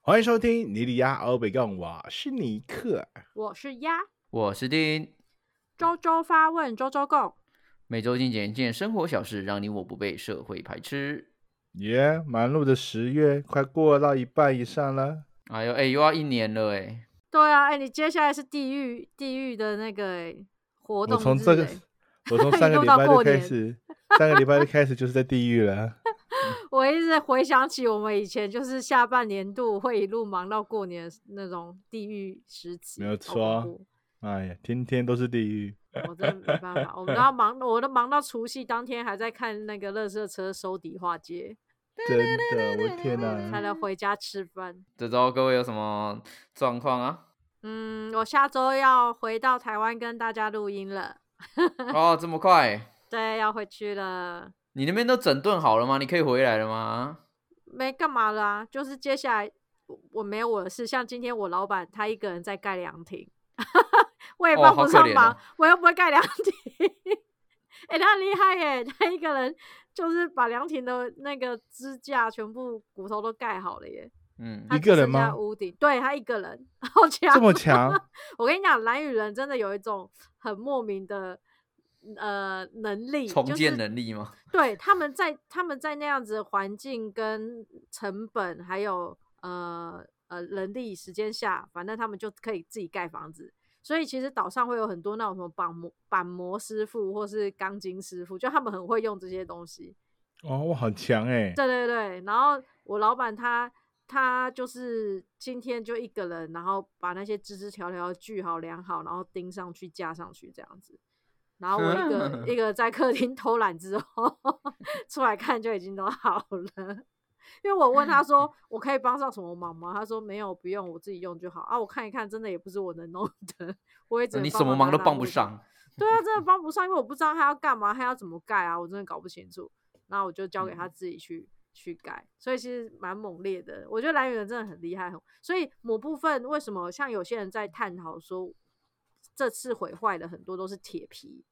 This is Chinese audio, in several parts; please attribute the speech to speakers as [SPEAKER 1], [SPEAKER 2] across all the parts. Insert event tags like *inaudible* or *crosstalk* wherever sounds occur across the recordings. [SPEAKER 1] 欢迎收听尼里亚欧北贡，我是尼克。
[SPEAKER 2] 我是鸭，
[SPEAKER 3] 我是丁，
[SPEAKER 2] 周周发问，周周共。
[SPEAKER 3] 每周精简一件生活小事，让你我不被社会排斥。
[SPEAKER 1] 耶、忙碌的十月快过到一半以上了，
[SPEAKER 3] 哎呦，哎、又要一年了哎，
[SPEAKER 2] 对啊，哎、你接下来是地狱地狱的那个、哎活
[SPEAKER 1] 我
[SPEAKER 2] 动
[SPEAKER 1] 从
[SPEAKER 2] 日
[SPEAKER 1] 这个
[SPEAKER 2] 哎，
[SPEAKER 1] *laughs* 我从上个
[SPEAKER 2] 弄
[SPEAKER 1] 礼
[SPEAKER 2] 到
[SPEAKER 1] 拜就
[SPEAKER 2] 过
[SPEAKER 1] 开
[SPEAKER 2] 年
[SPEAKER 1] 始，上个礼拜就开始就是在地狱了。
[SPEAKER 2] *laughs* 我一直在回想起我们以前就是下半年度会一路忙到过年的那种地狱时期，
[SPEAKER 1] 没有
[SPEAKER 2] 好恐
[SPEAKER 1] 错啊
[SPEAKER 2] 怖
[SPEAKER 1] 哎呀，天天都是地狱。
[SPEAKER 2] 我真的没办法，
[SPEAKER 1] *laughs*
[SPEAKER 2] 我们都要忙，我都忙到除夕当天还在看那个垃圾车收底化街，
[SPEAKER 1] 真的，我天
[SPEAKER 2] *laughs* 才
[SPEAKER 1] 哪！
[SPEAKER 2] 能回家吃饭。
[SPEAKER 3] 这周各位有什么状
[SPEAKER 2] *laughs*
[SPEAKER 3] 况啊？
[SPEAKER 2] 嗯，我下周要回到台湾跟大家录音了，
[SPEAKER 3] 哦，这么快，
[SPEAKER 2] 对，要回去了。
[SPEAKER 3] 你那边都整顿好了吗？你可以回来了吗？
[SPEAKER 2] 没干嘛啦、就是接下来我我没有我的事，像今天我老板他一个人在盖凉亭， *laughs* 我也
[SPEAKER 3] 哦
[SPEAKER 2] 帮
[SPEAKER 3] 好
[SPEAKER 2] 不
[SPEAKER 3] 可
[SPEAKER 2] 上
[SPEAKER 3] 怜
[SPEAKER 2] 忙，
[SPEAKER 3] 哦
[SPEAKER 2] 我又不会盖凉亭。 *laughs* 哎、他很厉害耶！他一个人就是把凉亭的那个支架全部骨头都盖好了耶。
[SPEAKER 3] 嗯
[SPEAKER 2] 他
[SPEAKER 1] 一
[SPEAKER 2] 只
[SPEAKER 1] 个人
[SPEAKER 2] 剩下
[SPEAKER 1] 吗
[SPEAKER 2] 屋顶，对他一个人， *laughs* 好强，
[SPEAKER 1] 这么
[SPEAKER 2] *laughs*
[SPEAKER 1] 强，
[SPEAKER 2] 我跟你讲，蓝雨人真的有一种很莫名的呃能力，
[SPEAKER 3] 重建
[SPEAKER 2] 就是
[SPEAKER 3] 能力吗？
[SPEAKER 2] 对，他们在他们在那样子的环境跟成本，还有呃呃人力时间下，反正他们就可以自己盖房子。所以其实岛上会有很多那种什么板模板模师傅或是钢筋师傅，就他们很会用这些东西。
[SPEAKER 1] 哦，我好强哎！
[SPEAKER 2] 对对对，然后我老板他他就是今天就一个人，然后把那些枝枝条条锯好、量好，然后钉上去、架上去这样子。然后我一
[SPEAKER 3] *laughs*
[SPEAKER 2] 个一个在客厅偷懒之后 *laughs* 出来看就已经都好了， *laughs* 因为我问他
[SPEAKER 3] *laughs*
[SPEAKER 2] 说我可以帮上什么忙吗？他说没有，不用，我自己用就好啊。我看一看，真的也不是我能弄的， *laughs* 我也只能
[SPEAKER 3] 呃你
[SPEAKER 2] 帮啊
[SPEAKER 3] 什么忙
[SPEAKER 2] 拿
[SPEAKER 3] 都
[SPEAKER 2] 拿
[SPEAKER 3] 帮不
[SPEAKER 2] 物品
[SPEAKER 3] 上。嗯
[SPEAKER 2] 对啊，真的帮不上，因为我不知道他要干嘛，他要怎么盖啊，我真的搞不清楚。然后我就交给他自己去、去盖，所以其实蛮猛烈的。我觉得蓝雨人真的很厉害，很所以某部分为什么像有些人在探讨说，这次毁坏的很多都是铁皮，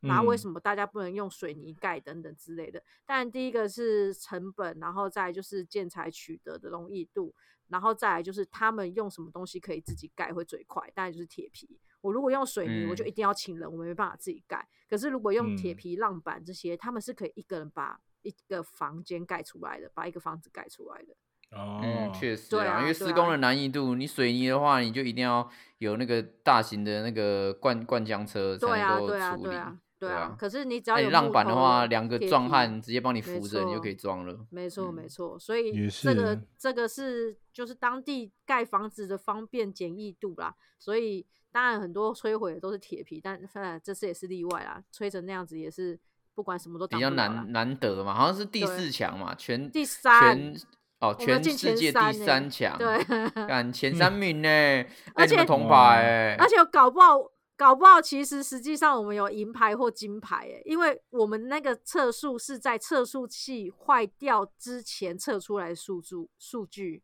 [SPEAKER 2] 然后为
[SPEAKER 1] 嗯
[SPEAKER 2] 什么大家不能用水泥盖等等之类的？当然第一个是成本，然后再来就是建材取得的容易度，然后再来就是他们用什么东西可以自己盖会最快，当然就是铁皮。我如果用水泥，我就
[SPEAKER 3] 嗯
[SPEAKER 2] 一定要请人，我没办法自己盖。可是如果用铁
[SPEAKER 1] 嗯
[SPEAKER 2] 皮、浪板这些，他们是可以一个人把一个房间盖出来的，把一个房子盖出来的。
[SPEAKER 1] 哦
[SPEAKER 3] 嗯，，确实
[SPEAKER 2] 对啊
[SPEAKER 3] 因为
[SPEAKER 2] 对
[SPEAKER 3] 施工
[SPEAKER 2] 啊
[SPEAKER 3] 的难易度，你水泥的话，你就一定要有那个大型的那个灌灌浆车才
[SPEAKER 2] 对啊，
[SPEAKER 3] 能够
[SPEAKER 2] 对啊，
[SPEAKER 3] 处
[SPEAKER 2] 对
[SPEAKER 3] 理。
[SPEAKER 2] 啊，对
[SPEAKER 3] 对
[SPEAKER 2] 啊
[SPEAKER 3] 啊。
[SPEAKER 2] 可是你只
[SPEAKER 3] 那
[SPEAKER 2] 要
[SPEAKER 3] 你
[SPEAKER 2] 有
[SPEAKER 3] 浪
[SPEAKER 2] 木
[SPEAKER 3] 板的
[SPEAKER 2] 头
[SPEAKER 3] 话，
[SPEAKER 2] 了
[SPEAKER 3] 两个
[SPEAKER 2] 铁
[SPEAKER 3] 壮
[SPEAKER 2] 皮
[SPEAKER 3] 汉直接帮你
[SPEAKER 2] 没
[SPEAKER 3] 扶着，你就可以
[SPEAKER 2] 错
[SPEAKER 3] 装了。
[SPEAKER 2] 没错，
[SPEAKER 3] 嗯
[SPEAKER 2] 没错，所以
[SPEAKER 1] 也
[SPEAKER 2] 这个
[SPEAKER 1] 是
[SPEAKER 2] 这个是就是当地盖房子的方便简易度啦，所以当然很多摧毁的都是铁皮，但呃这次也是例外啦，吹成那样子也是不管什么都
[SPEAKER 3] 比
[SPEAKER 2] 挡
[SPEAKER 3] 较
[SPEAKER 2] 不了啦
[SPEAKER 3] 难。难得嘛，好像是第
[SPEAKER 2] 对
[SPEAKER 3] 四强嘛，全
[SPEAKER 2] 第三
[SPEAKER 3] 全哦
[SPEAKER 2] 我们
[SPEAKER 3] 全
[SPEAKER 2] 进
[SPEAKER 3] 世
[SPEAKER 2] 前
[SPEAKER 3] 界第
[SPEAKER 2] 三呢
[SPEAKER 3] 三强，
[SPEAKER 2] 对， *laughs* 啊
[SPEAKER 3] 干前三名呢，哎
[SPEAKER 2] 而
[SPEAKER 3] 你们
[SPEAKER 2] 且
[SPEAKER 3] 铜
[SPEAKER 1] 嗯哇
[SPEAKER 3] 牌哎
[SPEAKER 2] 而，且搞不好搞不好其实实际上我们有银牌或金牌诶，因为我们那个测速是在测速器坏掉之前测出来的数据数据，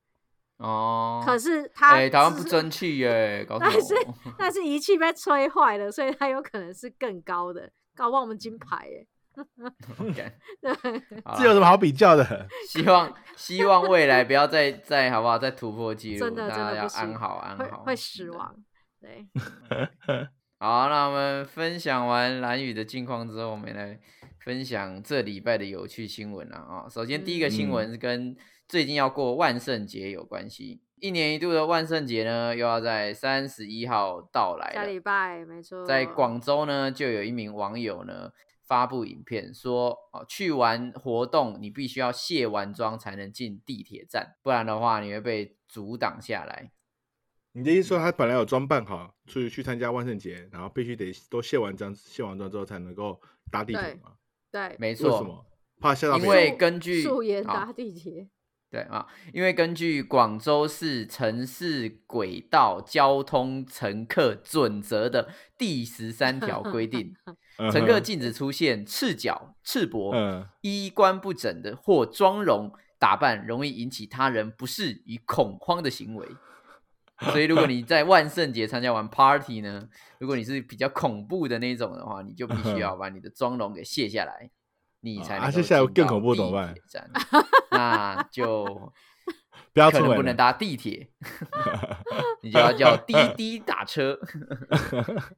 [SPEAKER 3] 哦，
[SPEAKER 2] 可是它
[SPEAKER 3] 哎台湾不
[SPEAKER 2] 只是
[SPEAKER 3] 争气耶，搞
[SPEAKER 2] 但
[SPEAKER 3] 什
[SPEAKER 2] 是
[SPEAKER 3] 么？
[SPEAKER 2] 但是仪器被吹坏了，所以它有可能是更高的，搞不好我们
[SPEAKER 3] 嗯
[SPEAKER 2] 金牌耶、
[SPEAKER 3] 干
[SPEAKER 2] *laughs* 对，
[SPEAKER 3] 好
[SPEAKER 1] 这有
[SPEAKER 3] 啦
[SPEAKER 1] 什么好比较
[SPEAKER 3] *laughs*
[SPEAKER 1] 的？
[SPEAKER 3] 希望希望未来不要再再好不好再突破记录，
[SPEAKER 2] 真的
[SPEAKER 3] 大
[SPEAKER 2] 真
[SPEAKER 3] 家
[SPEAKER 2] 的
[SPEAKER 3] 要
[SPEAKER 2] 不行
[SPEAKER 3] 安好安
[SPEAKER 2] 会
[SPEAKER 3] 好，啊
[SPEAKER 2] 会失望。对，
[SPEAKER 3] 好，那我们分享完蓝宇的近况之后，我们来分享这礼拜的有趣新闻了啊、首先，第一个
[SPEAKER 1] 嗯
[SPEAKER 3] 新闻是跟最近要过万圣节有关系。一年一度的万圣节呢，又要在三十一号到来
[SPEAKER 2] 下
[SPEAKER 3] 了。
[SPEAKER 2] 礼拜没错，
[SPEAKER 3] 在广州呢，就有一名网友呢发布影片说，哦，去完活动你必须要卸完妆才能进地铁站，不然的话你会被阻挡下来。
[SPEAKER 1] 你的意思说他本来有装扮好，出去去参加万圣节，然后必须得都卸完妆，卸完妆之后才能够搭地铁
[SPEAKER 2] 对
[SPEAKER 1] 吗？
[SPEAKER 2] 对，
[SPEAKER 3] 没
[SPEAKER 1] 为什
[SPEAKER 3] 错，
[SPEAKER 1] 么？怕吓到
[SPEAKER 3] 因
[SPEAKER 1] 别
[SPEAKER 3] 为
[SPEAKER 1] 人？
[SPEAKER 3] 根据
[SPEAKER 2] 素颜
[SPEAKER 3] 好
[SPEAKER 2] 搭地铁，
[SPEAKER 3] *laughs* 对啊，因为根据广州市城市轨道交通乘客准则的第十三条规定，
[SPEAKER 1] 嗯
[SPEAKER 3] 乘客
[SPEAKER 1] 哼
[SPEAKER 3] 禁止出现赤脚、赤膊、
[SPEAKER 1] 嗯
[SPEAKER 3] 衣冠不整的或妆容打扮容易引起他人不适与恐慌的行为。所以，如果你在万圣节参加完 party 呢，如果你是比较恐怖的那种的话，你就必须要把你的妆容给卸下来，你才
[SPEAKER 1] 嗯啊
[SPEAKER 3] 能
[SPEAKER 1] 啊
[SPEAKER 3] 够
[SPEAKER 1] 卸下来
[SPEAKER 3] 进
[SPEAKER 1] 更
[SPEAKER 3] *laughs* 到
[SPEAKER 1] 恐怖
[SPEAKER 3] 地
[SPEAKER 1] 怎么办
[SPEAKER 3] 铁站？那就
[SPEAKER 1] 不要出
[SPEAKER 3] 可能
[SPEAKER 1] 门
[SPEAKER 3] 不能
[SPEAKER 1] 了，
[SPEAKER 3] 搭地铁， *laughs* 你就要叫滴滴打车。
[SPEAKER 2] 台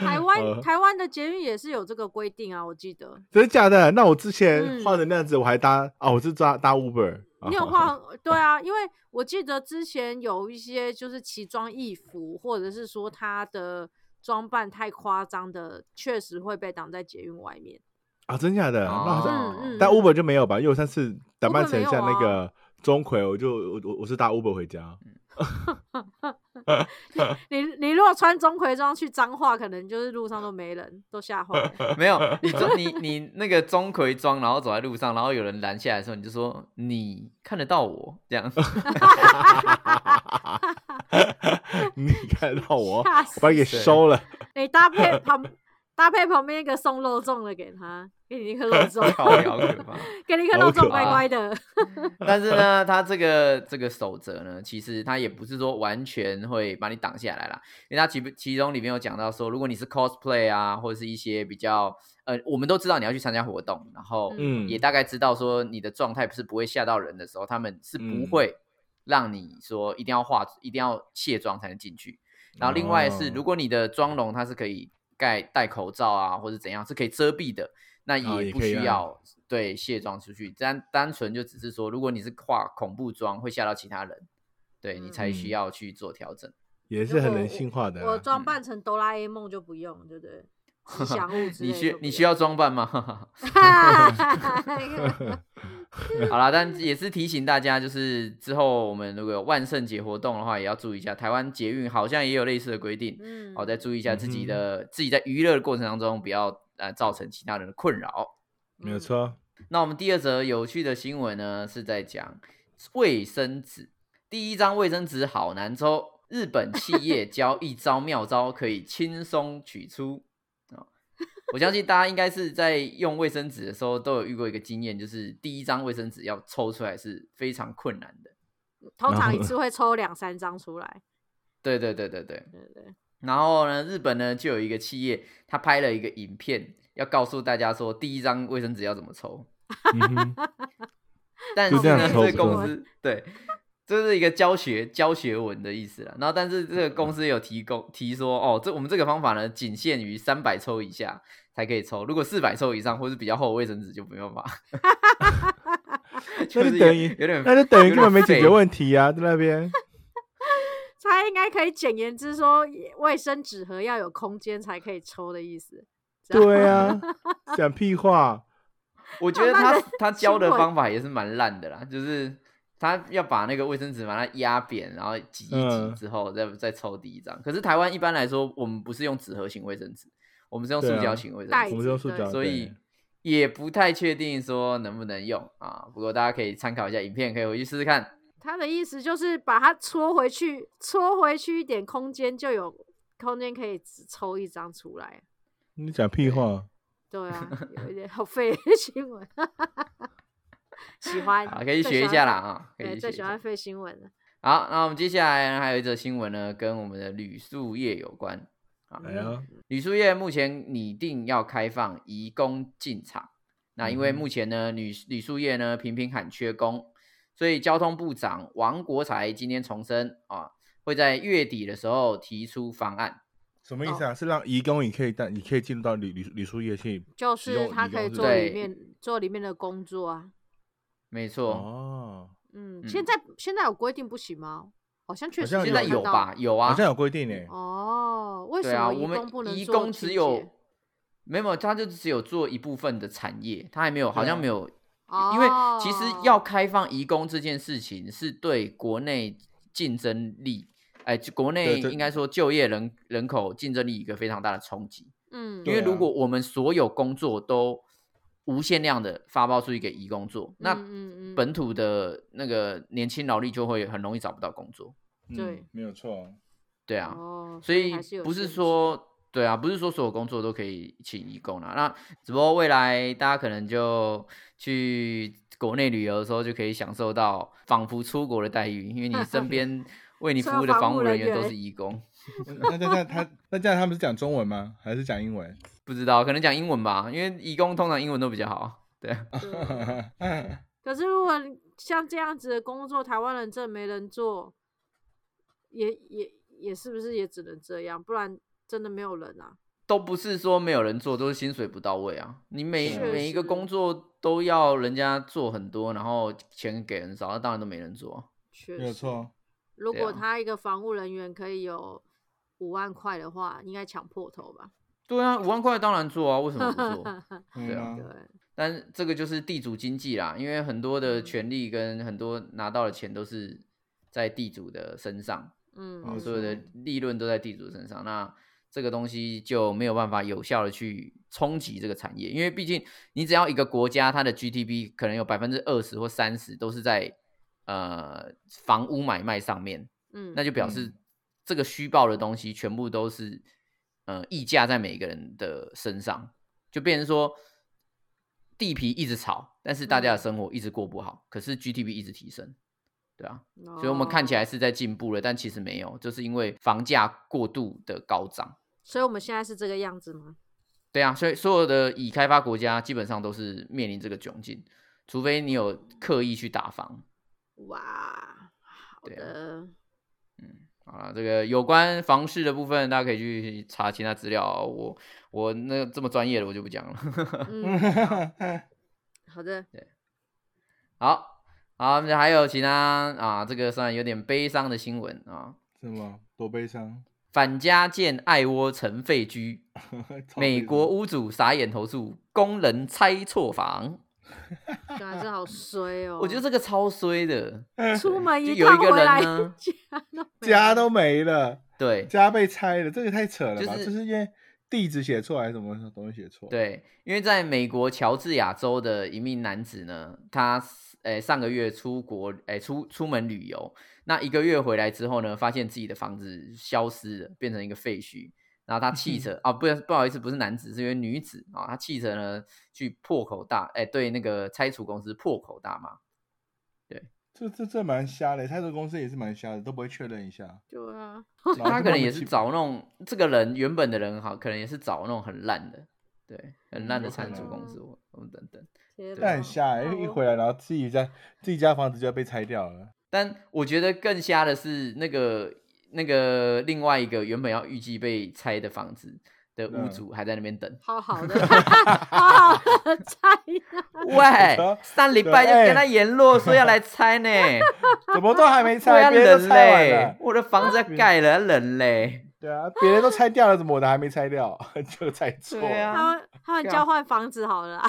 [SPEAKER 1] 呃
[SPEAKER 2] 湾台湾的捷运也是有这个规定啊，我记得。
[SPEAKER 1] 真的假的？那我之前
[SPEAKER 2] 嗯
[SPEAKER 1] 画成那样子，我还搭、啊，我是搭搭 Uber，
[SPEAKER 2] 你有
[SPEAKER 1] 啊、
[SPEAKER 2] 画对啊，因为我记得之前有一些就是奇装异服，或者是说他的装扮太夸张的，确实会被挡在捷运外面。
[SPEAKER 1] *laughs* 啊，真假的？那好像
[SPEAKER 3] 哦
[SPEAKER 2] 嗯嗯
[SPEAKER 1] 但 Uber 就没有吧？因为我上次打扮
[SPEAKER 2] Uber
[SPEAKER 1] 成
[SPEAKER 2] 没有
[SPEAKER 1] 像那
[SPEAKER 2] 啊
[SPEAKER 1] 个钟馗，我就我我我是搭 Uber 回
[SPEAKER 3] *laughs*
[SPEAKER 1] 家。
[SPEAKER 2] 你你如果穿钟馗装去彰化，可能就是路上都没人，都吓坏了。
[SPEAKER 3] *laughs* 没有，你中你你那个钟馗装，然后走在路上，然后有人拦下来的时候，你就说你看得到我这样。
[SPEAKER 1] 你看到我，
[SPEAKER 2] 吓
[SPEAKER 1] 我把你给
[SPEAKER 3] 死
[SPEAKER 1] 收了。
[SPEAKER 2] 你搭
[SPEAKER 3] *laughs*
[SPEAKER 2] 配旁搭配旁边一个送肉粽的给他，给你一颗肉粽，
[SPEAKER 3] 靠 *laughs* 好可怕。
[SPEAKER 2] 给你一颗
[SPEAKER 1] 好
[SPEAKER 2] 肉
[SPEAKER 1] 可
[SPEAKER 2] 粽，乖
[SPEAKER 3] 怕
[SPEAKER 2] 乖的。
[SPEAKER 3] 但是呢，他这个这个守则呢，其实他也不是说完全会把你挡下来啦，因为他其其中里面有讲到说，如果你是 cosplay 啊，或者是一些比较呃，我们都知道你要去参加活动，然后
[SPEAKER 1] 嗯
[SPEAKER 3] 也大概知道说你的状态是不会吓到人的时候，他们是不
[SPEAKER 1] 嗯
[SPEAKER 3] 会让你说一定要化一定要卸妆才能进去。然后另外是，
[SPEAKER 1] 哦
[SPEAKER 3] 如果你的妆容它是可以盖戴口罩啊，或者怎样是可以遮蔽的，那
[SPEAKER 1] 哦也
[SPEAKER 3] 也不
[SPEAKER 1] 可以
[SPEAKER 3] 需
[SPEAKER 1] 啊
[SPEAKER 3] 要、对卸妆出去。单单纯就只是说，如果你是化恐怖妆，会吓到其他人，对你才
[SPEAKER 1] 嗯
[SPEAKER 3] 需要去做调整。
[SPEAKER 1] 也是
[SPEAKER 2] 如
[SPEAKER 1] 很
[SPEAKER 2] 果
[SPEAKER 1] 人性化的
[SPEAKER 2] 我
[SPEAKER 1] 啊、
[SPEAKER 2] 装扮成哆啦 A 梦就不用，对不对？吉祥物之类
[SPEAKER 3] 你
[SPEAKER 2] 就
[SPEAKER 3] 需
[SPEAKER 2] 不
[SPEAKER 3] 你需
[SPEAKER 2] 用 *laughs*
[SPEAKER 3] 要 *laughs* 装扮吗？好
[SPEAKER 2] *laughs*
[SPEAKER 3] 啦，但也是提醒大家，就是之后我们如果有万圣节活动的话，也要注意一下。台湾捷运好像也有类似的规定，
[SPEAKER 2] 嗯，
[SPEAKER 3] 好、再注意一下自己
[SPEAKER 1] 嗯哼
[SPEAKER 3] 的、自己在娱乐的过程当中，不要呃造成其他人的困扰。
[SPEAKER 1] 没有
[SPEAKER 2] 嗯
[SPEAKER 1] 错。
[SPEAKER 3] 那我们第二则有趣的新闻呢，是在讲卫生纸。第一张卫生纸好难抽，日本企业教一招妙招可以轻松取出。哦我相信大家应该是在用卫生纸的时候都有遇过一个经验，就是第一张卫生纸要抽出来是非常困难的。
[SPEAKER 2] 嗯通
[SPEAKER 1] 然
[SPEAKER 2] 常
[SPEAKER 1] 后
[SPEAKER 2] 一
[SPEAKER 1] 呢
[SPEAKER 2] 次会抽两三张出来，
[SPEAKER 3] 对对对对对。
[SPEAKER 2] 对不对？
[SPEAKER 3] 然后呢，日本呢就有一个企业，他拍了一个影片，要告诉大家说第一张卫生纸要怎么抽。
[SPEAKER 1] 嗯哼，
[SPEAKER 3] 但
[SPEAKER 1] 就是这样
[SPEAKER 3] 呢，
[SPEAKER 1] 抽
[SPEAKER 3] 这
[SPEAKER 1] 不
[SPEAKER 3] 个公
[SPEAKER 2] 错
[SPEAKER 3] 司对，这是一个教学教学文的意思啦。然后，但是这个公司有提供提说，哦，这我们这个方法呢，仅限于三百抽以下才可以抽，如果四百抽以上或是比较厚的卫生纸就没办法。就
[SPEAKER 1] *laughs* 那就
[SPEAKER 3] 是有
[SPEAKER 1] 等于
[SPEAKER 3] 有点，
[SPEAKER 1] 那就等于
[SPEAKER 3] 有
[SPEAKER 1] 根本
[SPEAKER 3] 点
[SPEAKER 1] 没解决
[SPEAKER 3] 废
[SPEAKER 1] 问题啊，在那边。
[SPEAKER 2] 他应该可以简言之说，卫生纸盒要有空间才可以抽的意思。这样
[SPEAKER 1] 对
[SPEAKER 3] *laughs*
[SPEAKER 1] 啊，讲屁话。
[SPEAKER 3] 我觉得
[SPEAKER 2] 慢慢
[SPEAKER 3] 他
[SPEAKER 2] 地
[SPEAKER 3] 他教的
[SPEAKER 2] 新闻
[SPEAKER 3] 方法也是蛮烂的啦，就是他要把那个卫生纸把它压扁，然后挤一挤
[SPEAKER 1] 嗯
[SPEAKER 3] 之后再、再抽第一张。可是台湾一般来说，我们不是用纸盒型卫生纸，我们是用塑
[SPEAKER 1] 对啊
[SPEAKER 3] 胶型卫生
[SPEAKER 2] 袋
[SPEAKER 3] 纸
[SPEAKER 1] 我，们
[SPEAKER 2] 子
[SPEAKER 1] 用塑
[SPEAKER 2] 对
[SPEAKER 1] 胶，
[SPEAKER 3] 所以
[SPEAKER 1] 哦对
[SPEAKER 3] 也不太确定说能不能用啊。不过大家可以参考一下影片，可以回去试试看。
[SPEAKER 2] 他的意思就是把它戳回去，戳回去一点空间就有空间可以只抽一张出来。
[SPEAKER 1] 你讲屁话。
[SPEAKER 2] 对啊，有一点 *laughs* 好废的新闻，喜欢
[SPEAKER 3] 啊，可以
[SPEAKER 2] 嗯最
[SPEAKER 3] 学
[SPEAKER 2] 喜
[SPEAKER 3] 一
[SPEAKER 2] 欢
[SPEAKER 3] 下啦啊，可
[SPEAKER 2] 对，
[SPEAKER 3] 以学
[SPEAKER 2] 最
[SPEAKER 3] 一
[SPEAKER 2] 喜
[SPEAKER 3] 下。
[SPEAKER 2] 欢废新闻了。
[SPEAKER 3] 好，那我们接下来呢还有一则新闻呢，跟我们的旅宿业有关。啊
[SPEAKER 1] 哎呀，
[SPEAKER 3] 旅宿业目前拟定要开放移工进场，那因为
[SPEAKER 1] 嗯哼
[SPEAKER 3] 目前呢，旅旅宿业呢频频喊缺工，所以交通部长王国才今天重申啊，会在月底的时候提出方案。
[SPEAKER 1] 什么意思啊？是让移工也可以但也可以进入到旅旅旅宿业去
[SPEAKER 2] 就
[SPEAKER 1] 使
[SPEAKER 2] 是
[SPEAKER 1] 用
[SPEAKER 2] 他
[SPEAKER 1] 移
[SPEAKER 2] 可以
[SPEAKER 1] 工
[SPEAKER 2] 做
[SPEAKER 1] 这个
[SPEAKER 3] 对
[SPEAKER 2] 里面做里面的工作啊。
[SPEAKER 3] 没错，
[SPEAKER 1] 哦，
[SPEAKER 2] 嗯，现
[SPEAKER 3] 嗯
[SPEAKER 2] 在现在有规定不行吗？好像确
[SPEAKER 1] 好
[SPEAKER 2] 实
[SPEAKER 1] 像
[SPEAKER 3] 现
[SPEAKER 2] 有
[SPEAKER 3] 在
[SPEAKER 2] 看
[SPEAKER 3] 有
[SPEAKER 2] 到
[SPEAKER 3] 吧？？有啊，
[SPEAKER 1] 好像有规定呢。
[SPEAKER 2] 哦，为什
[SPEAKER 3] 对
[SPEAKER 2] 么
[SPEAKER 3] 啊，
[SPEAKER 2] 移
[SPEAKER 3] 我们
[SPEAKER 2] 工不能
[SPEAKER 3] 移
[SPEAKER 2] 做
[SPEAKER 3] 工
[SPEAKER 2] 清
[SPEAKER 3] 只
[SPEAKER 2] 洁
[SPEAKER 3] 有没有，没有他就只有做一部分的产业，他还没有，好
[SPEAKER 1] 对啊
[SPEAKER 3] 像没有，
[SPEAKER 2] 哦、
[SPEAKER 3] 因为其实要开放移工这件事情是对国内竞争力，哎，就国内
[SPEAKER 1] 对
[SPEAKER 3] 应该说就业人人口竞争力一个非常大的冲击，
[SPEAKER 2] 嗯
[SPEAKER 3] 因
[SPEAKER 1] 对
[SPEAKER 3] 为
[SPEAKER 1] 啊
[SPEAKER 3] 如果我们所有工作都无限量的发包出去给移工做，那
[SPEAKER 2] 嗯嗯嗯
[SPEAKER 3] 本土的那个年轻劳力就会很容易找不到工作，
[SPEAKER 2] 对
[SPEAKER 1] 嗯，没有 *laughs* 错。
[SPEAKER 3] 对啊，
[SPEAKER 2] 哦，
[SPEAKER 3] 所以
[SPEAKER 2] 还是有
[SPEAKER 3] 不是
[SPEAKER 2] 限制
[SPEAKER 3] 说对啊，不是说所有工作都可以请义工啦。那只不过未来大家可能就去国内旅游的时候，就可以享受到仿佛出国的待遇，因为你
[SPEAKER 2] *laughs*
[SPEAKER 3] 身边为你服务的
[SPEAKER 2] 车房
[SPEAKER 3] 防务
[SPEAKER 2] 务
[SPEAKER 3] 人
[SPEAKER 2] 人
[SPEAKER 3] 员都
[SPEAKER 2] 员
[SPEAKER 3] 是义工。
[SPEAKER 1] 那那那他那这样他们是讲中文吗？还是讲英文？ *laughs*
[SPEAKER 3] 不知道，可能讲英文吧，因为义工通常英文都比较好。对啊，
[SPEAKER 2] 对可是如果你像这样子的工作，台湾人真的没人做，也也也是不是也只能这样，不然真的没有人啊。
[SPEAKER 3] 都不是说没有人做，都是薪水不到位啊。你每
[SPEAKER 1] 是
[SPEAKER 3] 每一个
[SPEAKER 2] 是
[SPEAKER 3] 工作都要人家做很多，然后钱给很少，那当然都没人做啊。
[SPEAKER 2] 确
[SPEAKER 1] 没有
[SPEAKER 2] 实，
[SPEAKER 1] 错，
[SPEAKER 2] 如
[SPEAKER 3] 对
[SPEAKER 2] 果
[SPEAKER 3] 啊
[SPEAKER 2] 他一个防务人员可以有五万块的话，应该抢破头吧？
[SPEAKER 3] 对啊，五万块当然做啊，为什么不做？
[SPEAKER 1] 嗯
[SPEAKER 3] 对
[SPEAKER 1] 啊
[SPEAKER 2] 对，，
[SPEAKER 3] 但这个就是地主经济啦，因为很多的权利跟很多拿到的钱都是在地主的身上，
[SPEAKER 2] 嗯，
[SPEAKER 1] 好
[SPEAKER 3] 啊，
[SPEAKER 2] 嗯
[SPEAKER 3] 所有的
[SPEAKER 1] 哦
[SPEAKER 3] 利润都在地主身上。那这个东西就没有办法有效的去冲击这个产业，因为毕竟你只要一个国家它的 GDP 可能有百分之二十或三十都是在呃房屋买卖上面，
[SPEAKER 2] 嗯，
[SPEAKER 3] 那就表示
[SPEAKER 1] 嗯
[SPEAKER 3] 这个虚报的东西全部都是呃溢价在每一个人的身上，就变成说地皮一直炒，但是大家的
[SPEAKER 2] 嗯
[SPEAKER 3] 生活一直过不好，可是 GDP 一直提升，对啊，
[SPEAKER 2] 所
[SPEAKER 3] 所以我们看
[SPEAKER 2] 哦
[SPEAKER 3] 起来是在进步了，但其实没有，就是因为房价过度的高涨。
[SPEAKER 2] 所以我们现在是这个样子吗？
[SPEAKER 3] 对啊，所以所有的已开发国家基本上都是面临这个窘境，除非你有刻意去打房。
[SPEAKER 2] 哇，好
[SPEAKER 3] 对
[SPEAKER 1] *laughs*
[SPEAKER 3] 啊
[SPEAKER 2] 的，
[SPEAKER 3] 好啊了，这个有关房市的部分，大家可以去查其他资料啊。我我那这么专业的我就不讲了。 *laughs*
[SPEAKER 2] 嗯，
[SPEAKER 3] 啊
[SPEAKER 1] *laughs*
[SPEAKER 2] 好的，
[SPEAKER 3] 好，好，那还有其他啊，这个算有点悲伤的新闻啊。
[SPEAKER 1] 什么多悲 *laughs* 伤？
[SPEAKER 3] 返家见爱窝成废墟，
[SPEAKER 1] 哦超
[SPEAKER 3] 美
[SPEAKER 1] 悲
[SPEAKER 3] 国
[SPEAKER 1] 伤
[SPEAKER 3] 屋主傻眼投诉工人拆错房。
[SPEAKER 2] 真的是好衰哦。
[SPEAKER 3] 我觉得这个超衰的，
[SPEAKER 2] 出门
[SPEAKER 3] 就
[SPEAKER 2] 一
[SPEAKER 3] 有一
[SPEAKER 2] 趟
[SPEAKER 3] 个
[SPEAKER 2] 回来
[SPEAKER 3] 人
[SPEAKER 2] *laughs*
[SPEAKER 3] 呢，
[SPEAKER 1] 家都没了， *laughs*
[SPEAKER 3] 对
[SPEAKER 1] 家被拆了，这个太扯了
[SPEAKER 3] 就
[SPEAKER 1] 吧？
[SPEAKER 3] 是
[SPEAKER 1] 这是因为地址写错还是什么东西写错？，
[SPEAKER 3] 对，因为在美国乔治亚州的一名男子呢，他呃上个月出国，诶出出门旅游，那一个月回来之后呢，发现自己的房子消失了，变成一个废墟。然后他
[SPEAKER 1] 嗯
[SPEAKER 3] 汽车啊，不不好意思，不是男子，是因为女子啊，他汽车呢去破口大，哎，对那个拆除公司破口大骂，
[SPEAKER 1] 这这这蛮瞎的，泰国公司也是蛮瞎的，都不会确认一
[SPEAKER 3] *laughs*
[SPEAKER 1] 下。
[SPEAKER 2] 对啊，
[SPEAKER 3] 嗯
[SPEAKER 1] 然后
[SPEAKER 3] 他
[SPEAKER 1] 就
[SPEAKER 3] 可
[SPEAKER 1] 帮
[SPEAKER 3] 能
[SPEAKER 1] 你
[SPEAKER 3] 也是
[SPEAKER 1] 去
[SPEAKER 3] 找那种这个人原本的人好，可能也是找那种很烂的，对，很烂的
[SPEAKER 1] 有可
[SPEAKER 3] 拆除
[SPEAKER 1] 能啊
[SPEAKER 3] 公司或或等等。
[SPEAKER 2] 天
[SPEAKER 3] 对啊
[SPEAKER 1] 但
[SPEAKER 2] 哪
[SPEAKER 1] 很
[SPEAKER 3] *laughs*
[SPEAKER 1] 瞎欸，一一回来然后自己家自己家房子就要被拆掉
[SPEAKER 2] *laughs*
[SPEAKER 1] 了。
[SPEAKER 3] 但我觉得更瞎的是那个那个另外一个原本要预计被拆的房子的屋
[SPEAKER 1] 嗯
[SPEAKER 3] 主还在那边
[SPEAKER 1] *laughs*
[SPEAKER 3] 等，
[SPEAKER 2] 好好的，
[SPEAKER 3] *laughs*
[SPEAKER 2] 好好的 *laughs* 猜啊，
[SPEAKER 3] 喂
[SPEAKER 1] 说，哎
[SPEAKER 3] 上礼拜就
[SPEAKER 1] 对
[SPEAKER 3] 跟他联络说要来拆
[SPEAKER 1] *laughs*
[SPEAKER 3] 呢，
[SPEAKER 1] 怎么都还没
[SPEAKER 3] 我
[SPEAKER 1] 拆，
[SPEAKER 3] 要
[SPEAKER 1] 别人都
[SPEAKER 3] 冷
[SPEAKER 1] 拆完
[SPEAKER 3] 嘞
[SPEAKER 1] 了，。嗯
[SPEAKER 3] 我的房子要盖了，要冷嘞，
[SPEAKER 1] 对啊，别人都拆掉了，怎么我的还没拆掉？ *laughs* 就拆错。
[SPEAKER 3] 对啊
[SPEAKER 2] 他们他们
[SPEAKER 3] 对啊
[SPEAKER 2] 交换房子好
[SPEAKER 3] *laughs*
[SPEAKER 2] 了啦，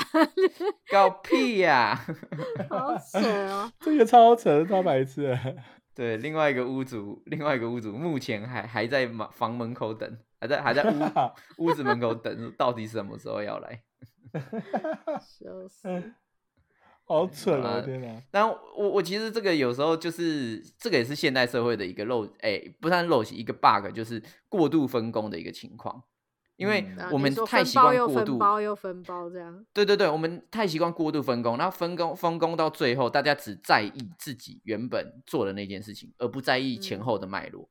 [SPEAKER 3] 搞屁呀！ *laughs*
[SPEAKER 2] 好扯哦，
[SPEAKER 1] 这个超扯，超白痴的。
[SPEAKER 3] 对，另外一个屋主，另外一个屋主目前还还在门房门口等，还在还在
[SPEAKER 1] *laughs*
[SPEAKER 3] 屋屋子门口等，说到底什么时候要来？
[SPEAKER 2] *laughs* 笑死，
[SPEAKER 1] 好蠢
[SPEAKER 3] 好
[SPEAKER 1] 哦！
[SPEAKER 3] 啦
[SPEAKER 1] 天哪，
[SPEAKER 3] 但我我其实这个有时候就是这个也是现代社会的一个陋，哎、不算陋习，一个 bug 就是过度分工的一个情况，因为
[SPEAKER 1] 嗯
[SPEAKER 2] 然后
[SPEAKER 3] 我
[SPEAKER 2] 啊你
[SPEAKER 3] 们
[SPEAKER 2] 说
[SPEAKER 3] 太
[SPEAKER 2] 分
[SPEAKER 3] 习
[SPEAKER 2] 包
[SPEAKER 3] 惯
[SPEAKER 2] 又
[SPEAKER 3] 过
[SPEAKER 2] 分
[SPEAKER 3] 度，
[SPEAKER 2] 包又分包这样，
[SPEAKER 3] 对对对，我们太习惯过度分工，然后分工分工到最后，大家只在意自己原本做的那件事情，而不在意前
[SPEAKER 2] 嗯
[SPEAKER 3] 后的脉络。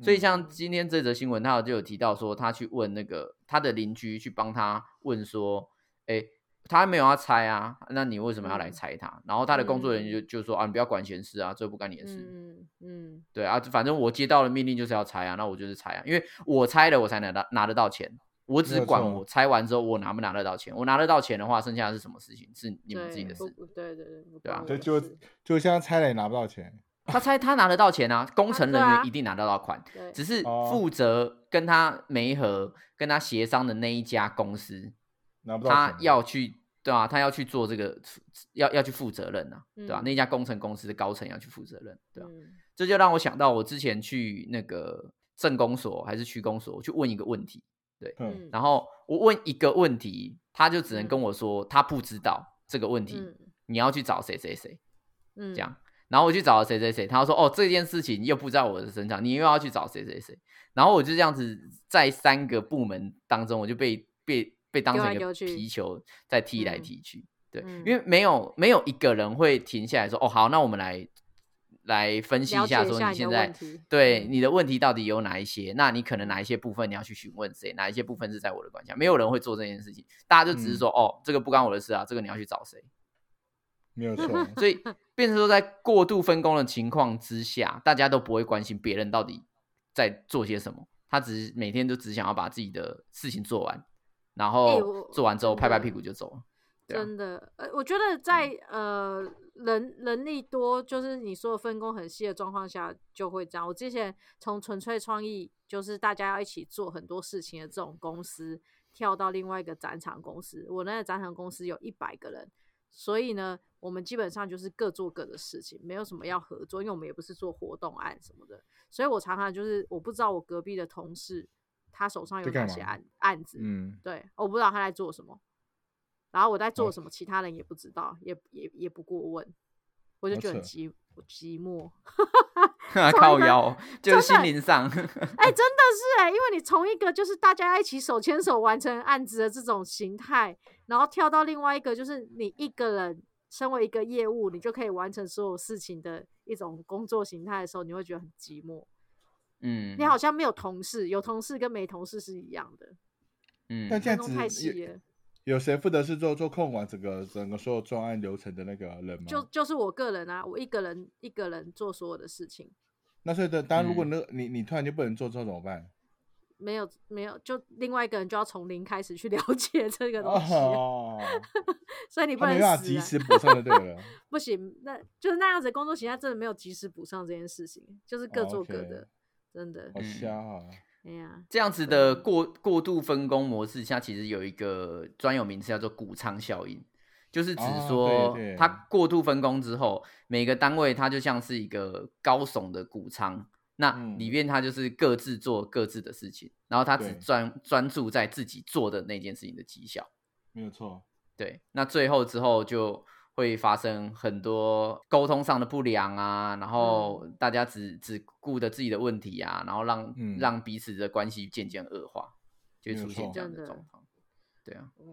[SPEAKER 3] 所以像
[SPEAKER 2] 嗯
[SPEAKER 3] 今天这则新闻，他就有提到说，他去问那个他的邻居去帮他问说，哎，他没有要拆啊，那你为什么要来
[SPEAKER 2] 嗯
[SPEAKER 3] 拆他？然后他的工作人员
[SPEAKER 2] 嗯
[SPEAKER 3] 就就说啊，你不要管闲事啊，这不干你的事。
[SPEAKER 2] 嗯嗯
[SPEAKER 3] 对啊，反正我接到的命令就是要拆啊，那我就是拆啊，因为我拆了我才拿到拿得到钱，我只
[SPEAKER 1] 没有
[SPEAKER 3] 管
[SPEAKER 1] 错
[SPEAKER 3] 我拆完之后我拿不拿得到钱，我拿得到钱的话，剩下的是什么事情是你们自己的
[SPEAKER 2] 对不
[SPEAKER 3] 事。
[SPEAKER 2] 对对对，不
[SPEAKER 3] 对啊
[SPEAKER 2] 关
[SPEAKER 1] 就
[SPEAKER 2] 我的
[SPEAKER 1] 就
[SPEAKER 2] 事
[SPEAKER 1] 就像拆了也拿不到钱，
[SPEAKER 3] 他拆他拿得到钱啊，工程人
[SPEAKER 2] 对啊
[SPEAKER 3] 员一定拿得到款，
[SPEAKER 2] 对
[SPEAKER 3] 只是
[SPEAKER 1] 哦
[SPEAKER 3] 负责跟他媒合、跟他协商的那一家公司，
[SPEAKER 1] 拿不到钱。
[SPEAKER 3] 他要去对啊，他要去做这个，要要去负责任啊，对吧、
[SPEAKER 2] 嗯
[SPEAKER 3] 那一家工程公司的高层要去负责任，对吧、啊
[SPEAKER 2] 嗯
[SPEAKER 3] 这就让我想到我之前去那个政工所还是区公所我去问一个问题，
[SPEAKER 1] 嗯，
[SPEAKER 3] 然后我问一个问题，他就只能
[SPEAKER 2] 嗯
[SPEAKER 3] 跟我说他不知道这个问题，
[SPEAKER 2] 嗯
[SPEAKER 3] 你要去找谁谁谁。
[SPEAKER 2] 嗯
[SPEAKER 3] 这样。然后我去找了谁谁谁，他说哦这件事情又不在我的身上，你又要去找谁谁谁。然后我就这样子在三个部门当中，我就被被被当
[SPEAKER 2] 丢
[SPEAKER 3] 成
[SPEAKER 2] 来
[SPEAKER 3] 一个
[SPEAKER 2] 丢去
[SPEAKER 3] 皮球在踢来
[SPEAKER 2] 嗯
[SPEAKER 3] 踢去。对，
[SPEAKER 2] 嗯
[SPEAKER 3] 因为没有没有一个人会停下来说哦好，那我们来来分析
[SPEAKER 2] 了
[SPEAKER 3] 一下
[SPEAKER 2] 解一
[SPEAKER 3] 说
[SPEAKER 2] 下你的
[SPEAKER 3] 你现
[SPEAKER 2] 问
[SPEAKER 3] 在
[SPEAKER 2] 题
[SPEAKER 3] 对
[SPEAKER 2] 嗯
[SPEAKER 3] 你的问题到底有哪一些？那你可能哪一些部分你要去询问谁，哪一些部分是在我的管辖？没有人会做这件事情，大家就只是
[SPEAKER 1] 嗯
[SPEAKER 2] *laughs*
[SPEAKER 3] 说、哦这个不关我的事啊，这个你要去找谁。
[SPEAKER 1] 没有错。嗯
[SPEAKER 3] 所以变成说，在过度分工的情况之下，大家都不会关心别人到底在做些什么，他只是每天都只想要把自己的事情做完，然
[SPEAKER 2] 哎
[SPEAKER 3] 后
[SPEAKER 2] 我
[SPEAKER 3] 做完之后
[SPEAKER 2] 真的
[SPEAKER 3] 拍拍屁股就走
[SPEAKER 2] *laughs*
[SPEAKER 3] 了。对啊
[SPEAKER 2] 真的，呃，我觉得在
[SPEAKER 1] 嗯
[SPEAKER 2] 呃人人力多，就是你说的分工很细的状况下，就会这样。我之前从纯粹创意，就是大家要一起做很多事情的这种公司，跳到另外一个展场公司。我那个展场公司有一百个人，所以呢，我们基本上就是各做各的事情，没有什么要合作，因为我们也不是做活动案什么的，所以我常常就是我不知道我隔壁的同事他手上有
[SPEAKER 1] 在干
[SPEAKER 2] 哪些
[SPEAKER 1] 嘛
[SPEAKER 2] 案案子，
[SPEAKER 1] 嗯，
[SPEAKER 2] 对，我不知道他在做什么，然后我在做
[SPEAKER 1] 哦
[SPEAKER 2] 什么，其他人也不知道，也也也不过问，我就
[SPEAKER 1] 好
[SPEAKER 2] 觉得很
[SPEAKER 1] 扯
[SPEAKER 2] 寂
[SPEAKER 1] *laughs*
[SPEAKER 2] 寂寞。
[SPEAKER 3] 靠腰，哦就
[SPEAKER 2] 真
[SPEAKER 3] 是心
[SPEAKER 2] 的
[SPEAKER 3] 灵上。 *laughs*
[SPEAKER 2] 哎、真的是哎、因为你从一个就是大家一起手牵手完成案子的这种形态，然后跳到另外一个就是你一个人身为一个业务，你就可以完成所有事情的一种工作形态的时候，你会觉得很寂寞。
[SPEAKER 3] 嗯，
[SPEAKER 2] 你好，像没有同事，有同事跟没同事是一样的，
[SPEAKER 3] 嗯，
[SPEAKER 1] 那这
[SPEAKER 2] 分
[SPEAKER 1] 样
[SPEAKER 2] 工
[SPEAKER 1] 子
[SPEAKER 2] 太细
[SPEAKER 1] 有
[SPEAKER 2] 了。
[SPEAKER 1] 有谁负责是做做控管整个整个所有专案流程的那个人吗？
[SPEAKER 2] 就就是我个人啊，我一个人一个人做所有的事情。
[SPEAKER 1] 那所以的，当然如果
[SPEAKER 3] 嗯
[SPEAKER 1] 那个你你突然就不能做之后怎么办？
[SPEAKER 2] 没有没有，就另外一个人就要从零开始去了解这个东西，
[SPEAKER 1] 哦，
[SPEAKER 2] 所以 *laughs* 你不
[SPEAKER 1] 他没
[SPEAKER 2] 能
[SPEAKER 1] 办法
[SPEAKER 2] 死
[SPEAKER 1] 及
[SPEAKER 2] 啊，
[SPEAKER 1] 时补上就对了。
[SPEAKER 2] 不行，那就是那样子的工作形态真的没有及时补上这件事情，就是各
[SPEAKER 1] 哦
[SPEAKER 2] 做各
[SPEAKER 1] ，OK
[SPEAKER 2] 的，真的
[SPEAKER 1] 好，
[SPEAKER 3] 嗯
[SPEAKER 1] 瞎啊！
[SPEAKER 2] 哎呀，
[SPEAKER 3] 这样子的过过度分工模式下，其实有一个专有名词叫做谷仓效应，就是指
[SPEAKER 1] 哦
[SPEAKER 3] 说
[SPEAKER 1] 对对
[SPEAKER 3] 它过度分工之后，每个单位它就像是一个高耸的谷仓，那
[SPEAKER 1] 嗯
[SPEAKER 3] 里面它就是各自做各自的事情，然后它只
[SPEAKER 1] 对
[SPEAKER 3] 专专注在自己做的那件事情的绩效。
[SPEAKER 1] 没有错，
[SPEAKER 3] 对，那最后之后就会发生很多沟通上的不良啊，然后大家只只顾着自己的问题啊，然后让、
[SPEAKER 1] 嗯
[SPEAKER 3] 让彼此的关系渐渐恶化，就会
[SPEAKER 1] 没有
[SPEAKER 3] 出现
[SPEAKER 1] 错
[SPEAKER 3] 这样
[SPEAKER 2] 真
[SPEAKER 3] 的
[SPEAKER 2] 的
[SPEAKER 3] 状况。对啊，
[SPEAKER 2] 对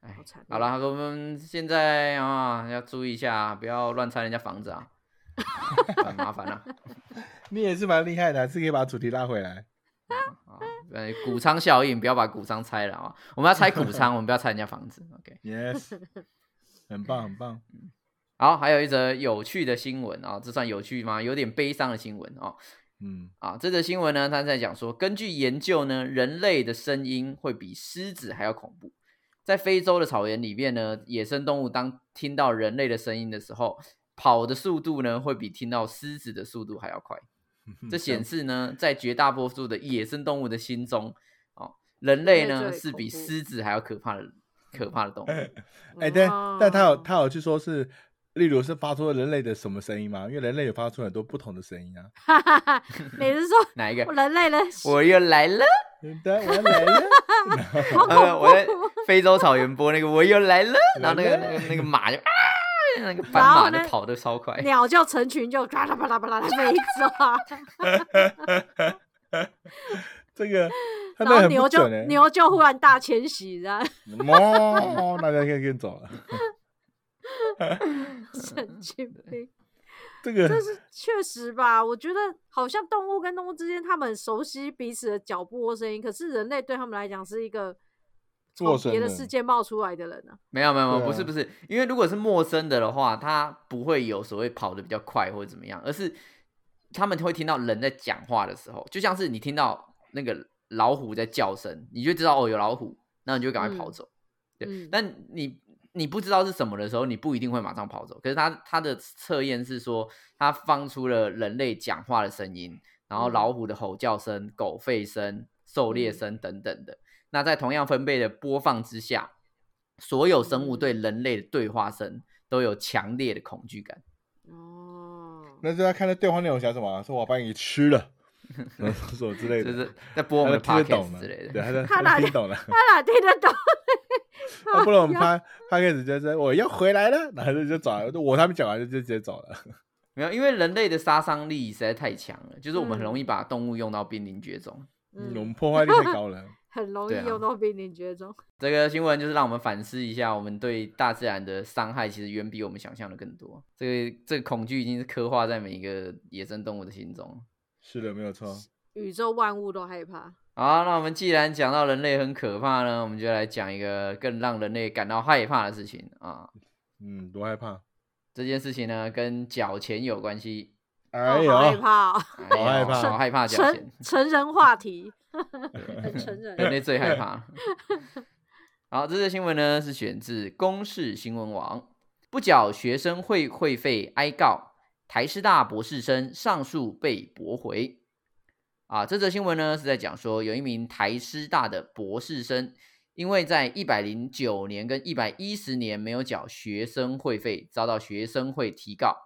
[SPEAKER 3] 哎
[SPEAKER 2] 好，惨
[SPEAKER 3] 好
[SPEAKER 2] 烈
[SPEAKER 3] 了，我们现在啊要注意一下，不要乱拆人家房
[SPEAKER 1] *laughs*
[SPEAKER 3] 子啊，很麻烦啊。
[SPEAKER 1] 你也是蛮厉害的，啊还是可以把主题拉回来。
[SPEAKER 3] 啊，呃，谷仓效应，不要把谷仓拆了啊！我们要拆谷仓，我们不要拆人家房子。OK。 *laughs*
[SPEAKER 1] Yes，很棒很棒。
[SPEAKER 3] 好，还有一则有趣的新闻啊、这算有趣吗？有点悲伤的新闻哦。
[SPEAKER 1] 嗯，
[SPEAKER 3] 啊，这则新闻呢，它在讲说，根据研究呢，人类的声音会比狮子还要恐怖。在非洲的草原里面呢，野生动物当听到人类的声音的时候，跑的速度呢，会比听到狮子的速度还要快。 *laughs*
[SPEAKER 2] 嗯
[SPEAKER 3] 这显示呢，在绝大多数的野生动物的心中，哦，人类
[SPEAKER 2] 人类
[SPEAKER 3] 呢
[SPEAKER 2] 最
[SPEAKER 3] 是比
[SPEAKER 2] 恐怖
[SPEAKER 3] 狮子还要可怕的可怕的
[SPEAKER 2] *laughs*
[SPEAKER 3] 动物。
[SPEAKER 1] 哎，但但他有
[SPEAKER 2] 哦
[SPEAKER 1] 他有去说是，例如是发出了人类的什么声音吗？因为人类有发出很多不同的声音啊。
[SPEAKER 2] 哈哈哈，每次说
[SPEAKER 3] 哪一个
[SPEAKER 2] 我？人类的
[SPEAKER 3] 我又来了。
[SPEAKER 1] 嗯对，我来了。
[SPEAKER 3] *laughs* 呃，我在非洲草原播那个我又来了，然后那个
[SPEAKER 1] 来
[SPEAKER 3] 那
[SPEAKER 1] 了
[SPEAKER 3] 个那个马就啊，那个
[SPEAKER 2] 然后
[SPEAKER 3] 斑马
[SPEAKER 2] 呢
[SPEAKER 3] 就跑得超快，
[SPEAKER 2] 鸟叫成群就啪啦啪啦啪啦飞
[SPEAKER 1] *laughs*
[SPEAKER 2] 走，
[SPEAKER 1] *laughs* 这个他
[SPEAKER 2] 然
[SPEAKER 1] 那个
[SPEAKER 2] 后
[SPEAKER 1] 很不
[SPEAKER 2] 牛就
[SPEAKER 1] 准
[SPEAKER 3] *laughs*
[SPEAKER 1] 哎。
[SPEAKER 2] 牛就忽然大迁徙，然后
[SPEAKER 1] 哦，大家可以跟走了。
[SPEAKER 2] 神经病。
[SPEAKER 1] 这个
[SPEAKER 3] *laughs*
[SPEAKER 2] 这是确实吧？我觉得好像动物跟动物之间，他们很熟悉彼此的脚步或声音，可是人类对他们来讲是一个从
[SPEAKER 1] 陌生
[SPEAKER 2] 别的
[SPEAKER 1] 人
[SPEAKER 2] 世界冒出来的人呢、
[SPEAKER 3] 没有没有没有，
[SPEAKER 1] 对啊
[SPEAKER 3] 不是不是，因为如果是陌生的的话，它不会有所谓跑得比较快或者怎么样，而是他们会听到人在讲话的时候，就像是你听到那个老虎在叫声，你就知道哦有老虎，那你就赶快跑
[SPEAKER 2] 嗯
[SPEAKER 3] 走。对
[SPEAKER 2] 嗯，
[SPEAKER 3] 但你你不知道是什么的时候，你不一定会马上跑走。可是他他的测验是说，他放出了人类讲话的声音，然后
[SPEAKER 2] 嗯
[SPEAKER 3] 老虎的吼叫声、狗吠声、狩猎
[SPEAKER 2] 嗯
[SPEAKER 3] 声等等的。那在同样分贝的播放之下，所有生物对
[SPEAKER 1] 嗯
[SPEAKER 3] 人类的对话声都有强烈的恐惧感。
[SPEAKER 2] 哦，
[SPEAKER 1] 那就要看那对话内容想什么啊，说我把你吃
[SPEAKER 3] *laughs*
[SPEAKER 1] 了，然后说之类
[SPEAKER 3] 就
[SPEAKER 1] 的，
[SPEAKER 3] 是在播我
[SPEAKER 1] *laughs* 他都
[SPEAKER 3] 们的
[SPEAKER 1] 听得懂
[SPEAKER 3] podcast
[SPEAKER 1] 了，
[SPEAKER 3] 之类
[SPEAKER 1] 对，
[SPEAKER 3] 的，
[SPEAKER 1] 他都
[SPEAKER 2] 他
[SPEAKER 1] 他
[SPEAKER 2] 哪
[SPEAKER 1] 都
[SPEAKER 2] 里
[SPEAKER 1] 听懂了，
[SPEAKER 2] 他哪听得
[SPEAKER 3] *laughs*
[SPEAKER 2] 懂？
[SPEAKER 1] 啊不然我们趴趴开始就在我要回来了，然后就就走了，我他们讲完就就直接走了，
[SPEAKER 3] 没有，因为人类的杀伤力实在太强了，就是我们很容易
[SPEAKER 2] 嗯
[SPEAKER 3] 把动物用到濒临绝种。
[SPEAKER 1] 嗯我
[SPEAKER 2] 嗯
[SPEAKER 1] 们，破坏力太高了，
[SPEAKER 2] 很容易
[SPEAKER 3] 对啊
[SPEAKER 2] 用到濒临绝种。
[SPEAKER 3] 这个新闻就是让我们反思一下，我们对大自然的伤害其实远比我们想象的更多。这个这个恐惧已经是刻画在每一个野生动物的心中。
[SPEAKER 1] 是的，没有错，
[SPEAKER 2] 宇宙万物都害怕，
[SPEAKER 3] 好，那我们既然讲到人类很可怕呢，我们就来讲一个更让人类感到害怕的事情啊，
[SPEAKER 1] 嗯，多害怕！
[SPEAKER 3] 这件事情呢，跟缴钱有关系。
[SPEAKER 1] 哎
[SPEAKER 2] 哦、好害
[SPEAKER 1] 呦，
[SPEAKER 2] 怕、
[SPEAKER 3] *laughs*
[SPEAKER 2] 哦，
[SPEAKER 3] 哎
[SPEAKER 1] 好害
[SPEAKER 3] 呦
[SPEAKER 1] 怕
[SPEAKER 3] 好害怕缴钱
[SPEAKER 2] 成，成人话
[SPEAKER 3] *laughs*
[SPEAKER 2] 题，很成人。
[SPEAKER 3] 人类最害怕了。好，这则新闻呢是选自公视新闻网，不缴学生会会费哀告，台师大博士生上诉被驳回。啊，这则新闻呢是在讲说，有一名台师大的博士生，因为在一百零九年跟一百一十年没有缴学生会费，遭到学生会提告。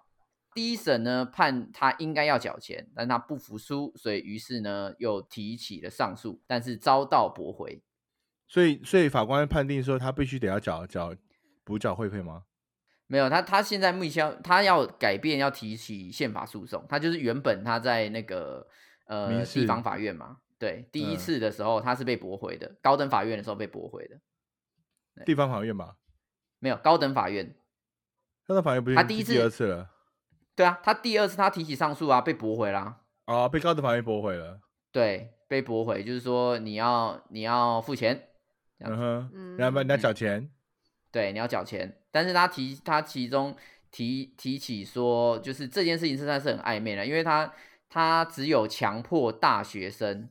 [SPEAKER 3] 第一审呢判他应该要缴钱，但他不服输，所以于是呢又提起了上诉，但是遭到驳回。
[SPEAKER 1] 所以所以法官判定说他必须得要缴缴补缴会费吗？
[SPEAKER 3] 没有他，他现在目前他要改变，要提起宪法诉讼。他就是原本他在那个呃
[SPEAKER 1] 民事
[SPEAKER 3] 地方法院嘛，对，第一
[SPEAKER 1] 嗯
[SPEAKER 3] 次的时候他是被驳回的，高等法院的时候被驳回的，
[SPEAKER 1] 地方法院吧，
[SPEAKER 3] 没有高等法院。
[SPEAKER 1] 高等法院不是
[SPEAKER 3] 他第一
[SPEAKER 1] 是
[SPEAKER 3] 次
[SPEAKER 1] 第二次了
[SPEAKER 3] 对啊，他第二次他提起上诉啊，被驳回啦。
[SPEAKER 1] 啊、被高等法院驳回了。嗯
[SPEAKER 3] 对，被驳回就是说你要你要付钱，这样
[SPEAKER 1] 嗯哼，
[SPEAKER 2] 嗯
[SPEAKER 1] 然后人家缴钱，
[SPEAKER 3] 对，你要缴钱。但是他提他其中提提起说，就是这件事情实在是很暧昧的，因为他他只有强迫大学生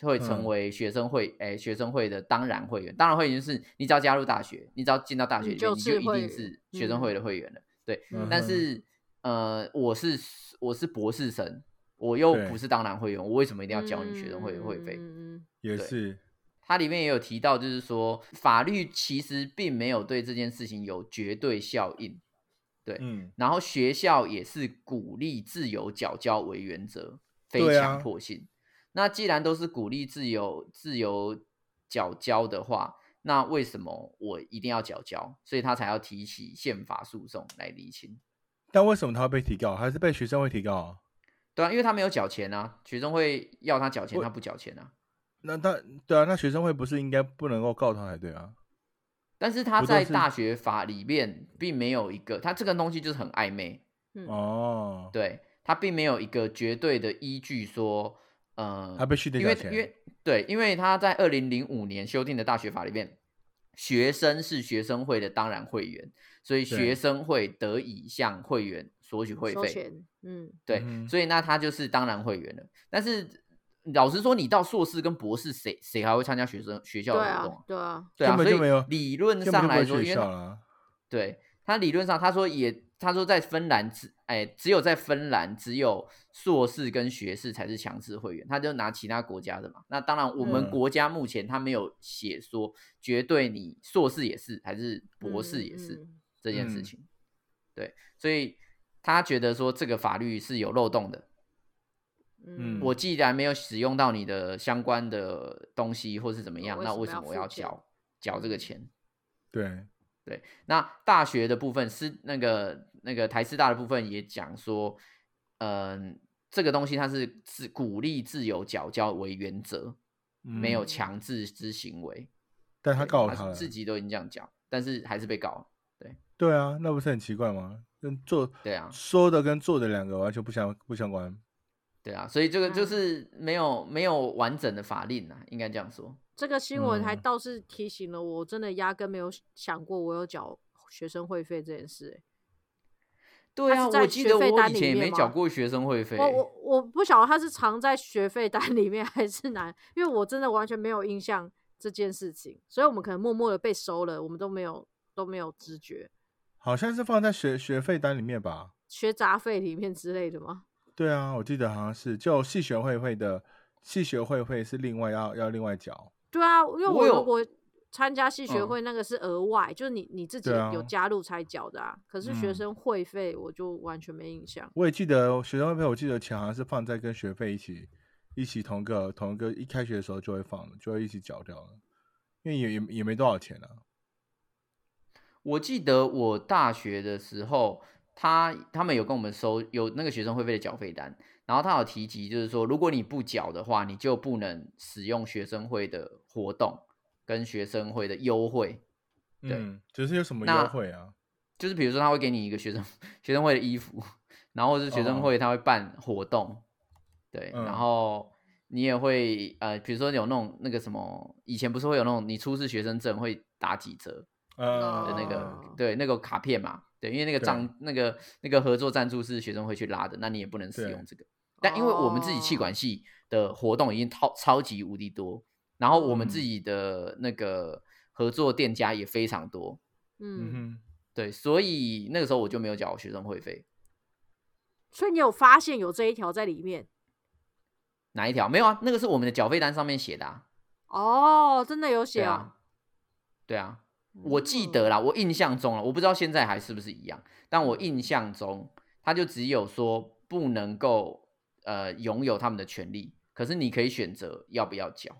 [SPEAKER 3] 会
[SPEAKER 1] 嗯
[SPEAKER 3] 成为学生会，哎、学生会的当然会员，当然会员就是你只要加入大学，你只要进到大学
[SPEAKER 2] 你
[SPEAKER 3] 里
[SPEAKER 2] 就
[SPEAKER 3] 面，你就是一
[SPEAKER 2] 会
[SPEAKER 3] 定是学生会的会员了。对，
[SPEAKER 2] 嗯
[SPEAKER 3] 但
[SPEAKER 1] 嗯
[SPEAKER 3] 是呃，我是我是博士生，我又
[SPEAKER 1] 对
[SPEAKER 3] 不是当然会员，我为什么一定要交你学生会的会费？
[SPEAKER 2] 嗯
[SPEAKER 1] 也
[SPEAKER 3] 对
[SPEAKER 1] 是
[SPEAKER 3] 它里面也有提到，就是说法律其实并没有对这件事情有绝对效应，对。
[SPEAKER 1] 嗯，
[SPEAKER 3] 然后学校也是鼓励自由缴交为原则，非
[SPEAKER 1] 对啊
[SPEAKER 3] 强迫性。那既然都是鼓励自由自由缴交的话，那为什么我一定要缴交？所以他才要提起宪法诉讼来厘清，
[SPEAKER 1] 但为什么他会被提告？还是被学生会提告啊？
[SPEAKER 3] 对啊，因为他没有缴钱啊，学生会要他缴钱，
[SPEAKER 1] 我
[SPEAKER 3] 他不缴钱啊。
[SPEAKER 1] 那他对啊，那学生会不是应该不能够告他才对啊？
[SPEAKER 3] 但是他
[SPEAKER 1] 不都
[SPEAKER 3] 在
[SPEAKER 1] 是
[SPEAKER 3] 大学法里面并没有一个，他这个东西就是很暧昧，
[SPEAKER 2] 嗯
[SPEAKER 1] 哦，
[SPEAKER 3] 对，它并没有一个绝对的依据说，呃，
[SPEAKER 1] 他必须得
[SPEAKER 3] 因
[SPEAKER 1] 缴
[SPEAKER 3] 为
[SPEAKER 1] 钱
[SPEAKER 3] 因为对，因为他在二零零五年修订的大学法里面，学生是学生会的当然会员，所以
[SPEAKER 1] 对
[SPEAKER 3] 学生会得以向会员索取会
[SPEAKER 2] 收
[SPEAKER 3] 费，
[SPEAKER 2] 钱，嗯，
[SPEAKER 3] 对，
[SPEAKER 1] 嗯哼
[SPEAKER 3] 所以那他就是当然会员了。但是老实说，你到硕士跟博士谁，谁还会参加学生学校
[SPEAKER 2] 对
[SPEAKER 3] 的活动
[SPEAKER 2] 啊
[SPEAKER 3] 啊？，
[SPEAKER 2] 对啊，
[SPEAKER 3] 对
[SPEAKER 1] 根
[SPEAKER 3] 啊，
[SPEAKER 1] 本
[SPEAKER 3] 所
[SPEAKER 1] 就
[SPEAKER 3] 以
[SPEAKER 1] 没有
[SPEAKER 3] 理论
[SPEAKER 1] 根本
[SPEAKER 3] 上
[SPEAKER 1] 就不
[SPEAKER 3] 来
[SPEAKER 1] 会
[SPEAKER 3] 说，
[SPEAKER 1] 去
[SPEAKER 3] 因为
[SPEAKER 1] 学校啊
[SPEAKER 3] 他
[SPEAKER 1] 了。
[SPEAKER 3] 对他理论上，他说也，他说在芬兰只，哎，只有在芬兰，只有硕士跟学士才是强制会员，他就拿其他国家的嘛。那当然，我们
[SPEAKER 1] 嗯
[SPEAKER 3] 国家目前他没有写说绝对你硕士也是，还是博士也是、
[SPEAKER 2] 嗯
[SPEAKER 3] 这件事
[SPEAKER 1] 嗯
[SPEAKER 3] 情。对，所以他觉得说这个法律是有漏洞的。
[SPEAKER 1] 嗯
[SPEAKER 2] 嗯，
[SPEAKER 3] 我既然没有使用到你的相关的东西或是怎么样，
[SPEAKER 2] 为
[SPEAKER 3] 那
[SPEAKER 2] 什么
[SPEAKER 3] 为什
[SPEAKER 2] 要
[SPEAKER 3] 么我要
[SPEAKER 2] 付钱
[SPEAKER 3] 缴缴这个
[SPEAKER 2] 嗯
[SPEAKER 3] 钱？
[SPEAKER 1] 对，嗯
[SPEAKER 3] 那大学的部分是那个那个台师大的部分也讲说，嗯、这个东西它是是鼓励自由缴交为原则，没有
[SPEAKER 1] 嗯
[SPEAKER 3] 强制之行为。
[SPEAKER 1] 但他
[SPEAKER 3] 对
[SPEAKER 1] 告他了，
[SPEAKER 3] 自己都已经这样讲，但是还是被告了。
[SPEAKER 1] 对啊，那不是很奇怪吗？跟做
[SPEAKER 3] 对啊，
[SPEAKER 1] 说的跟做的两个完全不相不相关。
[SPEAKER 3] 对啊，所以这个就
[SPEAKER 2] 嗯
[SPEAKER 3] 是没有没有完整的法令啊，应该这样说。
[SPEAKER 2] 这个新闻还
[SPEAKER 1] 嗯
[SPEAKER 2] 倒是提醒了我，真的压根没有想过我有缴学生会费这件事、欸
[SPEAKER 3] 对
[SPEAKER 2] 它
[SPEAKER 3] 啊，
[SPEAKER 2] 是在
[SPEAKER 3] 我记
[SPEAKER 2] 学
[SPEAKER 3] 得
[SPEAKER 2] 费
[SPEAKER 3] 我
[SPEAKER 2] 单
[SPEAKER 3] 以
[SPEAKER 2] 里
[SPEAKER 3] 前也
[SPEAKER 2] 面
[SPEAKER 3] 没缴
[SPEAKER 2] 吗
[SPEAKER 3] 过学生会费
[SPEAKER 2] 欸。我我我不晓得他是藏在学费单里面 *laughs* 还是哪，因为我真的完全没有印象这件事情，所以我们可能默默的被收了，我们都没有都没有知觉，
[SPEAKER 1] 好像是放在学学费单里面吧？
[SPEAKER 2] 学杂费里面之类的吗？
[SPEAKER 1] 对啊，我记得好像是就系学会会的系学会会是另外要要另外缴。
[SPEAKER 2] 对啊，因为
[SPEAKER 3] 我
[SPEAKER 2] 我
[SPEAKER 3] 有
[SPEAKER 2] 如果参加系学会，那个是额外，就是你你自
[SPEAKER 1] 嗯
[SPEAKER 2] 己
[SPEAKER 1] 对啊
[SPEAKER 2] 有加入才缴的啊。可是学
[SPEAKER 1] 嗯
[SPEAKER 2] 生会费我就完全没印象。
[SPEAKER 1] 我也记得学生会费，我记得钱好像是放在跟学费一起一起同个同一个一开学的时候就会放了，就会一起缴掉了，因为也也也没多少钱啊。
[SPEAKER 3] 我记得我大学的时候，他他们有跟我们收有那个学生会费的缴费单，然后他有提及就是说，如果你不缴的话，你就不能使用学生会的活动跟学生会的优惠，对
[SPEAKER 1] 嗯，只是有什么
[SPEAKER 3] 那
[SPEAKER 1] 优惠啊？
[SPEAKER 3] 就是比如说他会给你一个学生学生会的衣服，然后或是学生会他会办活动，对，
[SPEAKER 1] 嗯
[SPEAKER 3] 然后。你也会呃，比如说有那种那个什么，以前不是会有那种你出示学生证会打几折，
[SPEAKER 1] 呃
[SPEAKER 3] 的那个、
[SPEAKER 2] 哦
[SPEAKER 3] 对那个卡片嘛，对，因为那个
[SPEAKER 1] 对
[SPEAKER 3] 账那个那个合作赞助是学生会去拉的，那你也不能使
[SPEAKER 1] 对哦
[SPEAKER 3] 用这个。但因为我们自己气管系的活动已经超超级无敌多，然后我们
[SPEAKER 1] 嗯
[SPEAKER 3] 自己的那个合作店家也非常多，
[SPEAKER 1] 嗯
[SPEAKER 2] 嗯，
[SPEAKER 1] 哼，
[SPEAKER 3] 对，所以那个时候我就没有缴学生会费。
[SPEAKER 2] 所以你有发现有这一条在里面
[SPEAKER 3] 哪一条？没有啊，那个是我们的缴费单上面写的、啊。
[SPEAKER 2] 哦，真的有
[SPEAKER 3] 对
[SPEAKER 2] 写哦
[SPEAKER 3] 啊，对啊，我记得啦，我印象中了，我不知道现在还是不是一样，但我印象中他就只有说不能够呃拥有他们的权利，可是你可以选择要不要缴。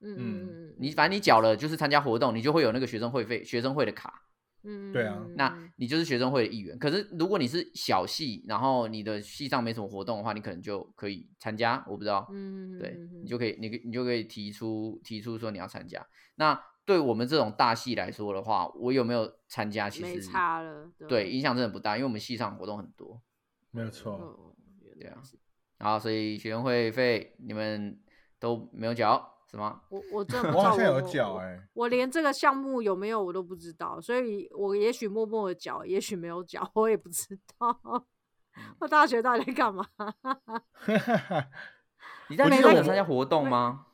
[SPEAKER 2] 嗯
[SPEAKER 1] 嗯
[SPEAKER 2] 嗯嗯，
[SPEAKER 3] 你反正你缴了就是参加活动，你就会有那个学生会费、学生会的卡，
[SPEAKER 2] 嗯
[SPEAKER 1] 对啊
[SPEAKER 3] 那你就是学生会的一员。可是如果你是小系，然后你的系上没什么活动的话，你可能就可以参加，我不知道。
[SPEAKER 2] 嗯
[SPEAKER 3] 对你就可以，你可以你就可以提出提出说你要参加。那对我们这种大戏来说的话，我有没有参加其
[SPEAKER 2] 没
[SPEAKER 3] 实
[SPEAKER 2] 差了，
[SPEAKER 3] 对影响真的不大，因为我们戏上活动很多
[SPEAKER 1] 没有错，
[SPEAKER 2] 嗯，原
[SPEAKER 3] 对
[SPEAKER 2] 来
[SPEAKER 3] 啊
[SPEAKER 2] 是
[SPEAKER 3] 啊，所以学生会费你们都没有缴是吗？
[SPEAKER 2] 我我真的
[SPEAKER 3] 嗯
[SPEAKER 2] 不
[SPEAKER 1] 我
[SPEAKER 2] 知道
[SPEAKER 1] 好像有
[SPEAKER 2] 我
[SPEAKER 1] 缴
[SPEAKER 2] 我
[SPEAKER 1] 哎，
[SPEAKER 2] 我连这个项目有没有我都不知道，所以我也许默默的缴，也许没有缴，我也不知道。我大学到底在干嘛？
[SPEAKER 3] 你在
[SPEAKER 2] 没
[SPEAKER 3] 没有
[SPEAKER 2] 在
[SPEAKER 3] 参加活动
[SPEAKER 2] 没
[SPEAKER 3] 吗？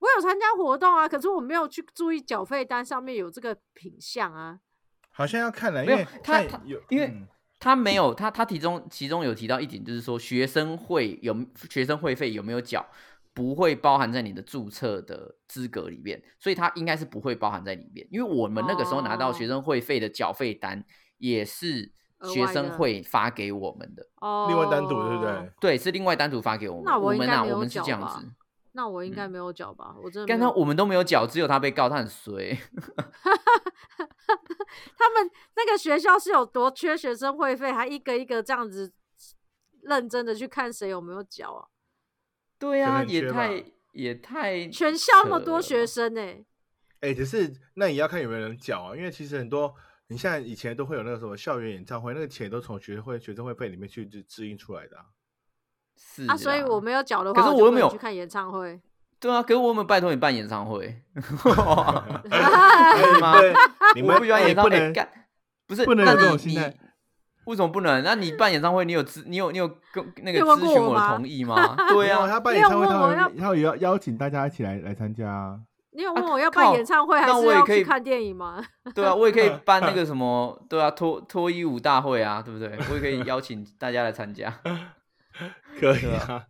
[SPEAKER 2] 我有参加活动啊，可是我没有去注意缴费单上面有这个品项啊。
[SPEAKER 1] *laughs* 好像要看了，因
[SPEAKER 3] 没有
[SPEAKER 1] 为
[SPEAKER 3] 他
[SPEAKER 1] 看
[SPEAKER 3] 他
[SPEAKER 1] 有
[SPEAKER 3] 因为
[SPEAKER 1] 嗯
[SPEAKER 3] 他没有，他他其中其中有提到一点，就是说学生会有学生会费有没有缴，不会包含在你的注册的资格里面，所以他应该是不会包含在里面。因为我们那个时候拿到
[SPEAKER 2] 哦
[SPEAKER 3] 学生会费的缴费单，也是
[SPEAKER 2] 额
[SPEAKER 3] 学
[SPEAKER 2] 外
[SPEAKER 3] 生
[SPEAKER 2] 的
[SPEAKER 3] 会发给我们的，
[SPEAKER 2] 哦，
[SPEAKER 1] 另外单独对不对？？
[SPEAKER 3] 对，是另外单独发给我们。
[SPEAKER 2] 那我
[SPEAKER 3] 我
[SPEAKER 2] 应
[SPEAKER 3] 们
[SPEAKER 2] 该
[SPEAKER 3] 啊，
[SPEAKER 2] 没有
[SPEAKER 3] 我们是
[SPEAKER 2] 缴
[SPEAKER 3] 这样
[SPEAKER 2] 吧
[SPEAKER 3] 子。
[SPEAKER 2] 那我应该没有缴吧？我真的没
[SPEAKER 3] 刚
[SPEAKER 2] 有
[SPEAKER 3] 刚我们都没有缴，只有他被告，他很衰。 *laughs*
[SPEAKER 2] 他们那个学校是有多缺学生会费，还一个一个这样子认真的去看谁有没有缴啊？
[SPEAKER 3] 对啊，
[SPEAKER 1] 很
[SPEAKER 3] 也
[SPEAKER 1] 缺吧
[SPEAKER 3] 太也太
[SPEAKER 2] 全校那么多
[SPEAKER 3] 扯了
[SPEAKER 2] 学
[SPEAKER 3] 吧
[SPEAKER 2] 生呢、
[SPEAKER 1] 哎、只是那也要看有没有人缴啊，因为其实很多，你像以前都会有那个什么校园演唱会，那个钱都从学会学生会费里面去支支应出来
[SPEAKER 3] *laughs*
[SPEAKER 1] 的啊、
[SPEAKER 3] 是
[SPEAKER 2] 啊，所以
[SPEAKER 3] 啦
[SPEAKER 2] 我没有缴的
[SPEAKER 3] 可
[SPEAKER 2] 话，
[SPEAKER 3] 是
[SPEAKER 2] 我
[SPEAKER 3] 我
[SPEAKER 2] 就
[SPEAKER 3] 又
[SPEAKER 2] 不
[SPEAKER 3] 没
[SPEAKER 2] 能
[SPEAKER 3] 有
[SPEAKER 2] 去看演唱会。
[SPEAKER 3] 对啊，可是我们拜托你办演唱会， *laughs*
[SPEAKER 1] 哎
[SPEAKER 3] 是吗？
[SPEAKER 1] *laughs* 你
[SPEAKER 3] 我
[SPEAKER 1] 们
[SPEAKER 3] 不喜欢演唱
[SPEAKER 1] 不
[SPEAKER 3] 会， *laughs*
[SPEAKER 1] 能
[SPEAKER 3] 干不是
[SPEAKER 1] 不能
[SPEAKER 3] 那
[SPEAKER 1] 有这
[SPEAKER 3] 你
[SPEAKER 1] 种心态
[SPEAKER 3] 你为什么不能？那你办演唱会，你有咨你有你有跟那个
[SPEAKER 2] 你有问
[SPEAKER 3] 咨
[SPEAKER 2] 过
[SPEAKER 3] 询
[SPEAKER 2] 我
[SPEAKER 3] 我的
[SPEAKER 2] 吗
[SPEAKER 3] 同意
[SPEAKER 1] *laughs*
[SPEAKER 3] 吗？对
[SPEAKER 1] 没有
[SPEAKER 3] 啊，
[SPEAKER 1] 他办
[SPEAKER 2] 没
[SPEAKER 1] 演
[SPEAKER 2] 有
[SPEAKER 1] 唱会，
[SPEAKER 2] 问我
[SPEAKER 1] 他
[SPEAKER 2] 要
[SPEAKER 1] 会他会邀邀请大家一起来来参加啊。
[SPEAKER 2] 你有
[SPEAKER 3] 啊
[SPEAKER 2] 问我要
[SPEAKER 3] 靠
[SPEAKER 2] 办演唱会还
[SPEAKER 3] 那
[SPEAKER 2] 是
[SPEAKER 3] 我也
[SPEAKER 2] 要
[SPEAKER 3] 可
[SPEAKER 2] 去
[SPEAKER 3] 以
[SPEAKER 2] 看电影吗？
[SPEAKER 3] 对啊，我也可以办那个
[SPEAKER 1] *laughs*
[SPEAKER 3] 什么，对啊，脱脱衣舞大会啊，对不对？我也可以邀请大家来
[SPEAKER 2] *laughs*
[SPEAKER 3] 参加。
[SPEAKER 1] 可以啊，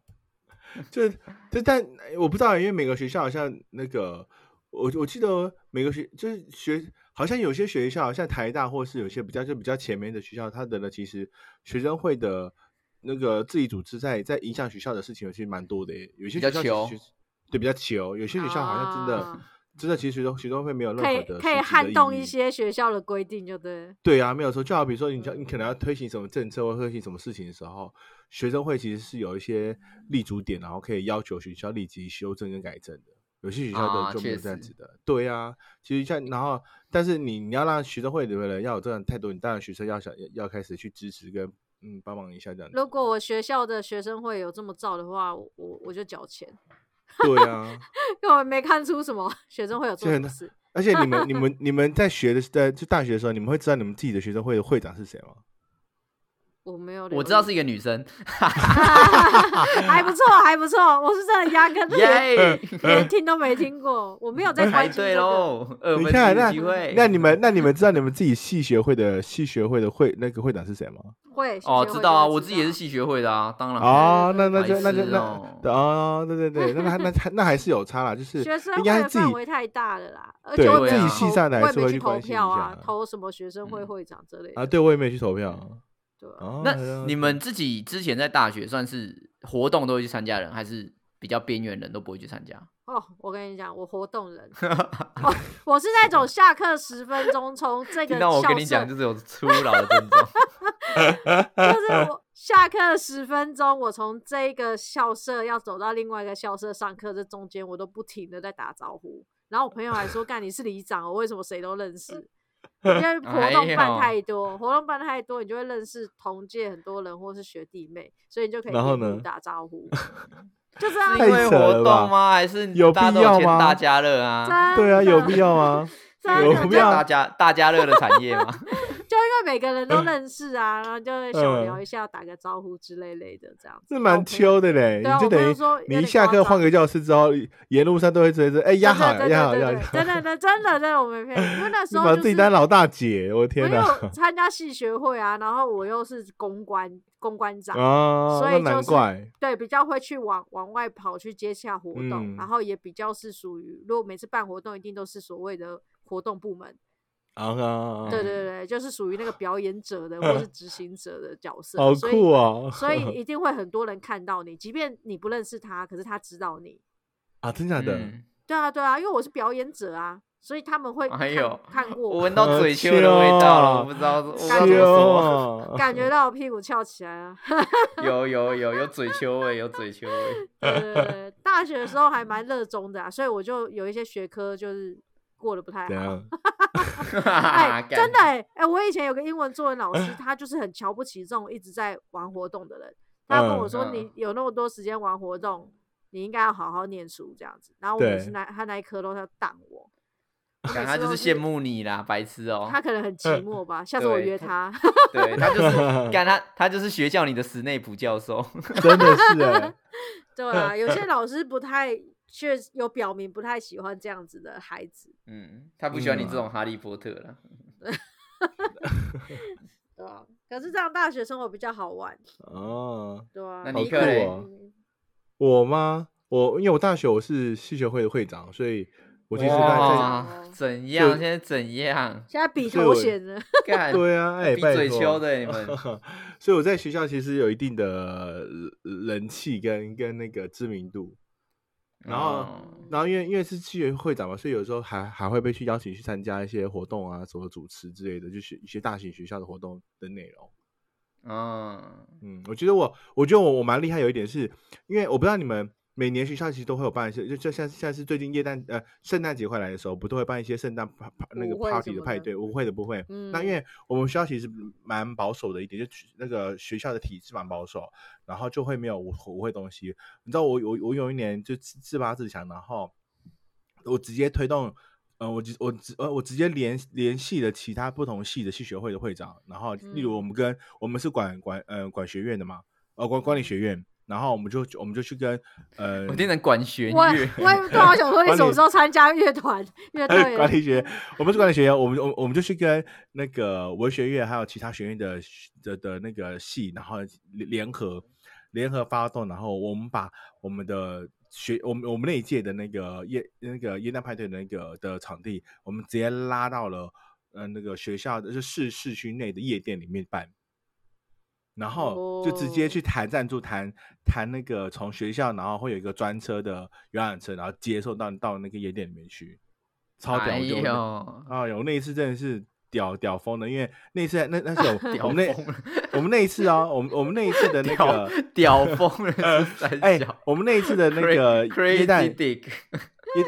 [SPEAKER 1] 就就但哎我不知道，因为每个学校好像那个，我我记得每个学就是学，好像有些学校像台大或是有些比较就比较前面的学校，它的呢其实学生会的那个自己组织在在影响学校的事情，有些蛮多的耶，有些
[SPEAKER 3] 比较
[SPEAKER 1] 学校其实
[SPEAKER 3] 求
[SPEAKER 1] 学对比较求，有些学校好像真的、
[SPEAKER 2] 啊
[SPEAKER 1] 真的其实学生学生会没有任
[SPEAKER 2] 可
[SPEAKER 1] 何
[SPEAKER 2] 以
[SPEAKER 1] 的
[SPEAKER 2] 可
[SPEAKER 1] 实质
[SPEAKER 2] 以
[SPEAKER 1] 的
[SPEAKER 2] 撼动
[SPEAKER 1] 意
[SPEAKER 2] 一
[SPEAKER 1] 义
[SPEAKER 2] 些学校的规定，就对
[SPEAKER 3] 嗯
[SPEAKER 2] 了。
[SPEAKER 1] 对啊，没有错。就好比说你，你可能要推行什么政策或推行什么事情的时候，学生会其实是有一些立足点，然后可以要求学校立即修正跟改正的。有些学校
[SPEAKER 3] 啊
[SPEAKER 1] 的就没有
[SPEAKER 3] 确
[SPEAKER 1] 这样
[SPEAKER 3] 实
[SPEAKER 1] 子的。对啊，其实像然后，但是你你要让学生会里面的人要有这样的态度，你当然学生要想要要开始去支持跟嗯帮忙一下这样子。
[SPEAKER 2] 如果我学校的学生会有这么造的话，我我我就缴钱， *laughs*
[SPEAKER 1] 对啊，
[SPEAKER 2] 因为我没看出什么学生会有做什
[SPEAKER 1] 真
[SPEAKER 2] 么
[SPEAKER 1] 的
[SPEAKER 2] 事。
[SPEAKER 1] 而且你们你们你们在学的在就大学的时候，你们会知道你们自己的学生会的会长是谁吗？
[SPEAKER 2] 我没有留意，
[SPEAKER 3] 我知道是一个女生，
[SPEAKER 2] *laughs* 还不错，还不错，我是真的压
[SPEAKER 3] *laughs*
[SPEAKER 2] 根连
[SPEAKER 3] 耶，
[SPEAKER 2] 连听都没听过， *laughs* 我没有在
[SPEAKER 3] 排
[SPEAKER 2] 关心
[SPEAKER 3] 队
[SPEAKER 2] 这个。
[SPEAKER 3] 呃喽，二
[SPEAKER 1] 你
[SPEAKER 3] 分
[SPEAKER 1] 看
[SPEAKER 3] 之
[SPEAKER 1] 那
[SPEAKER 3] 一机会。
[SPEAKER 1] 那你们那你们知道你们自己系学会的系学会的会那个会长是谁吗？
[SPEAKER 2] 会
[SPEAKER 3] 哦，知道啊，我自
[SPEAKER 2] 自
[SPEAKER 3] 己也是系学会的啊，当然
[SPEAKER 1] 哦，那那
[SPEAKER 3] 白
[SPEAKER 1] 就那就
[SPEAKER 3] 痴
[SPEAKER 1] 那
[SPEAKER 3] 哦
[SPEAKER 1] 哦，对对对，那还那还那还是有差啦，就是
[SPEAKER 2] 学生
[SPEAKER 1] 应
[SPEAKER 2] 会
[SPEAKER 1] 该是
[SPEAKER 2] 的
[SPEAKER 1] 自
[SPEAKER 2] 范
[SPEAKER 1] 己
[SPEAKER 2] 围太大了啦，而
[SPEAKER 1] 对啊
[SPEAKER 2] 且我
[SPEAKER 3] 自己
[SPEAKER 2] 系
[SPEAKER 1] 系上的还是会
[SPEAKER 2] 我也没去
[SPEAKER 1] 去
[SPEAKER 2] 投
[SPEAKER 1] 关心一
[SPEAKER 2] 票啊
[SPEAKER 1] 下，
[SPEAKER 2] 投什么学生会
[SPEAKER 3] 嗯
[SPEAKER 2] 会长之类的
[SPEAKER 1] 啊，对我也没去投票
[SPEAKER 2] 对啊
[SPEAKER 1] 哦。
[SPEAKER 3] 那你们自己之前在大学算是活动都会去参加人，还是比较边缘人都不会去参加？
[SPEAKER 2] 哦，我跟你讲，我活动
[SPEAKER 3] *laughs*
[SPEAKER 2] 人，哦、我是那种下课十分钟从这个
[SPEAKER 3] 听到我
[SPEAKER 2] 校
[SPEAKER 3] 跟你讲，
[SPEAKER 2] 舍，
[SPEAKER 3] 就是有初老的症状。
[SPEAKER 2] 就是
[SPEAKER 1] *laughs*
[SPEAKER 2] 我下课十分钟，我从这个校舍要走到另外一个校舍上课，这中间我都不停的在打招呼。然后我朋友还
[SPEAKER 1] *laughs*
[SPEAKER 2] 说：“干，你是里长哦，为什么谁都认识？”因为活
[SPEAKER 3] 哎
[SPEAKER 2] 动
[SPEAKER 3] 呦
[SPEAKER 2] 办太多，活动办太多，你就会认识同届很多人或是学弟妹，所以你就可以
[SPEAKER 1] 然后
[SPEAKER 2] 沿路
[SPEAKER 1] 呢
[SPEAKER 2] 打
[SPEAKER 1] *laughs*
[SPEAKER 2] 招呼，就这样
[SPEAKER 3] *laughs* 是
[SPEAKER 1] 太
[SPEAKER 3] 因为
[SPEAKER 1] 扯
[SPEAKER 3] 活
[SPEAKER 1] 了吧
[SPEAKER 3] 动吗？还是
[SPEAKER 1] 有
[SPEAKER 3] 大家
[SPEAKER 1] 必
[SPEAKER 3] 都
[SPEAKER 1] 要
[SPEAKER 3] 欠
[SPEAKER 1] 吗
[SPEAKER 3] 大家乐啊？
[SPEAKER 1] 对啊，有
[SPEAKER 2] 真的
[SPEAKER 1] 必要吗？
[SPEAKER 2] 真
[SPEAKER 1] 有
[SPEAKER 2] 的就
[SPEAKER 1] 不
[SPEAKER 2] 就
[SPEAKER 1] 要
[SPEAKER 3] 大家大家乐的产业嘛。
[SPEAKER 2] 因为每个人
[SPEAKER 1] *laughs*
[SPEAKER 2] 都认识啊，然后就会小聊一下，打个招呼之类类的这样子。
[SPEAKER 1] 这
[SPEAKER 2] 然后我
[SPEAKER 1] 嗯蛮
[SPEAKER 2] 朋友
[SPEAKER 1] 秋的嘞，
[SPEAKER 2] 对啊
[SPEAKER 1] 你就
[SPEAKER 2] 我朋
[SPEAKER 1] 等
[SPEAKER 2] 友
[SPEAKER 1] 于
[SPEAKER 2] 说有
[SPEAKER 1] 你一
[SPEAKER 2] 点
[SPEAKER 1] 下
[SPEAKER 2] 夸
[SPEAKER 1] 课换
[SPEAKER 2] 张
[SPEAKER 1] 个教室之后，沿路上都会追着哎
[SPEAKER 2] 哦对对对对对
[SPEAKER 1] 压好了压好
[SPEAKER 2] 对
[SPEAKER 1] 压
[SPEAKER 2] 对
[SPEAKER 1] 好，
[SPEAKER 2] 真的真真的真的我没骗你，因为那时候
[SPEAKER 1] 把
[SPEAKER 2] 就
[SPEAKER 1] 自己
[SPEAKER 2] 是
[SPEAKER 1] 当老大姐，我的
[SPEAKER 2] 我
[SPEAKER 1] 天哪！
[SPEAKER 2] 有参加系学会啊，然后我又是公关公关长，
[SPEAKER 1] 哦，
[SPEAKER 2] 所
[SPEAKER 1] 那
[SPEAKER 2] 以就
[SPEAKER 1] 难
[SPEAKER 2] 是
[SPEAKER 1] 怪，
[SPEAKER 2] 对，比较会去往往外跑去接洽活动，
[SPEAKER 1] 嗯
[SPEAKER 2] 然后也比较是属于，如果每次办活动一定都是所谓的活动部门，
[SPEAKER 1] 啊啊啊！
[SPEAKER 2] 对
[SPEAKER 1] 啊
[SPEAKER 2] 对对，就是属于那个表演者的
[SPEAKER 1] *laughs*
[SPEAKER 2] 或是执行者的角色，
[SPEAKER 1] 好
[SPEAKER 2] 所
[SPEAKER 1] 酷
[SPEAKER 2] 以
[SPEAKER 1] 哦！*laughs*
[SPEAKER 2] 所以一定会很多人看到你，即便你不认识他，可是他知道你，
[SPEAKER 1] 啊， *laughs* 真假的？
[SPEAKER 3] 嗯
[SPEAKER 2] 对啊对啊，因为我是表演者啊，所以他们会看、
[SPEAKER 3] 哎呦
[SPEAKER 2] 看过
[SPEAKER 3] 我
[SPEAKER 2] 我
[SPEAKER 3] 闻到
[SPEAKER 1] 好
[SPEAKER 3] 嘴秋的味道了，我
[SPEAKER 1] 秋
[SPEAKER 3] 不知道，我不知道
[SPEAKER 2] 感
[SPEAKER 3] 怎么
[SPEAKER 2] 觉
[SPEAKER 3] 说。
[SPEAKER 2] *laughs*
[SPEAKER 1] 哦，
[SPEAKER 2] 感觉到我屁股翘起来了。 *laughs*
[SPEAKER 3] 有有有有嘴秋味，有嘴秋味。
[SPEAKER 2] 对对对对，大学的时候还蛮热衷的、啊，所以我就有一些学科就是过得不太
[SPEAKER 1] 怎
[SPEAKER 2] 好。
[SPEAKER 1] 样？
[SPEAKER 2] 哎，
[SPEAKER 3] *laughs* 干
[SPEAKER 2] 真的哎、哎我以前有个英文作文老
[SPEAKER 3] *clears throat*
[SPEAKER 2] 师，他就是很瞧不起这种一直在玩活动的人。他跟我
[SPEAKER 1] 嗯
[SPEAKER 2] 说：“
[SPEAKER 3] 嗯
[SPEAKER 2] 你有那么多时间玩活动，你应该要好好念书这样子。”然后我每次
[SPEAKER 1] 对
[SPEAKER 2] 那他那一科都要挡
[SPEAKER 3] *laughs*
[SPEAKER 2] 我，我每
[SPEAKER 3] 干他
[SPEAKER 2] 次
[SPEAKER 3] 就
[SPEAKER 2] 都
[SPEAKER 3] 是羡慕你啦，白痴哦、
[SPEAKER 2] 他可 *laughs* 能很寂寞吧。下次我
[SPEAKER 3] 对
[SPEAKER 2] 约他， *laughs*
[SPEAKER 3] 对他就是 *laughs* 干他，他就是学校里的史内普教授。
[SPEAKER 1] *laughs*
[SPEAKER 3] *laughs*
[SPEAKER 1] 真的是哎，
[SPEAKER 2] 对啊，有些老师不太，却有表明不太喜欢这样子的孩子。
[SPEAKER 3] 嗯，他不喜欢你
[SPEAKER 1] 嗯
[SPEAKER 3] 这种哈利波特啦。
[SPEAKER 2] 对啊，可是这样大学生活比较好玩，
[SPEAKER 1] 哦，
[SPEAKER 2] 对啊。？
[SPEAKER 3] 那
[SPEAKER 1] 好
[SPEAKER 3] 尼
[SPEAKER 1] 酷
[SPEAKER 3] 克嘞
[SPEAKER 1] 哦！我吗？我因为我大学我是系学会的会长，所以我其实在
[SPEAKER 3] 哇，怎样？现在怎样
[SPEAKER 2] 现在比
[SPEAKER 1] 所以
[SPEAKER 2] 头
[SPEAKER 1] 我
[SPEAKER 2] 衔呢？
[SPEAKER 1] 在
[SPEAKER 3] 干
[SPEAKER 1] *laughs* 对啊，哎，
[SPEAKER 3] 比
[SPEAKER 1] 拜
[SPEAKER 3] 嘴
[SPEAKER 1] 托
[SPEAKER 3] 秋的你们
[SPEAKER 1] 所以我在学校其实有一定的呃人气跟跟那个知名度， *laughs* 然后
[SPEAKER 3] 哦
[SPEAKER 1] 然后因为因为是系学会长嘛，所以有时候还还会被去邀请去参加一些活动啊，什么主持之类的，就是一些大型学校的活动的内容。
[SPEAKER 3] 嗯，
[SPEAKER 1] 嗯，我觉得我我觉得我我蛮厉害，有一点是因为我不知道你们每年学校其实都会有办一些，就就像像是最近耶诞呃圣诞节快来的时候，不都会办一些圣诞派派那个
[SPEAKER 2] 舞会
[SPEAKER 1] party
[SPEAKER 2] 什
[SPEAKER 1] 的
[SPEAKER 2] 么
[SPEAKER 1] 派
[SPEAKER 2] 的
[SPEAKER 1] 对，舞会的不会。
[SPEAKER 2] 嗯，
[SPEAKER 1] 那因为我们学校其实蛮保守的一点，就取那个学校的体制蛮保守，然后就会没有舞舞会东西。你知道我我我有一年就自自拔自强，然后我直接推动，呃，我直我直呃我直接联联系了其他不同系的系学会的会长，然后例如
[SPEAKER 2] 嗯
[SPEAKER 1] 我们跟、我们是管管呃管学院的嘛，呃管管理学院，然后我们就我们就去跟呃
[SPEAKER 3] 我听成管弦
[SPEAKER 2] 我
[SPEAKER 3] 乐，
[SPEAKER 2] 我也突然
[SPEAKER 1] *laughs*
[SPEAKER 2] 想说，你什么时候参加乐团乐队啊
[SPEAKER 1] 管
[SPEAKER 2] 了？
[SPEAKER 1] 理学院，我们是管理学院，我们我们我们就去跟那个文学院还有其他学院的的的那个系，然后联联合联合发动，然后我们把我们的学我们我们那一届的那个耶那个耶诞派对的那个的场地，我们直接拉到了呃那个学校的就市市区内的夜店里面办。然后就直接
[SPEAKER 2] 哦
[SPEAKER 1] 去谈赞助，谈谈那个从学校，然后会有一个专车的游览车，然后接送到到那个夜店里面去， *laughs* 超屌！
[SPEAKER 3] 哎
[SPEAKER 1] 我就
[SPEAKER 3] 呦，
[SPEAKER 1] 啊，有那一次真的是屌屌疯了，因为那一次那
[SPEAKER 3] *laughs*
[SPEAKER 1] 那是我
[SPEAKER 3] 屌
[SPEAKER 1] 我们
[SPEAKER 3] 疯
[SPEAKER 1] 那
[SPEAKER 3] 了，
[SPEAKER 1] 我们那一次啊，我们我们那一次的那
[SPEAKER 3] 屌
[SPEAKER 1] 个
[SPEAKER 3] 屌
[SPEAKER 1] *laughs*
[SPEAKER 3] 疯了，是三
[SPEAKER 1] 哎、
[SPEAKER 3] 小。
[SPEAKER 1] 我们那一次的那个
[SPEAKER 3] Cra-
[SPEAKER 1] 耶诞
[SPEAKER 3] Crazy *laughs* Dick，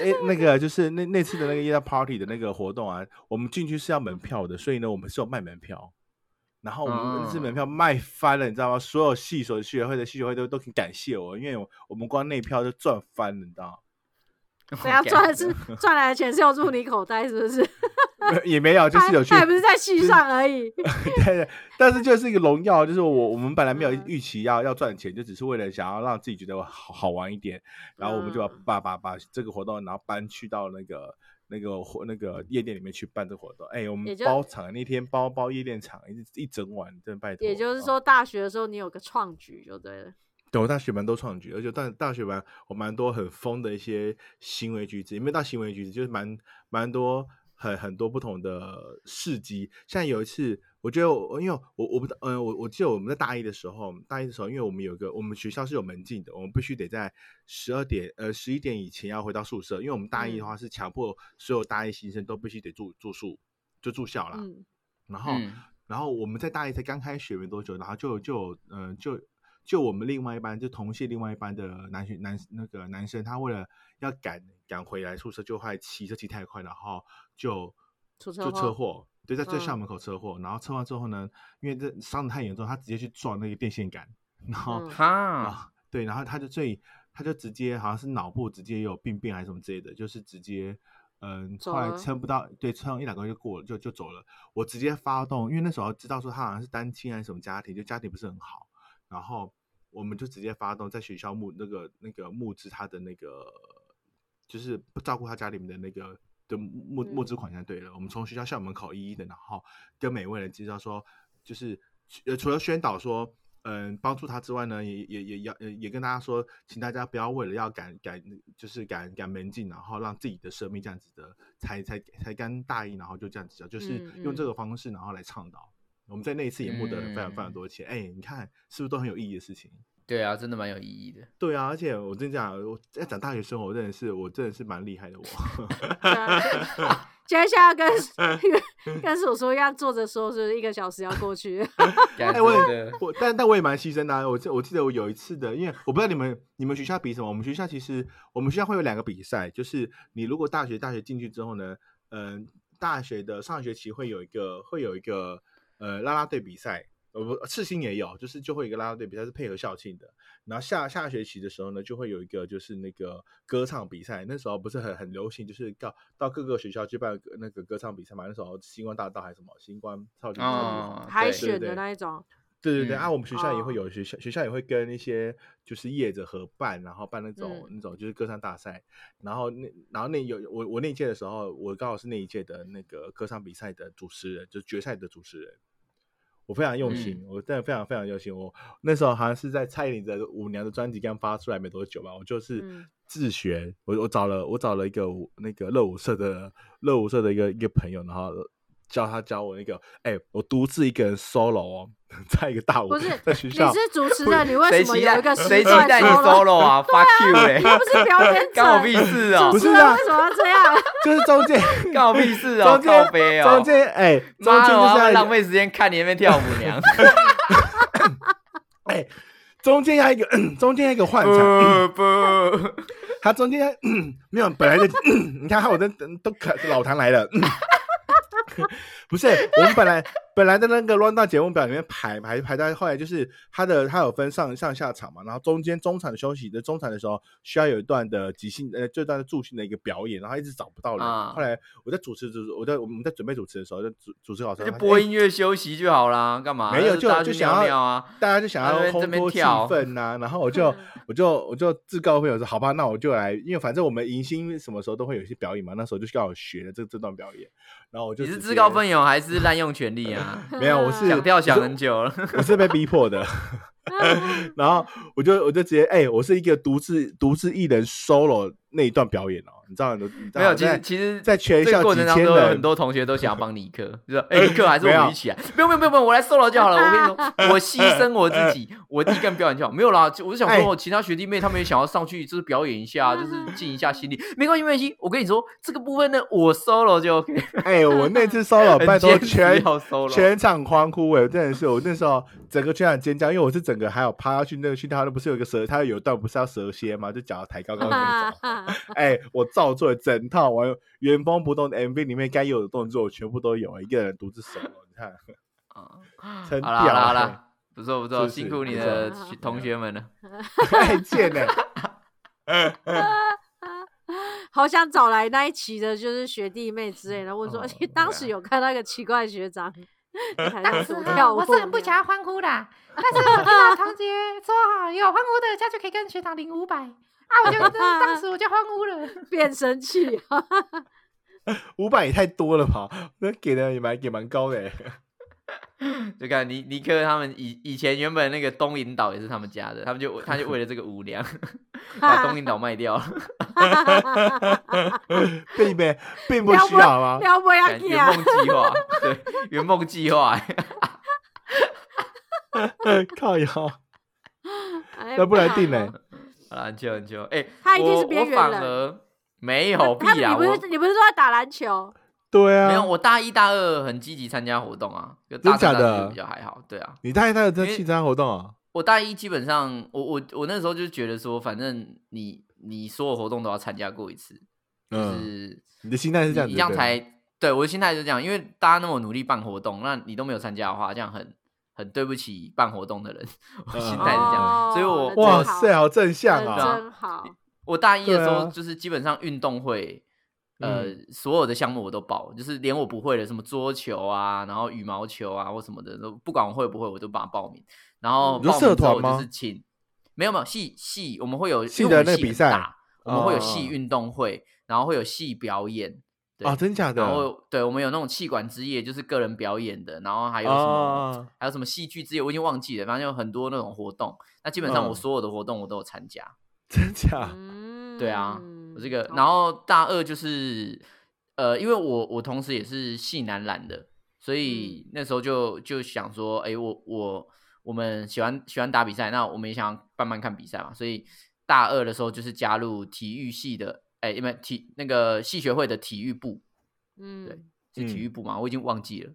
[SPEAKER 1] 耶耶那个就是那那次的那个耶诞 party 的那个活动啊，我们进去是要门票的，所以呢，我们是有卖门票。然后我们那次
[SPEAKER 3] 哦
[SPEAKER 1] 门票卖翻了，你知道吗？所有系所系学会的系学会都都很感谢我，因为我我们光那票就赚翻了，你知道吗？ *laughs*
[SPEAKER 3] 哦
[SPEAKER 2] 等
[SPEAKER 3] 啊
[SPEAKER 2] 下
[SPEAKER 3] *laughs*
[SPEAKER 2] 啊赚的是赚来的钱是要入你口袋，是不是？
[SPEAKER 1] 没有也没有，就是有去
[SPEAKER 2] 他也不是在戏上而已。
[SPEAKER 1] 对对，但是就是一个荣耀，就是我我们本来没有
[SPEAKER 2] 嗯
[SPEAKER 1] 预期要要赚钱，就只是为了想要让自己觉得好好玩一点， *laughs* 然后我们就把
[SPEAKER 2] 嗯
[SPEAKER 1] 把把把这个活动，然后搬去到那个那个活那个夜店里面去办这个活动。哎，我
[SPEAKER 2] 也
[SPEAKER 1] 们
[SPEAKER 2] 就
[SPEAKER 1] 包场那天包包夜店场一一整晚，真的拜托。
[SPEAKER 2] 也就是
[SPEAKER 1] 啊，
[SPEAKER 2] 说，大学的时候你有个创举就对了。
[SPEAKER 1] 对我大学蛮多创举，而且大大学蛮我蛮多很疯的一些行为举止，也没有到行为举止，就是蛮蛮多很很多不同的事迹。像有一次，我觉得我因为我我不嗯、呃、我我记得我们在大一的时候，大一的时候，因为我们有个我们学校是有门禁的，我们必须得在十二点呃十一点以前要回到宿舍，因为我们大一的
[SPEAKER 2] 嗯
[SPEAKER 1] 话是强迫所有大一新生都必须得住住宿就住校啦。
[SPEAKER 2] 嗯，
[SPEAKER 1] 然后、
[SPEAKER 3] 嗯，
[SPEAKER 1] 然后我们在大一才刚开学没多久，然后就就嗯、呃就就我们另外一班就同系另外一班的男学男那个男生，他为了要赶赶回来宿舍，就快骑车骑太快，然后就
[SPEAKER 2] 出车
[SPEAKER 1] 就车
[SPEAKER 2] 祸
[SPEAKER 1] 祸，对，在在校
[SPEAKER 2] 嗯
[SPEAKER 1] 门口车祸，然后车完之后呢，因为这伤的太严重，他直接去撞那个电线杆，然后、
[SPEAKER 2] 嗯
[SPEAKER 3] 哈，
[SPEAKER 1] 啊，对，然后他就最，他就直接好像是脑部直接有病变还是什么之类的，就是直接嗯，
[SPEAKER 2] 走
[SPEAKER 1] 后来
[SPEAKER 2] 了
[SPEAKER 1] 撑不到，对，撑一两个月就过了，就就走了。我直接发动，因为那时候知道说他好像是单亲还是什么家庭，就家庭不是很好，然后我们就直接发动在学校募那个那个募资他的那个，就是不照顾他家里面的那个的募募
[SPEAKER 2] 嗯
[SPEAKER 1] 资款才对了。我们从学校校门口一一的，然后跟每位人介绍说，就是呃除了宣导说。嗯，帮助他之外呢，也也也要呃也跟大家说，请大家不要为了要赶赶，就是赶赶门禁，然后让自己的生命这样子的才才才干大意，然后就这样子讲，就是
[SPEAKER 2] 嗯
[SPEAKER 1] 用这
[SPEAKER 2] 嗯
[SPEAKER 1] 个方式，然后来倡导。我们在那一次也募得了非常非常
[SPEAKER 3] 嗯
[SPEAKER 1] 多钱，哎、你看是不是都很有意义的事情？
[SPEAKER 3] 对啊，真的蛮有意义的。
[SPEAKER 1] 对啊，而且我跟你讲，我在讲大学生活，我真的是我真的是蛮厉害的我。
[SPEAKER 2] 对啊就接下来跟
[SPEAKER 1] *laughs*
[SPEAKER 2] 跟手说一样，坐着说是一个小时要过去。
[SPEAKER 3] 感
[SPEAKER 1] 哎我也
[SPEAKER 3] 觉的，
[SPEAKER 1] 我但但我也蛮牺牲的、啊。我记我记得我有一次的，因为我不知道你们你们学校比什么，我们学校其实我们学校会有两个比赛，就是你如果大学大学进去之后呢，嗯、大学的上学期会有一个会有一个呃啦啦队比赛，呃不，赤星也有，就是就会有一个啦啦队比赛是配合校庆的。然后下下学期的时候呢，就会有一个就是那个歌唱比赛，那时候不是很很流行，就是到到各个学校去办那个歌唱比赛嘛。那时候星光大道还是什么星光超级
[SPEAKER 3] 哦对
[SPEAKER 2] 海
[SPEAKER 1] 对
[SPEAKER 2] 选
[SPEAKER 1] 对
[SPEAKER 2] 的那一种，
[SPEAKER 1] 对对对，
[SPEAKER 3] 嗯
[SPEAKER 1] 啊，我们学校也
[SPEAKER 2] 哦
[SPEAKER 1] 会有学校，学校也会跟一些就是业者合办，然后办那种、
[SPEAKER 2] 嗯
[SPEAKER 1] 那种就是歌唱大赛，然后那然后那有我我那一届的时候，我刚好是那一届的那个歌唱比赛的主持人，就是决赛的主持人，我非常用心，我真的非常非常用心。我那时候好像是在蔡依林的《舞娘》的专辑刚发出来没多久吧，我就是
[SPEAKER 2] 嗯
[SPEAKER 1] 自学，我我找了我找了一个舞那个热舞社的热舞社的一个一个朋友，然后教他教我那个，哎、我独自一个人 solo 哦， *laughs* 在一个大舞
[SPEAKER 2] 不是
[SPEAKER 1] *laughs* 在学
[SPEAKER 2] 你
[SPEAKER 1] 校，
[SPEAKER 2] 是主持人，你为
[SPEAKER 3] 谁
[SPEAKER 2] 什么
[SPEAKER 3] 期
[SPEAKER 2] 有
[SPEAKER 3] 待
[SPEAKER 2] 一个
[SPEAKER 3] 谁
[SPEAKER 2] 时
[SPEAKER 3] 期
[SPEAKER 2] 段
[SPEAKER 3] 待你
[SPEAKER 2] solo？
[SPEAKER 3] solo 啊？Fuck
[SPEAKER 1] *laughs*
[SPEAKER 3] you
[SPEAKER 2] 你又
[SPEAKER 3] 嘞，
[SPEAKER 2] 不是表
[SPEAKER 3] *laughs*
[SPEAKER 2] 演者，
[SPEAKER 3] 干我屁事哦
[SPEAKER 1] 不
[SPEAKER 2] 主
[SPEAKER 1] 是
[SPEAKER 2] 持人
[SPEAKER 1] 啊
[SPEAKER 2] 为什么要这样？
[SPEAKER 1] 就是中
[SPEAKER 2] *laughs*
[SPEAKER 1] 间
[SPEAKER 3] *laughs* 干我屁事哦，
[SPEAKER 1] 中间
[SPEAKER 3] 靠背哦
[SPEAKER 1] 中，间哎，中
[SPEAKER 3] 妈
[SPEAKER 1] 间
[SPEAKER 3] 的，
[SPEAKER 1] 就
[SPEAKER 3] 我
[SPEAKER 1] 是
[SPEAKER 3] 要
[SPEAKER 1] 要
[SPEAKER 3] 浪费时间看你那边跳舞
[SPEAKER 1] *laughs*
[SPEAKER 3] 娘，
[SPEAKER 1] 哎，中间要一个 *clears throat* 中间要一个换场。
[SPEAKER 3] *laughs* 不不，
[SPEAKER 1] 他中间 *coughs* 没有，本来的， *coughs* 你看我的都可老谭来了，嗯 *laughs* 不是我们本来本来的那个 round down 节目表里面排排排到后来就是他的他有分上上下场嘛，然后中间中场的休息的中场的时候需要有一段的即兴呃这段的助兴的一个表演，然后一直找不到人，
[SPEAKER 3] 啊
[SPEAKER 1] 后来我在主持主我在我们在准备主持的时候，就主主持老师
[SPEAKER 3] 那就
[SPEAKER 1] 发现
[SPEAKER 3] 播
[SPEAKER 1] 哎
[SPEAKER 3] 音乐休息就好啦，干嘛？
[SPEAKER 1] 没有
[SPEAKER 3] 那
[SPEAKER 1] 就
[SPEAKER 3] 大家
[SPEAKER 1] 就
[SPEAKER 3] 去
[SPEAKER 1] 想
[SPEAKER 3] 尿
[SPEAKER 1] 要
[SPEAKER 3] 尿啊，
[SPEAKER 1] 大家就想
[SPEAKER 3] 在那
[SPEAKER 1] 要
[SPEAKER 3] 边这
[SPEAKER 1] 烘
[SPEAKER 3] 边
[SPEAKER 1] 托气
[SPEAKER 3] 跳
[SPEAKER 1] 氛呐、
[SPEAKER 3] *laughs*
[SPEAKER 1] 然后我就我就我就自告奋勇说，好吧，那我就来，因为反正我们迎新什么时候都会有一些表演嘛，那时候就刚好学了这这段表演，然后我就
[SPEAKER 3] 你是
[SPEAKER 1] 直
[SPEAKER 3] 自告
[SPEAKER 1] 接
[SPEAKER 3] 奋勇还是滥用权力啊？
[SPEAKER 1] 没有，我 *laughs* 是
[SPEAKER 3] 想跳想
[SPEAKER 1] 我是
[SPEAKER 3] 很久了，
[SPEAKER 1] 我是被逼迫的， *laughs* 然后我就我就直接哎、我是一个独自独自一人 solo 那一段表演哦，你知道你知道
[SPEAKER 3] 没有，其
[SPEAKER 1] 在
[SPEAKER 3] 实其实
[SPEAKER 1] 在全
[SPEAKER 3] 这个
[SPEAKER 1] 校
[SPEAKER 3] 过
[SPEAKER 1] 几
[SPEAKER 3] 程当中
[SPEAKER 1] 千
[SPEAKER 3] 有
[SPEAKER 1] 人
[SPEAKER 3] 很多同学都想要帮尼克，
[SPEAKER 1] *laughs*
[SPEAKER 3] 就说哎尼克还是我
[SPEAKER 1] 没有
[SPEAKER 3] 们一起啊， *laughs* 没有没有没有没有，我来 solo 就好了，我跟你说，我牺牲我自己，我自己干表演就好，没有啦，就我是想
[SPEAKER 1] 哎
[SPEAKER 3] 说我其他学弟妹他们也想要上去就是表演一下，就是尽一下心力，没关系没关系，我跟你说这个部分呢我 solo 就 OK，
[SPEAKER 1] 哎、我那次 solo
[SPEAKER 3] *laughs* 很
[SPEAKER 1] 拜托
[SPEAKER 3] 坚持哦
[SPEAKER 1] 全
[SPEAKER 3] 要 solo，
[SPEAKER 1] 全场欢呼哎、我真的是我那时候整个全场尖叫，因为我是整个还有趴下去那个去，他那不是有一个蛇，他有一段不是要蛇蝎吗？就脚要抬
[SPEAKER 3] *laughs*
[SPEAKER 1] 高 *laughs* 高的那种。哎、我照做了整套完原封不动的 MV 里面该有的动作，我全部都有，一个人独自手，你看，
[SPEAKER 3] *laughs*
[SPEAKER 1] 撑
[SPEAKER 3] 啊好啦好
[SPEAKER 1] 掉
[SPEAKER 3] 啦好
[SPEAKER 1] 了
[SPEAKER 3] 啦，不错不错，
[SPEAKER 1] 是是
[SPEAKER 3] 辛苦你
[SPEAKER 1] 不
[SPEAKER 3] 的
[SPEAKER 2] 错
[SPEAKER 3] 同学们了，
[SPEAKER 1] 太哎贱欸了。
[SPEAKER 2] *laughs* 好想找来那一期的，就是学弟妹之类的，问说， *laughs*
[SPEAKER 3] 哦
[SPEAKER 2] 而且当
[SPEAKER 3] 对
[SPEAKER 2] 时
[SPEAKER 3] 啊
[SPEAKER 2] 有看到一个奇怪的学
[SPEAKER 3] *laughs*
[SPEAKER 2] 长，当
[SPEAKER 4] 当时
[SPEAKER 2] 跳
[SPEAKER 4] 哈，
[SPEAKER 2] 舞，
[SPEAKER 4] 我是很不想要欢呼的，啊但是我听到堂姐说哈，有欢呼的，下就可以跟学长领五百啊，我就当时我就欢呼了。
[SPEAKER 2] 变声器，
[SPEAKER 1] 五百也太多了吧？那给的也蛮也蛮高
[SPEAKER 3] *laughs*
[SPEAKER 1] 的、欸。
[SPEAKER 3] 就看尼尼克他们以以前原本那个东引岛也是他们家的，他们就他就为了这个无良把东引岛
[SPEAKER 2] *laughs*
[SPEAKER 3] 卖掉了。
[SPEAKER 1] 并没并不
[SPEAKER 2] 撩
[SPEAKER 1] 需
[SPEAKER 2] 拨
[SPEAKER 1] 要
[SPEAKER 2] *laughs*
[SPEAKER 1] 吗？
[SPEAKER 2] 撩不要
[SPEAKER 3] 干
[SPEAKER 2] 去
[SPEAKER 3] 圆
[SPEAKER 2] 啊
[SPEAKER 3] 梦！
[SPEAKER 2] *laughs*
[SPEAKER 3] 计划，对，圆梦计划， *laughs*
[SPEAKER 1] 靠腰，
[SPEAKER 2] 哎
[SPEAKER 1] 那不然定欸嘞、
[SPEAKER 2] 好
[SPEAKER 3] 好啦，很球很球，哎、
[SPEAKER 2] 他一定
[SPEAKER 3] 我
[SPEAKER 2] 是边缘人
[SPEAKER 3] 我反而没有必
[SPEAKER 2] 他们
[SPEAKER 3] 啦，
[SPEAKER 2] 你不
[SPEAKER 3] 我
[SPEAKER 2] 是你不是说要打篮球？
[SPEAKER 1] 对啊，
[SPEAKER 3] 没有，我大一大二很积极参加活动啊，就大
[SPEAKER 1] 真
[SPEAKER 3] 三
[SPEAKER 1] 假
[SPEAKER 3] 大
[SPEAKER 1] 的
[SPEAKER 3] 四就比较还好，对啊，
[SPEAKER 1] 你太太有在
[SPEAKER 3] 因为
[SPEAKER 1] 庆山活动啊？
[SPEAKER 3] 我大一基本上，我我我那时候就觉得说，反正你你所有活动都要参加过一次，就
[SPEAKER 1] 嗯，
[SPEAKER 3] 是。
[SPEAKER 1] 你的心态是这样
[SPEAKER 3] 你
[SPEAKER 1] 子，
[SPEAKER 3] 你这样
[SPEAKER 1] 对
[SPEAKER 3] 才对我的心态就是这样，因为大家那么努力办活动，那你都没有参加的话，这样很很对不起办活动的人，我的心态是这样，
[SPEAKER 2] 哦
[SPEAKER 3] 所以我
[SPEAKER 2] 人
[SPEAKER 1] 哇
[SPEAKER 2] 真好
[SPEAKER 1] 塞，好正向
[SPEAKER 2] 人
[SPEAKER 1] 啊！
[SPEAKER 2] 真好，
[SPEAKER 3] 我大一的时
[SPEAKER 1] 对
[SPEAKER 3] 候
[SPEAKER 1] 啊嗯
[SPEAKER 3] 就是基本上运动会呃，所有的项目我都报，就是连我不会的什么桌球啊，然后羽毛球啊或什么的，都不管我会不会，我都把它报名。然后
[SPEAKER 2] 你
[SPEAKER 1] 说
[SPEAKER 3] 报名
[SPEAKER 1] 社
[SPEAKER 3] 之后
[SPEAKER 1] 团
[SPEAKER 3] 就
[SPEAKER 1] 吗
[SPEAKER 3] 是请，没有没有系系，我们会有因
[SPEAKER 1] 系
[SPEAKER 3] 为我
[SPEAKER 1] 的
[SPEAKER 3] 们
[SPEAKER 1] 那个
[SPEAKER 3] 系
[SPEAKER 1] 比
[SPEAKER 3] 很
[SPEAKER 1] 赛
[SPEAKER 3] 大我们会有系
[SPEAKER 1] 哦
[SPEAKER 3] 运动会，然后会有系表演，对
[SPEAKER 1] 啊，真假的？
[SPEAKER 3] 然后对我们有那种气管之夜，就是个人表演的，然后还有什么、
[SPEAKER 1] 啊，
[SPEAKER 3] 还有什么戏剧之夜，我已经忘记了，反正有很多那种活动。那基本上
[SPEAKER 1] 嗯
[SPEAKER 3] 我所有的活动我都有参加。
[SPEAKER 1] *laughs* 真假？
[SPEAKER 2] 嗯，
[SPEAKER 3] 对啊我这个，
[SPEAKER 2] 好
[SPEAKER 3] 然后大二就是，呃，因为我我同时也是系男篮的，所
[SPEAKER 2] 嗯
[SPEAKER 3] 以那时候就就想说，哎、我我我们喜欢喜欢打比赛，那我们也想慢慢看比赛嘛，所以大二的时候就是加入体育系的，哎、因为体那个系学会的体育部
[SPEAKER 2] 嗯，
[SPEAKER 3] 对是体育部嘛，我已经忘记了，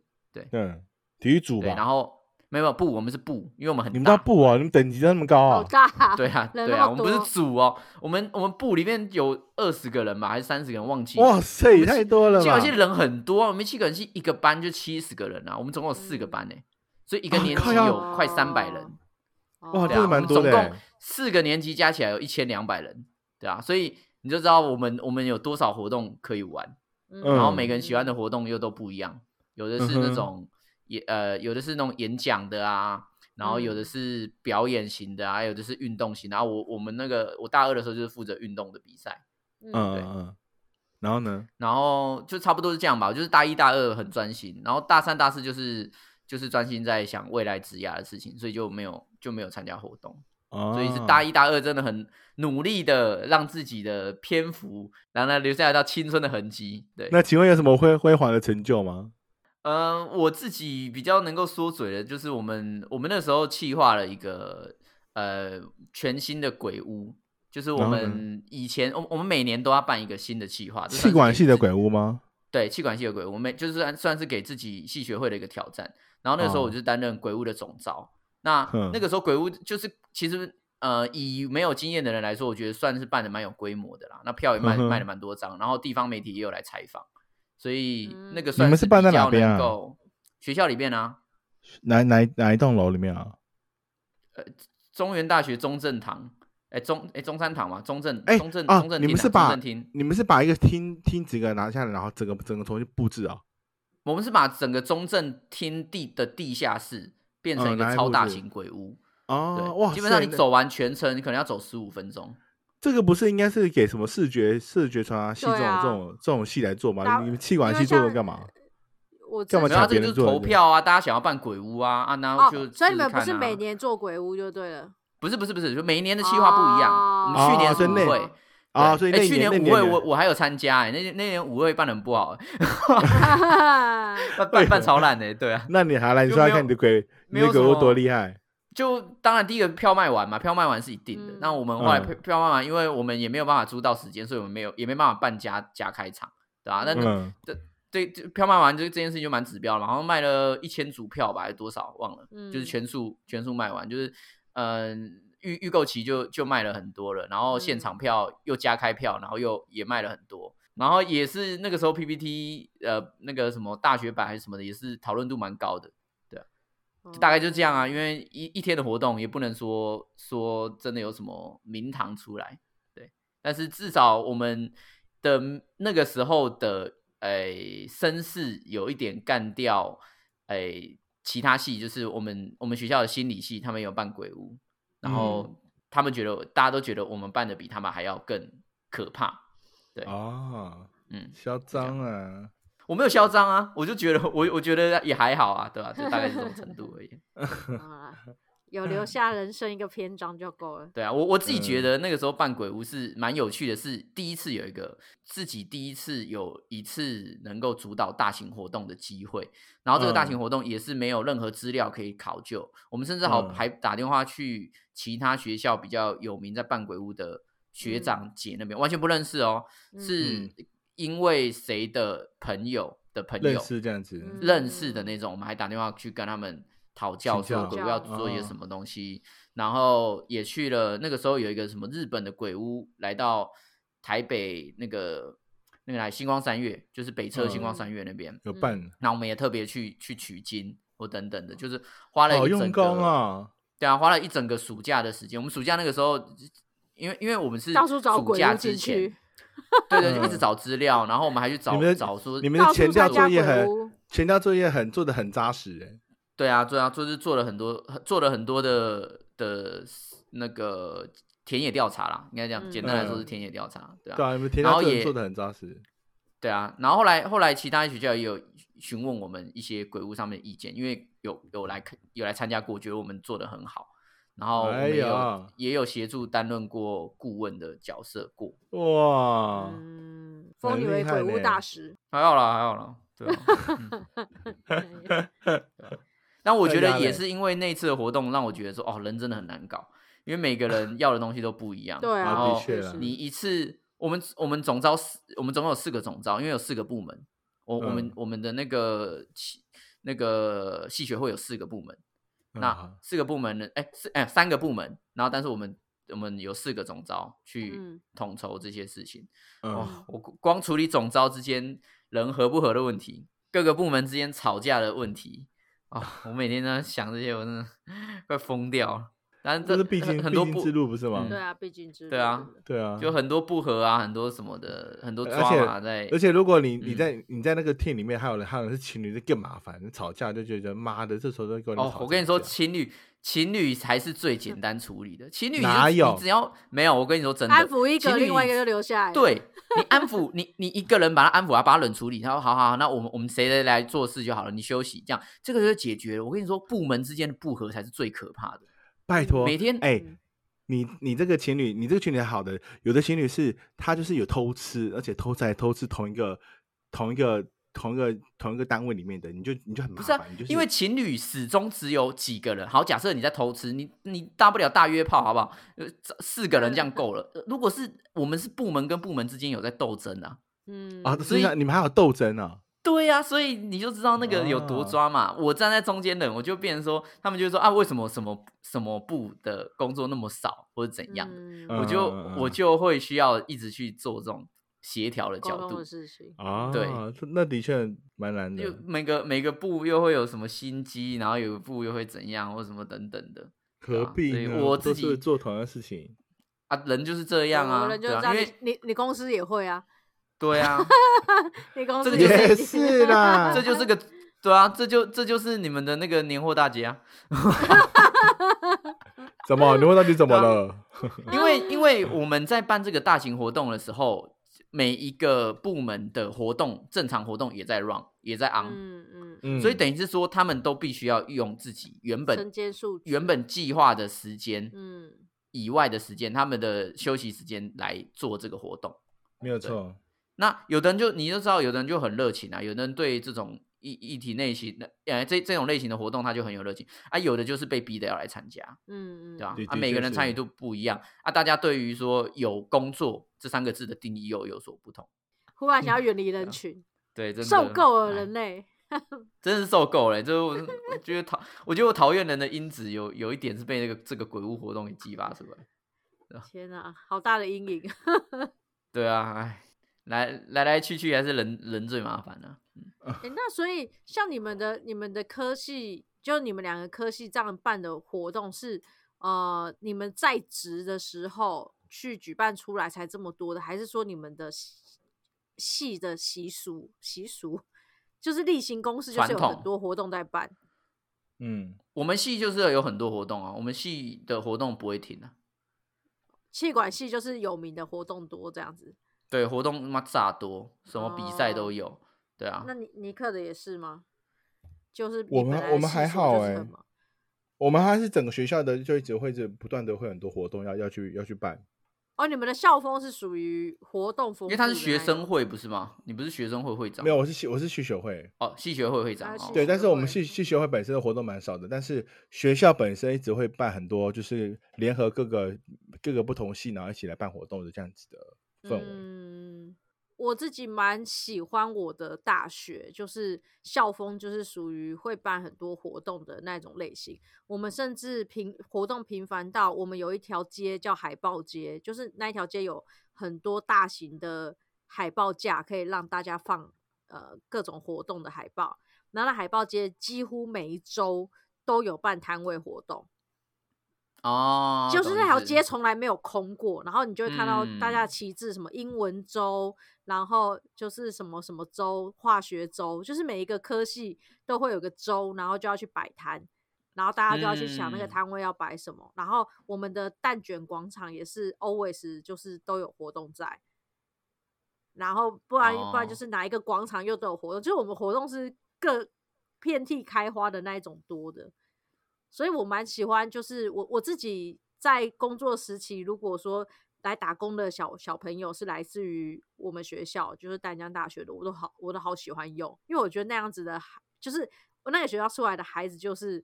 [SPEAKER 1] 嗯，体育组
[SPEAKER 3] 对，然
[SPEAKER 1] 吧。
[SPEAKER 3] 后没有没有部，我们是部，因为我们很
[SPEAKER 1] 你们
[SPEAKER 3] 大
[SPEAKER 1] 到部啊？你们等级都那么高
[SPEAKER 2] 好
[SPEAKER 1] 啊？
[SPEAKER 2] 大，
[SPEAKER 3] 对啊，
[SPEAKER 2] 人
[SPEAKER 3] 对
[SPEAKER 2] 那
[SPEAKER 3] 啊，
[SPEAKER 2] 么
[SPEAKER 3] 我们不是
[SPEAKER 2] 多
[SPEAKER 3] 组哦，我们我们部里面有二十个人吧，还是三十个人，忘记了。
[SPEAKER 1] 哇塞，也太多了
[SPEAKER 3] 就而
[SPEAKER 1] 吧！
[SPEAKER 3] 且人很多啊，我们七个人是一个班就七十个人啊，我们总共有四个班呢、所以一个
[SPEAKER 1] 啊
[SPEAKER 3] 年
[SPEAKER 1] 靠
[SPEAKER 3] 级
[SPEAKER 1] 要
[SPEAKER 3] 有快三百人，
[SPEAKER 1] 哇
[SPEAKER 2] 哦
[SPEAKER 3] 对
[SPEAKER 1] 真
[SPEAKER 3] 啊，
[SPEAKER 1] 的蛮
[SPEAKER 3] 我们
[SPEAKER 1] 多的
[SPEAKER 3] 总
[SPEAKER 1] 欸
[SPEAKER 3] 共四个年级加起来有一千两百人，对啊，所以你就知道我们我们有多少活动可以玩，
[SPEAKER 2] 嗯
[SPEAKER 1] 然
[SPEAKER 3] 然后每个人喜欢的活动又都不一样，有的是那种演、呃，有的是那种演讲的啊。然后有的
[SPEAKER 2] 嗯
[SPEAKER 3] 是表演型的啊，有的是运动型的啊。我我们那个我大二的时候就是负责运动的比赛，
[SPEAKER 1] 嗯嗯嗯，然后呢？
[SPEAKER 3] 然后就差不多是这样吧，就是大一大二很专心，然后大三大四就是就是专心在想未来职涯的事情，所以就没有就没有参加活动，所
[SPEAKER 1] 所
[SPEAKER 3] 以是
[SPEAKER 1] 哦
[SPEAKER 3] 大一大二真的很努力的让自己的篇幅，然后呢留下来到青春的痕迹。对，
[SPEAKER 1] 那请问有什么辉辉煌的成就吗？
[SPEAKER 3] 呃，我自己比较能够说嘴的，就是我们我们那时候企划了一个呃全新的鬼屋。就是我
[SPEAKER 1] 然后呢
[SPEAKER 3] 们以前，我我们每年都要办一个新的企划，
[SPEAKER 1] 嗯
[SPEAKER 3] 这算
[SPEAKER 1] 气
[SPEAKER 3] 是
[SPEAKER 1] 管
[SPEAKER 3] 给
[SPEAKER 1] 系的
[SPEAKER 3] 自己
[SPEAKER 1] 鬼屋吗？
[SPEAKER 3] 对，气管系的鬼屋，我们就是算算是给自己系学会的一个挑战。然后那个时候
[SPEAKER 1] 哦
[SPEAKER 3] 我就担任鬼屋的总招。那
[SPEAKER 1] 哼
[SPEAKER 3] 那个时候鬼屋就是其实呃，以没有经验的人来说，我觉得算是办的蛮有规模的啦。那票也卖
[SPEAKER 1] 嗯哼
[SPEAKER 3] 卖了蛮多张，然后地方媒体也有来采访，所以那个
[SPEAKER 2] 嗯
[SPEAKER 3] 算
[SPEAKER 1] 你们是办在
[SPEAKER 3] 比
[SPEAKER 1] 哪
[SPEAKER 3] 较
[SPEAKER 1] 边
[SPEAKER 3] 能
[SPEAKER 1] 啊
[SPEAKER 3] 够学校里边啊，
[SPEAKER 1] 哪哪哪一栋楼里面啊？
[SPEAKER 3] 中原大学中正堂，哎中哎中山堂嘛，中正
[SPEAKER 1] 哎
[SPEAKER 3] 中正
[SPEAKER 1] 啊
[SPEAKER 3] 中正
[SPEAKER 1] 你
[SPEAKER 3] 厅
[SPEAKER 1] 们
[SPEAKER 3] 啊
[SPEAKER 1] 是把
[SPEAKER 3] 中正厅。
[SPEAKER 1] 你们是把一个厅厅整个拿下来，然后整个整个重新布置啊？
[SPEAKER 3] 我们是把整个中正厅地的地下室变成
[SPEAKER 1] 嗯拿
[SPEAKER 3] 一个
[SPEAKER 1] 来
[SPEAKER 3] 超
[SPEAKER 1] 布
[SPEAKER 3] 大
[SPEAKER 1] 置
[SPEAKER 3] 型鬼屋，
[SPEAKER 1] 哦，
[SPEAKER 3] 对，
[SPEAKER 1] 哇，
[SPEAKER 3] 基本上你
[SPEAKER 1] 那
[SPEAKER 3] 走完全程，你可能要走十五分钟。
[SPEAKER 1] 这个不是应该是给什么视觉视觉传达系这
[SPEAKER 2] 对
[SPEAKER 1] 种、
[SPEAKER 2] 啊
[SPEAKER 1] 这种这种戏来做
[SPEAKER 2] 打
[SPEAKER 1] 吗？你们气管
[SPEAKER 2] 因
[SPEAKER 1] 系做
[SPEAKER 2] 为
[SPEAKER 1] 的
[SPEAKER 2] 像
[SPEAKER 1] 干嘛？？
[SPEAKER 2] 我
[SPEAKER 1] 干嘛
[SPEAKER 2] 知
[SPEAKER 3] 没
[SPEAKER 2] 道
[SPEAKER 3] 有、
[SPEAKER 1] 抢
[SPEAKER 3] 啊，
[SPEAKER 1] 别
[SPEAKER 3] 这个就
[SPEAKER 1] 人
[SPEAKER 3] 是
[SPEAKER 1] 做的
[SPEAKER 3] 投票啊，大家想要办鬼屋啊啊，然后就、
[SPEAKER 2] 哦，所以你们不
[SPEAKER 3] 试试
[SPEAKER 2] 是
[SPEAKER 3] 看啊
[SPEAKER 2] 每年哦做鬼屋就对
[SPEAKER 3] *laughs*
[SPEAKER 2] 了，
[SPEAKER 3] 不是不是不是，就每一年的计划不一样。我们去年
[SPEAKER 1] 哦
[SPEAKER 3] 是
[SPEAKER 1] 所以那
[SPEAKER 3] 舞会。
[SPEAKER 1] 啊，
[SPEAKER 3] 对
[SPEAKER 1] 所以
[SPEAKER 3] 哎
[SPEAKER 1] 那
[SPEAKER 3] 去
[SPEAKER 1] 年那
[SPEAKER 3] 舞
[SPEAKER 1] 年
[SPEAKER 3] 会
[SPEAKER 1] 你
[SPEAKER 3] 我我还有参加哎、那那年舞会办的很不好、
[SPEAKER 1] *laughs*
[SPEAKER 3] 办
[SPEAKER 1] 为
[SPEAKER 3] 办
[SPEAKER 1] 何
[SPEAKER 3] 办超烂的、对啊，
[SPEAKER 1] 那你还来你
[SPEAKER 3] 就
[SPEAKER 1] 说来
[SPEAKER 3] 没有
[SPEAKER 1] 看你的鬼，你
[SPEAKER 3] 没有
[SPEAKER 1] 的鬼
[SPEAKER 3] 什
[SPEAKER 1] 屋
[SPEAKER 3] 么
[SPEAKER 1] 多厉害？
[SPEAKER 3] 就当然第一个票卖完嘛，票卖完是一定的。
[SPEAKER 2] 嗯
[SPEAKER 3] 那我们后来
[SPEAKER 1] 嗯
[SPEAKER 3] 票票卖完，因为我们也没有办法租到时间，所以我们没有也没办法办加加开场，对啊，那
[SPEAKER 1] 嗯，
[SPEAKER 3] 这这票卖完这这件事情就蛮指标了嘛，然后卖了一千组票吧，还是多少忘了，
[SPEAKER 2] 嗯
[SPEAKER 3] 就是全数全数卖完，就是嗯、预预购期就就卖了很多了，然后现场票又加开票，然后又也卖了很多，然后也是那个时候 PPT 呃那个什么大学版还是什么的，也是讨论度蛮高的，就
[SPEAKER 2] 嗯
[SPEAKER 3] 大概就这样啊，因为一一天的活动也不能说说真的有什么名堂出来，对，但是至少我们的那个时候的诶、声势有一点干掉诶、其他系，就是我们我们学校的心理系，他们有办鬼屋，然后他们觉得大家都觉得我们办的比他们还要更可怕，对
[SPEAKER 1] 哦，
[SPEAKER 3] 嗯，
[SPEAKER 1] 嚣张啊！
[SPEAKER 3] 我没有嚣张啊，我就觉得我我觉得也还好啊，对吧、就大概是这种程度而已。
[SPEAKER 2] 嗯好啦有留下人生一个篇章就够了。
[SPEAKER 3] 对啊，我我自己觉
[SPEAKER 1] 嗯
[SPEAKER 3] 得那个时候扮鬼屋是蛮有趣的是，第一次有一个自己第一次有一次能够主导大型活动的机会，然后这个大型
[SPEAKER 1] 嗯
[SPEAKER 3] 活动也是没有任何资料可以考究，我们甚至好
[SPEAKER 1] 嗯
[SPEAKER 3] 还打电话去其他学校比较有名在扮鬼屋的学
[SPEAKER 2] 嗯
[SPEAKER 3] 长姐那边，完全不认识哦，
[SPEAKER 1] 嗯
[SPEAKER 3] 是因为谁的朋友的朋
[SPEAKER 1] 认
[SPEAKER 3] 友
[SPEAKER 1] 识这样子，
[SPEAKER 2] 嗯
[SPEAKER 3] 认识的那种，我们还打电话去跟他们讨教，
[SPEAKER 1] 请教嗯
[SPEAKER 3] 说鬼屋要做些什么东西，然后也去了那个时候有一个什么日本的鬼屋来到台北那个那个来星光三月，就是北车
[SPEAKER 1] 嗯
[SPEAKER 3] 星光三月那边，
[SPEAKER 1] 有办
[SPEAKER 3] 那、我们也特别去去取经或等等的，就是花了
[SPEAKER 1] 好
[SPEAKER 3] 一整
[SPEAKER 1] 哦用
[SPEAKER 3] 个
[SPEAKER 1] 功啊！
[SPEAKER 3] 对啊，花了一整个暑假的时间。我们暑假那个时候，因为因为我们是
[SPEAKER 2] 到处找
[SPEAKER 3] 暑
[SPEAKER 2] 鬼
[SPEAKER 3] 假
[SPEAKER 2] 屋
[SPEAKER 3] 之
[SPEAKER 2] 进
[SPEAKER 3] 前
[SPEAKER 2] 去，
[SPEAKER 3] 对对，就一直找资料，然后我们还去找
[SPEAKER 1] 嗯你们的
[SPEAKER 3] 找说
[SPEAKER 1] 你们
[SPEAKER 2] 到
[SPEAKER 1] 的
[SPEAKER 2] 处
[SPEAKER 1] 前
[SPEAKER 2] 在
[SPEAKER 1] 调
[SPEAKER 2] 家
[SPEAKER 1] 作业
[SPEAKER 2] 鬼
[SPEAKER 1] 很
[SPEAKER 2] 屋，
[SPEAKER 1] 前调作业很做的很扎实哎、
[SPEAKER 3] 对啊，对啊，就是做了很多，做了很多的的那个田野调查啦，应该这样，
[SPEAKER 2] 嗯
[SPEAKER 3] 简单来说是田野调查，对
[SPEAKER 1] 对
[SPEAKER 3] 啊，
[SPEAKER 1] 啊，你们前
[SPEAKER 3] 然
[SPEAKER 1] 调
[SPEAKER 3] 后
[SPEAKER 1] 作业
[SPEAKER 3] 也
[SPEAKER 1] 做的很扎实，
[SPEAKER 3] 对啊。然后后来后来其他学校也有询问我们一些鬼屋上面的意见，因为有有来看有来参加过，觉得我们做的很好，然后我
[SPEAKER 1] 哎
[SPEAKER 3] 们也有、
[SPEAKER 1] 呀
[SPEAKER 3] 也有协助担任过顾问的角色过，哦
[SPEAKER 1] 哇，
[SPEAKER 2] 嗯，
[SPEAKER 1] 很
[SPEAKER 2] 封你
[SPEAKER 1] 厉
[SPEAKER 2] 为
[SPEAKER 1] 害
[SPEAKER 2] 鬼屋
[SPEAKER 1] 呢
[SPEAKER 2] 大师。
[SPEAKER 3] 还好啦，还好啦，对啊。嗯 *laughs* 但我觉
[SPEAKER 1] 大家
[SPEAKER 3] 得也
[SPEAKER 1] 嘞
[SPEAKER 3] 是因为那次的活动，让我觉得说，哦，人真的很难搞，因为每个人要的东西都不一样。
[SPEAKER 2] 对啊
[SPEAKER 3] 然
[SPEAKER 1] 啊，的
[SPEAKER 3] 后
[SPEAKER 1] 确
[SPEAKER 2] 就
[SPEAKER 1] 啦
[SPEAKER 2] 是，
[SPEAKER 3] 哦你一次，我们我们总招四，我们总共有四个总招，因为有四个部门。我我们
[SPEAKER 1] 嗯
[SPEAKER 3] 我们的那个系那个系学会有四个部门，那
[SPEAKER 2] 嗯
[SPEAKER 1] 啊
[SPEAKER 3] 四个部门呢？哎，四哎三个部门，然后但是我们我们有四个总招去
[SPEAKER 2] 嗯
[SPEAKER 3] 统筹这些事情。
[SPEAKER 1] 嗯
[SPEAKER 3] 哇、我光处理总招之间人合不合的问题，各个部门之间吵架的问题啊、我每天呢想这些，我真的 *laughs* 快疯掉了。但是
[SPEAKER 1] 这
[SPEAKER 3] 这
[SPEAKER 1] 是必
[SPEAKER 3] 很
[SPEAKER 1] 经
[SPEAKER 3] 很
[SPEAKER 1] 必
[SPEAKER 3] 多
[SPEAKER 1] 经
[SPEAKER 3] 不
[SPEAKER 1] 之路不是吗？
[SPEAKER 3] 嗯
[SPEAKER 2] 对啊，必经之路。
[SPEAKER 3] 对啊
[SPEAKER 2] 真的，
[SPEAKER 1] 对啊，
[SPEAKER 3] 就很多不和啊，很多什么的，很多
[SPEAKER 1] 而
[SPEAKER 3] 抓马在
[SPEAKER 1] 且。而且，如果你你
[SPEAKER 3] 嗯
[SPEAKER 1] 在你在那个店里面，还有人还有人是情侣，就更麻烦。吵架就觉得妈的，这时候都跟
[SPEAKER 3] 哦，我跟你说，情侣情侣才是最简单处理的。情侣你就
[SPEAKER 1] 哪有
[SPEAKER 3] 你只要没有，我跟你说真的，
[SPEAKER 2] 安抚一
[SPEAKER 3] 情
[SPEAKER 2] 个，
[SPEAKER 3] 侣
[SPEAKER 2] 另外一个就留下来。，
[SPEAKER 3] 对你安抚你，你一个人把他安抚，他把他冷处理，他说好好好，那我们我们谁谁来做事就好了，你休息，这样这个就解决了。我跟你说，部门之间的不和才是最可怕的。
[SPEAKER 1] 拜托，
[SPEAKER 3] 每天
[SPEAKER 1] 哎
[SPEAKER 2] 嗯，
[SPEAKER 1] 你你这个情侣，你这个情侣还好的，有的情侣是他就是有偷吃，而且偷吃还偷吃同一个同一个同一个同一个单位里面的，你就你就很麻
[SPEAKER 3] 不是啊
[SPEAKER 1] 烦，你就是
[SPEAKER 3] 因为情侣始终只有几个人。好，假设你在偷吃，你你大不了大约炮，好不好？呃，这四个人这样够了。呃如果是我们是部门跟部门之间有在斗争啊，
[SPEAKER 2] 嗯
[SPEAKER 3] *laughs*
[SPEAKER 1] 啊，
[SPEAKER 3] 所
[SPEAKER 1] 所
[SPEAKER 3] 以
[SPEAKER 1] 以你们还有斗争啊，
[SPEAKER 3] 对呀、所以你就知道那个有多抓嘛。
[SPEAKER 1] 哦
[SPEAKER 3] 我站在中间人，我就变成说，他们就说啊，为什么什么什么部的工作那么少，或者怎样的？
[SPEAKER 2] 嗯
[SPEAKER 3] 我就
[SPEAKER 1] 嗯嗯嗯
[SPEAKER 3] 我就会需要一直去做这种协调的角
[SPEAKER 2] 沟通
[SPEAKER 3] 度
[SPEAKER 2] 的，事情。
[SPEAKER 1] 啊，
[SPEAKER 3] 对
[SPEAKER 1] 这，那的确蛮难的
[SPEAKER 3] 就。每个每个部又会有什么心机，然后有一部又会怎样或什么等等的
[SPEAKER 1] 何必
[SPEAKER 3] 对啊
[SPEAKER 1] 呢？
[SPEAKER 3] 所以我
[SPEAKER 1] 都
[SPEAKER 3] 自己
[SPEAKER 1] 是做同样的事情，
[SPEAKER 3] 啊，人就是这样啊，
[SPEAKER 2] 有人就
[SPEAKER 3] 对
[SPEAKER 2] 知道
[SPEAKER 3] 啊，因
[SPEAKER 2] 你
[SPEAKER 3] 为
[SPEAKER 2] 你你公司也会啊，
[SPEAKER 3] 对
[SPEAKER 2] *laughs*
[SPEAKER 3] 啊，
[SPEAKER 2] 你公
[SPEAKER 3] 这
[SPEAKER 2] 司
[SPEAKER 3] 个就是
[SPEAKER 1] 也
[SPEAKER 2] 也
[SPEAKER 1] 是啦，
[SPEAKER 2] *laughs*
[SPEAKER 3] 这就是个对啊，这就这就是你们的那个年货大
[SPEAKER 1] *laughs*
[SPEAKER 3] 街啊，
[SPEAKER 1] 怎么？你问到底怎么
[SPEAKER 3] *laughs*
[SPEAKER 1] 了？
[SPEAKER 3] 因为因为
[SPEAKER 1] 嗯
[SPEAKER 3] 我们在办这个大型活动的时候，每一个部门的活动正常活动也在 run 也在 on，、
[SPEAKER 2] 嗯嗯，
[SPEAKER 1] 嗯
[SPEAKER 3] 所以等于是说他们都必须要用自己原
[SPEAKER 2] 身
[SPEAKER 3] 本
[SPEAKER 2] 兼数职
[SPEAKER 3] 原本计划的时间，
[SPEAKER 2] 嗯
[SPEAKER 3] 以外的时间，他们的休息时间来做这个活动。
[SPEAKER 1] 没有错，
[SPEAKER 3] 那有的人就你就知道，有的人就很热情啊，有的人对这种议议题类型的，呃，这这种类型的活动他就很有热情啊，有的就是被逼的要来参加，
[SPEAKER 2] 嗯嗯，
[SPEAKER 3] 对吧、
[SPEAKER 1] 对
[SPEAKER 3] 啊，
[SPEAKER 1] 的
[SPEAKER 3] 每
[SPEAKER 1] 确
[SPEAKER 3] 个人参
[SPEAKER 1] 是
[SPEAKER 3] 与度不一样啊，大家对于说有工作这三个字的定义又有所不同。
[SPEAKER 2] 忽然想要远离人群，
[SPEAKER 3] 对，嗯真的
[SPEAKER 2] 受够了
[SPEAKER 3] 哎
[SPEAKER 2] 人类。
[SPEAKER 3] 真是受够了，欸就是我我觉得讨，我觉得我讨厌人的因子有有一点是被那个这个鬼屋活动给激发出来。
[SPEAKER 2] 天哪，好大的阴
[SPEAKER 3] *laughs*
[SPEAKER 2] 影。
[SPEAKER 3] 对啊，哎，来来来去去还是人人最麻烦啊。
[SPEAKER 2] 诶那所以像你们的你们的科系，就你们两个科系这样办的活动是，呃，你们在职的时候去举办出来才这么多的，还是说你们的习系的习俗习俗，就是例行公事，就是有
[SPEAKER 3] 传
[SPEAKER 2] 很
[SPEAKER 3] 统
[SPEAKER 2] 多活动在办？
[SPEAKER 1] 嗯，
[SPEAKER 3] 我们系就是有很多活动啊，我们系的活动不会停啊。
[SPEAKER 2] 气管系就是有名的活动多这样子。
[SPEAKER 3] 对，活动他妈炸多，什么比赛
[SPEAKER 2] 哦
[SPEAKER 3] 都有。对啊
[SPEAKER 2] 那，尼尼克的也是吗？就是
[SPEAKER 1] 我
[SPEAKER 2] 你
[SPEAKER 1] 们
[SPEAKER 2] 本来
[SPEAKER 1] 我们
[SPEAKER 2] 系
[SPEAKER 1] 还
[SPEAKER 2] 数
[SPEAKER 1] 好
[SPEAKER 2] 就是
[SPEAKER 1] 欸
[SPEAKER 2] 很忙
[SPEAKER 1] 我们还是整个学校的，就一直会这不断的会很多活动要要去要去办。
[SPEAKER 2] 哦，你们的校风是属于活动风，
[SPEAKER 3] 因为他是学生会不是吗？你不是学生会会长？
[SPEAKER 1] 没有，我是系我是系学会，
[SPEAKER 3] 哦，系学会会长
[SPEAKER 2] 他是
[SPEAKER 3] 哦。
[SPEAKER 1] 对，
[SPEAKER 2] 系
[SPEAKER 1] 但
[SPEAKER 2] 学
[SPEAKER 1] 是我们
[SPEAKER 2] 会
[SPEAKER 1] 系系学会本身的活动蛮少的，但是学校本身一直会办很多，就是联合各个各个不同系，然后一起来办活动的这样子的氛围。
[SPEAKER 2] 嗯，我自己蛮喜欢我的大学，就是校风，就是属于会办很多活动的那种类型。我们甚至频活动频繁到我们有一条街叫海报街，就是那一条街有很多大型的海报架，可以让大家放呃各种活动的海报。然后那海报街几乎每一周都有办摊位活动。
[SPEAKER 3] 哦，
[SPEAKER 2] 就是
[SPEAKER 3] 懂
[SPEAKER 2] 那
[SPEAKER 3] 意
[SPEAKER 2] 条
[SPEAKER 3] 思
[SPEAKER 2] 街从来没有空过，然后你就会看到大家
[SPEAKER 3] 嗯
[SPEAKER 2] 的旗帜，什么英文州，然后就是什么什么州、化学州，就是每一个科系都会有个州，然后就要去摆摊，然后大家就要去想那个
[SPEAKER 3] 嗯
[SPEAKER 2] 摊位要摆什么。然后我们的蛋卷广场也是 always 就是都有活动在，然后不然、不然
[SPEAKER 3] 哦
[SPEAKER 2] 就是哪一个广场又都有活动，就是我们活动是各遍地开花的那一种多的，所以我蛮喜欢，就是我我自己在工作时期，如果说来打工的小小朋友是来自于我们学校，就是淡江大学的，我都好我都好喜欢用，因为我觉得那样子的孩，就是我那个学校出来的孩子，就是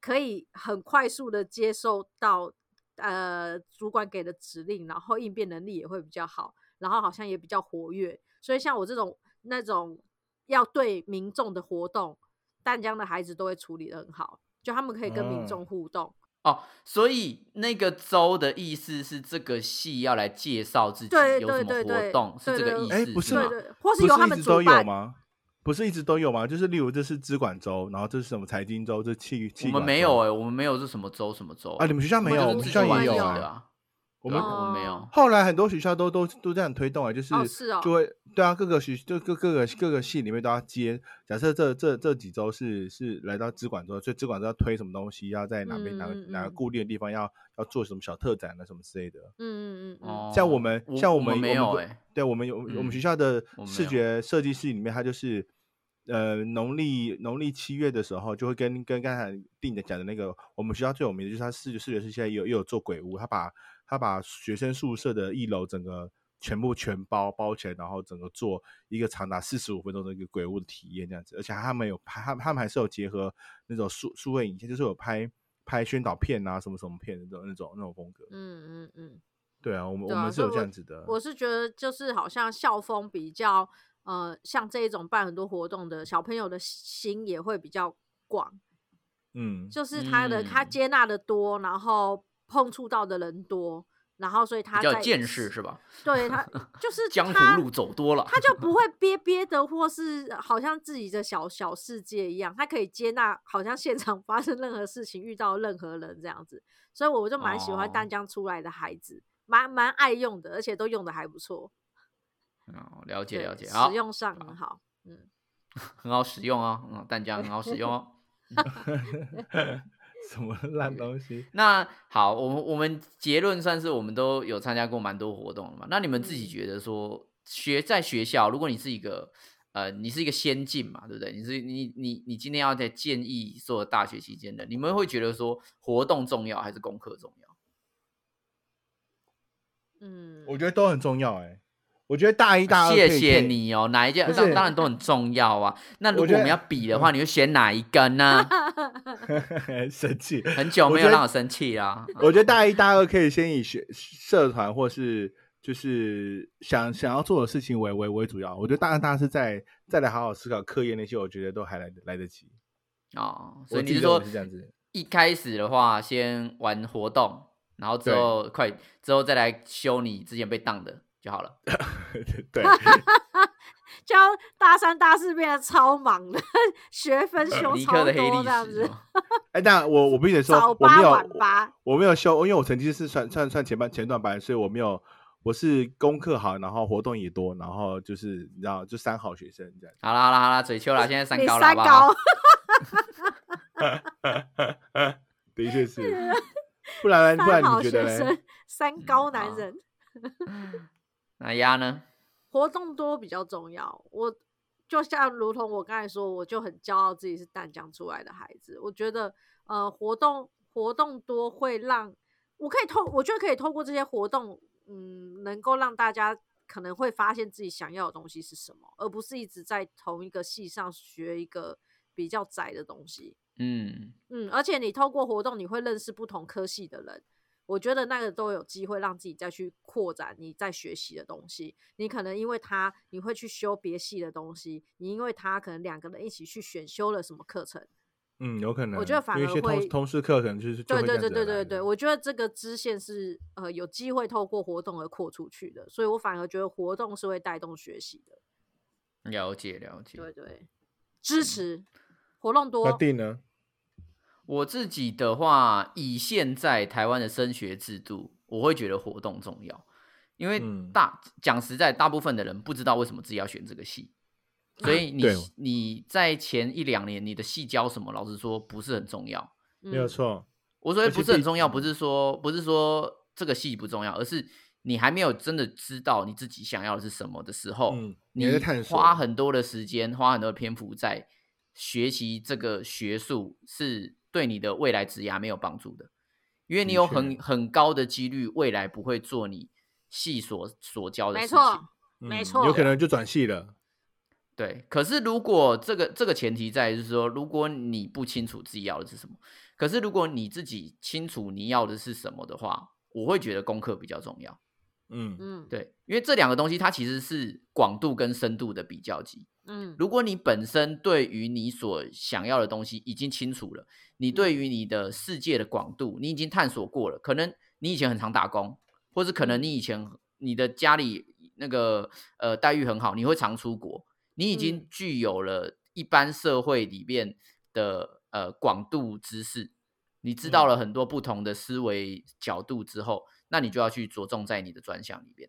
[SPEAKER 2] 可以很快速的接受到呃主管给的指令，然后应变能力也会比较好，然后好像也比较活跃。所以像我这种那种要对民众的活动，淡江的孩子都会处理的很好，就他们可以跟民
[SPEAKER 1] 哦
[SPEAKER 2] 众互动。
[SPEAKER 3] 哦，所以那个州的意思是这个戏要来介绍自己
[SPEAKER 2] 对
[SPEAKER 3] 有
[SPEAKER 2] 对
[SPEAKER 3] 什么
[SPEAKER 2] 对
[SPEAKER 3] 活
[SPEAKER 2] 对
[SPEAKER 3] 动，是
[SPEAKER 2] 对
[SPEAKER 3] 这个
[SPEAKER 2] 对
[SPEAKER 3] 意思
[SPEAKER 2] 对
[SPEAKER 1] 哎不是
[SPEAKER 3] 吗
[SPEAKER 2] 对？对，或是
[SPEAKER 1] 不
[SPEAKER 2] 由他
[SPEAKER 1] 是一
[SPEAKER 2] 们
[SPEAKER 1] 直
[SPEAKER 2] 主
[SPEAKER 1] 都有
[SPEAKER 2] 办。
[SPEAKER 1] 吗？不是一直都有吗？就是例如这是资管州，然后这是什么财经州，这是气气
[SPEAKER 3] 我们
[SPEAKER 1] 管州
[SPEAKER 3] 没有哎、我们没有是什么州什么州
[SPEAKER 1] 哦啊，你们学校
[SPEAKER 3] 我
[SPEAKER 1] 没
[SPEAKER 3] 们
[SPEAKER 1] 有，
[SPEAKER 3] 就
[SPEAKER 1] 我
[SPEAKER 3] 是
[SPEAKER 1] 们
[SPEAKER 3] 自
[SPEAKER 1] 学
[SPEAKER 3] 己
[SPEAKER 1] 校
[SPEAKER 3] 玩
[SPEAKER 1] 也有
[SPEAKER 3] 自己
[SPEAKER 2] 啊
[SPEAKER 3] 的
[SPEAKER 1] 啊。
[SPEAKER 3] 啊，
[SPEAKER 1] 我
[SPEAKER 3] 对
[SPEAKER 1] 们
[SPEAKER 3] 啊我们没有
[SPEAKER 2] 哦。
[SPEAKER 1] 后来很多学校都都都这样推动啊，就是
[SPEAKER 2] 哦是哦
[SPEAKER 1] 就会对啊，各个学就各各个各个系里面都要接。假设这这这几周是是来到资管周，所以资管周要推什么东西，要在哪边、哪个
[SPEAKER 2] 嗯嗯
[SPEAKER 1] 哪个
[SPEAKER 2] 嗯
[SPEAKER 1] 固定的地方要要做什么小特展啊什么之类的。
[SPEAKER 2] 嗯嗯嗯嗯，
[SPEAKER 3] 哦
[SPEAKER 1] 像我们像
[SPEAKER 3] 我
[SPEAKER 1] 我们
[SPEAKER 3] 没
[SPEAKER 1] 我们
[SPEAKER 3] 有
[SPEAKER 1] 不
[SPEAKER 3] 哎、
[SPEAKER 1] 对我们有我
[SPEAKER 3] 嗯
[SPEAKER 1] 们学校的
[SPEAKER 3] 我们没
[SPEAKER 1] 视
[SPEAKER 3] 有
[SPEAKER 1] 觉设计系里面，它就是呃农历农历七月的时候，就会跟跟刚才定的讲的那个，我们学校最有名的就是它视觉视觉系现在也有也有做鬼屋，他把他把学生宿舍的一楼整个全部全包包起来，然后整个做一个长达四十五分钟的一个鬼屋的体验这样子，而且他们有拍，他们他们还是有结合那种数数位影像，就是有拍拍宣导片啊什么什么片的那种那种那种风格。
[SPEAKER 2] 嗯嗯嗯。
[SPEAKER 1] 对啊，我们、
[SPEAKER 2] 对
[SPEAKER 1] 我
[SPEAKER 2] 啊
[SPEAKER 1] 们是
[SPEAKER 2] 所以
[SPEAKER 1] 有这
[SPEAKER 2] 我
[SPEAKER 1] 样子的。
[SPEAKER 2] 我是觉得就是好像校风比较，呃，像这一种办很多活动的小朋友的心也会比较广，
[SPEAKER 1] 嗯， *laughs*
[SPEAKER 2] 就是他的、他
[SPEAKER 3] 嗯
[SPEAKER 2] 接纳的多，然后碰触到的人多，然后所以他
[SPEAKER 3] 比较有
[SPEAKER 2] 在
[SPEAKER 3] 见识，是吧？
[SPEAKER 2] 对
[SPEAKER 3] *laughs*
[SPEAKER 2] 他就是
[SPEAKER 3] 江
[SPEAKER 2] 他
[SPEAKER 3] 湖路走多了，
[SPEAKER 2] 他就不会憋憋的，或是好像自己的小小世界一样，他可以接纳好像现场发生任何事情，遇到任何人这样子。所以我就蛮喜欢
[SPEAKER 3] 哦
[SPEAKER 2] 淡江出来的孩子，蛮蛮爱用的，而且都用的还不错，
[SPEAKER 3] 哦，了解
[SPEAKER 2] 对，
[SPEAKER 3] 了解，好
[SPEAKER 2] 使，用上很好。嗯，
[SPEAKER 3] 很好使用哦，嗯，淡江很好使
[SPEAKER 1] *laughs*
[SPEAKER 3] 用哦。
[SPEAKER 1] 什么烂东西？
[SPEAKER 3] 那好，我们我们结论算是我们都有参加过蛮多活动了嘛。那你们自己
[SPEAKER 2] 嗯
[SPEAKER 3] 觉得说学在学校，如果你是一个呃，你是一个先进嘛，对不对？你是你你你今天要在建议所有大学期间的，你们会觉得说活动重要还是功课重要？
[SPEAKER 2] 嗯，
[SPEAKER 1] 我觉得都很重要哎、我觉得大一大二
[SPEAKER 3] 啊谢
[SPEAKER 1] 可以
[SPEAKER 3] 谢，
[SPEAKER 1] 可以
[SPEAKER 3] 你哦，哪
[SPEAKER 1] *laughs*
[SPEAKER 3] 一件
[SPEAKER 1] 不
[SPEAKER 3] 当
[SPEAKER 1] 是
[SPEAKER 3] 当然都很重要啊。那如
[SPEAKER 1] 我
[SPEAKER 3] 果
[SPEAKER 1] 觉
[SPEAKER 3] 我
[SPEAKER 1] 得
[SPEAKER 3] 们要比的话，你会选哪一根呢？
[SPEAKER 1] *laughs* 生气。
[SPEAKER 3] 很久
[SPEAKER 1] 我
[SPEAKER 3] 没
[SPEAKER 1] 觉
[SPEAKER 3] 有
[SPEAKER 1] 得
[SPEAKER 3] 让我生气啊嗯啦。
[SPEAKER 1] 我觉得大一大二可以先以学社团或是就是想想要做的事情为为为主要。我觉得大二大是在再来好好思考课业那些，我觉得都还来得来得及。 *laughs*
[SPEAKER 3] 哦，所
[SPEAKER 1] 我
[SPEAKER 3] 以
[SPEAKER 1] 自己
[SPEAKER 3] 你是
[SPEAKER 1] 认为
[SPEAKER 3] 说
[SPEAKER 1] 是这样子
[SPEAKER 3] 一开始的话，先玩活动，然后之
[SPEAKER 1] 对
[SPEAKER 3] 后快之后再来修你之前被当的就好了。
[SPEAKER 1] 对，
[SPEAKER 2] 教大三大四变得超忙的，学分修
[SPEAKER 3] 呃尼
[SPEAKER 2] 超
[SPEAKER 3] 克
[SPEAKER 2] 多
[SPEAKER 3] 的黑历
[SPEAKER 2] 这样
[SPEAKER 3] 史
[SPEAKER 2] 子
[SPEAKER 3] 哦，，
[SPEAKER 1] 哎，但我我必须得
[SPEAKER 2] 早
[SPEAKER 1] 说，我没
[SPEAKER 2] 八晚
[SPEAKER 1] 有
[SPEAKER 2] 八。
[SPEAKER 1] 我没有修，因为我成绩是算算算前半前段班，所以我没有。我是功课好，然后活动也多，然后就是你知道，就三好学生这样。
[SPEAKER 3] 好啦好啦好啦，嘴
[SPEAKER 2] *laughs*
[SPEAKER 3] 秋啦，现在三
[SPEAKER 2] 你
[SPEAKER 3] 高了，好
[SPEAKER 2] 哎三
[SPEAKER 3] 不好？
[SPEAKER 2] 高，
[SPEAKER 1] 的确
[SPEAKER 2] *laughs*
[SPEAKER 1] 是，不然不然
[SPEAKER 2] 三好
[SPEAKER 1] 你觉得
[SPEAKER 2] 学
[SPEAKER 1] 嘞
[SPEAKER 2] 生？，三高男
[SPEAKER 3] 嗯好
[SPEAKER 2] 人。
[SPEAKER 3] *laughs* 那丫呢？
[SPEAKER 2] 活动多比较重要。我就像如同我刚才说，我就很骄傲自己是淡江出来的孩子。我觉得，呃，活动活动多会让我可以透，我觉得可以透过这些活动，嗯，能够让大家可能会发现自己想要的东西是什么，而不是一直在同一个系上学一个比较窄的东西。
[SPEAKER 3] 嗯，
[SPEAKER 2] 嗯，而且你透过活动，你会认识不同科系的人。我觉得那个都有机会让自己再去扩展你在学习的东西。你可能因为他，你会去修别系的东西；你因为他，可能两个人一起去选修了什么课程。
[SPEAKER 1] 嗯，有可能。
[SPEAKER 2] 觉得反
[SPEAKER 1] 因为一
[SPEAKER 2] 而
[SPEAKER 1] 些通
[SPEAKER 2] 会
[SPEAKER 1] 通识课可能就是就
[SPEAKER 2] 对
[SPEAKER 1] 会这
[SPEAKER 2] 对
[SPEAKER 1] 样
[SPEAKER 2] 对
[SPEAKER 1] 子
[SPEAKER 2] 对
[SPEAKER 1] 来
[SPEAKER 2] 对
[SPEAKER 1] 的啊
[SPEAKER 2] 对，我觉得这个支线是呃有机会透过活动而扩出去的，所以我反而觉得活动是会带动学习的。
[SPEAKER 3] 了解了解。
[SPEAKER 2] 对对，支持活动多嗯
[SPEAKER 1] 那，定呢？
[SPEAKER 3] 我自己的话，以现在台湾的升学制度，我会觉得活动重要，因为
[SPEAKER 1] 嗯
[SPEAKER 3] 大讲实在，大部分的人不知道为什么自己要选这个系，所以你
[SPEAKER 1] 对哦
[SPEAKER 3] 你在前一两年你的系教什么，老实说不是很重要。
[SPEAKER 1] 没有
[SPEAKER 2] 嗯
[SPEAKER 3] 哦
[SPEAKER 1] 错，
[SPEAKER 3] 我所谓
[SPEAKER 1] 而且
[SPEAKER 3] 不是很
[SPEAKER 1] 毕嗯
[SPEAKER 3] 重要，不是说不是说这个戏不重要，而是你还没有真的知道你自己想要的是什么的时候，
[SPEAKER 1] 嗯你
[SPEAKER 3] 你
[SPEAKER 1] 还在探索
[SPEAKER 3] 花很多的时间，花很多的篇幅在学习这个学术，是对你的未来职涯没有帮助的，因为你
[SPEAKER 1] 的
[SPEAKER 3] 有
[SPEAKER 1] 确
[SPEAKER 3] 很很高的几率未来不会做你系所所教的
[SPEAKER 2] 没
[SPEAKER 3] 事情。
[SPEAKER 2] 错，没
[SPEAKER 1] 嗯
[SPEAKER 2] 错
[SPEAKER 1] 有可能就转系了。
[SPEAKER 3] 对，可是如果这个这个前提在于是说，如果你不清楚自己要的是什么，可是如果你自己清楚你要的是什么的话，我会觉得功课比较重要。
[SPEAKER 1] 嗯，
[SPEAKER 2] 嗯
[SPEAKER 3] 对，因为这两个东西它其实是广度跟深度的比较级。
[SPEAKER 2] 嗯
[SPEAKER 3] 如果你本身对于你所想要的东西已经清楚了，你对于你的世界的广度你已经探索过了，可能你以前很常打工，或是可能你以前你的家里那个呃待遇很好，你会常出国，你已经
[SPEAKER 2] 嗯
[SPEAKER 3] 具有了一般社会里面的呃广度知识，你知道了很多不同的思维角度之后，那你就要去着重在你的专项里边。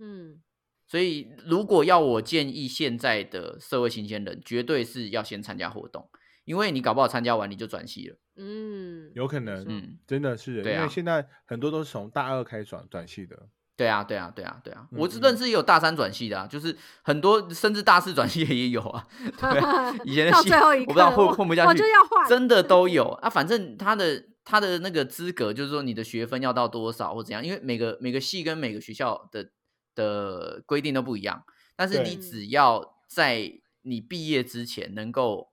[SPEAKER 2] 嗯，
[SPEAKER 3] 所以，如果要我建议现在的社会新鲜人，绝对是要先参加活动，因为你搞不好参加完你就转系了。
[SPEAKER 2] 嗯，
[SPEAKER 1] 有可能，
[SPEAKER 2] 错
[SPEAKER 3] 嗯，
[SPEAKER 1] 真的是，
[SPEAKER 3] 对
[SPEAKER 1] 因为
[SPEAKER 3] 啊
[SPEAKER 1] 现在很多都是从大二开始转转系的。
[SPEAKER 3] 对啊，对啊，对啊，对啊，我
[SPEAKER 1] 嗯嗯
[SPEAKER 3] 认识也有大三转系的啊，就是很多甚至大四转系的也有啊。
[SPEAKER 2] *laughs*
[SPEAKER 3] 对啊，以前的
[SPEAKER 2] 到
[SPEAKER 3] 系
[SPEAKER 2] 最后一
[SPEAKER 3] 我不
[SPEAKER 2] 刻
[SPEAKER 3] 知道混
[SPEAKER 2] 我
[SPEAKER 3] 混不下去，
[SPEAKER 2] 我就要
[SPEAKER 1] *laughs*
[SPEAKER 2] 换
[SPEAKER 3] 真的都有啊。反正他的他的那个资格就是说你的学分要到多少或怎样，因为每个每个系跟每个学校的的规定都不一样，但是
[SPEAKER 1] 对
[SPEAKER 3] 你只要在你毕业之前能够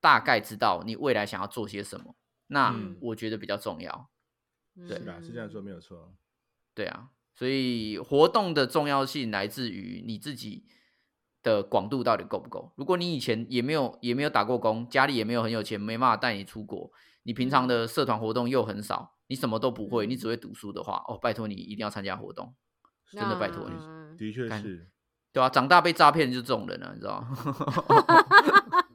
[SPEAKER 3] 大概知道你未来想要做些什么，那
[SPEAKER 1] 嗯
[SPEAKER 3] 我觉得比较重要。对
[SPEAKER 1] 是的，是这样说
[SPEAKER 2] 嗯
[SPEAKER 1] 没有错。
[SPEAKER 3] 对啊，所以活动的重要性来自于你自己的广度到底够不够。如果你以前也没有也没有打过工，家里也没有很有钱，没办法带你出国，你平常的社团活动又很少，你什么都不会，你只会读书的话，哦，拜托你一定要参加活动，真的拜托你。
[SPEAKER 2] 嗯
[SPEAKER 1] 的确
[SPEAKER 3] 干
[SPEAKER 1] 是，
[SPEAKER 3] 对啊，长大被诈骗就是这种人啊了、你知道吗？ *laughs*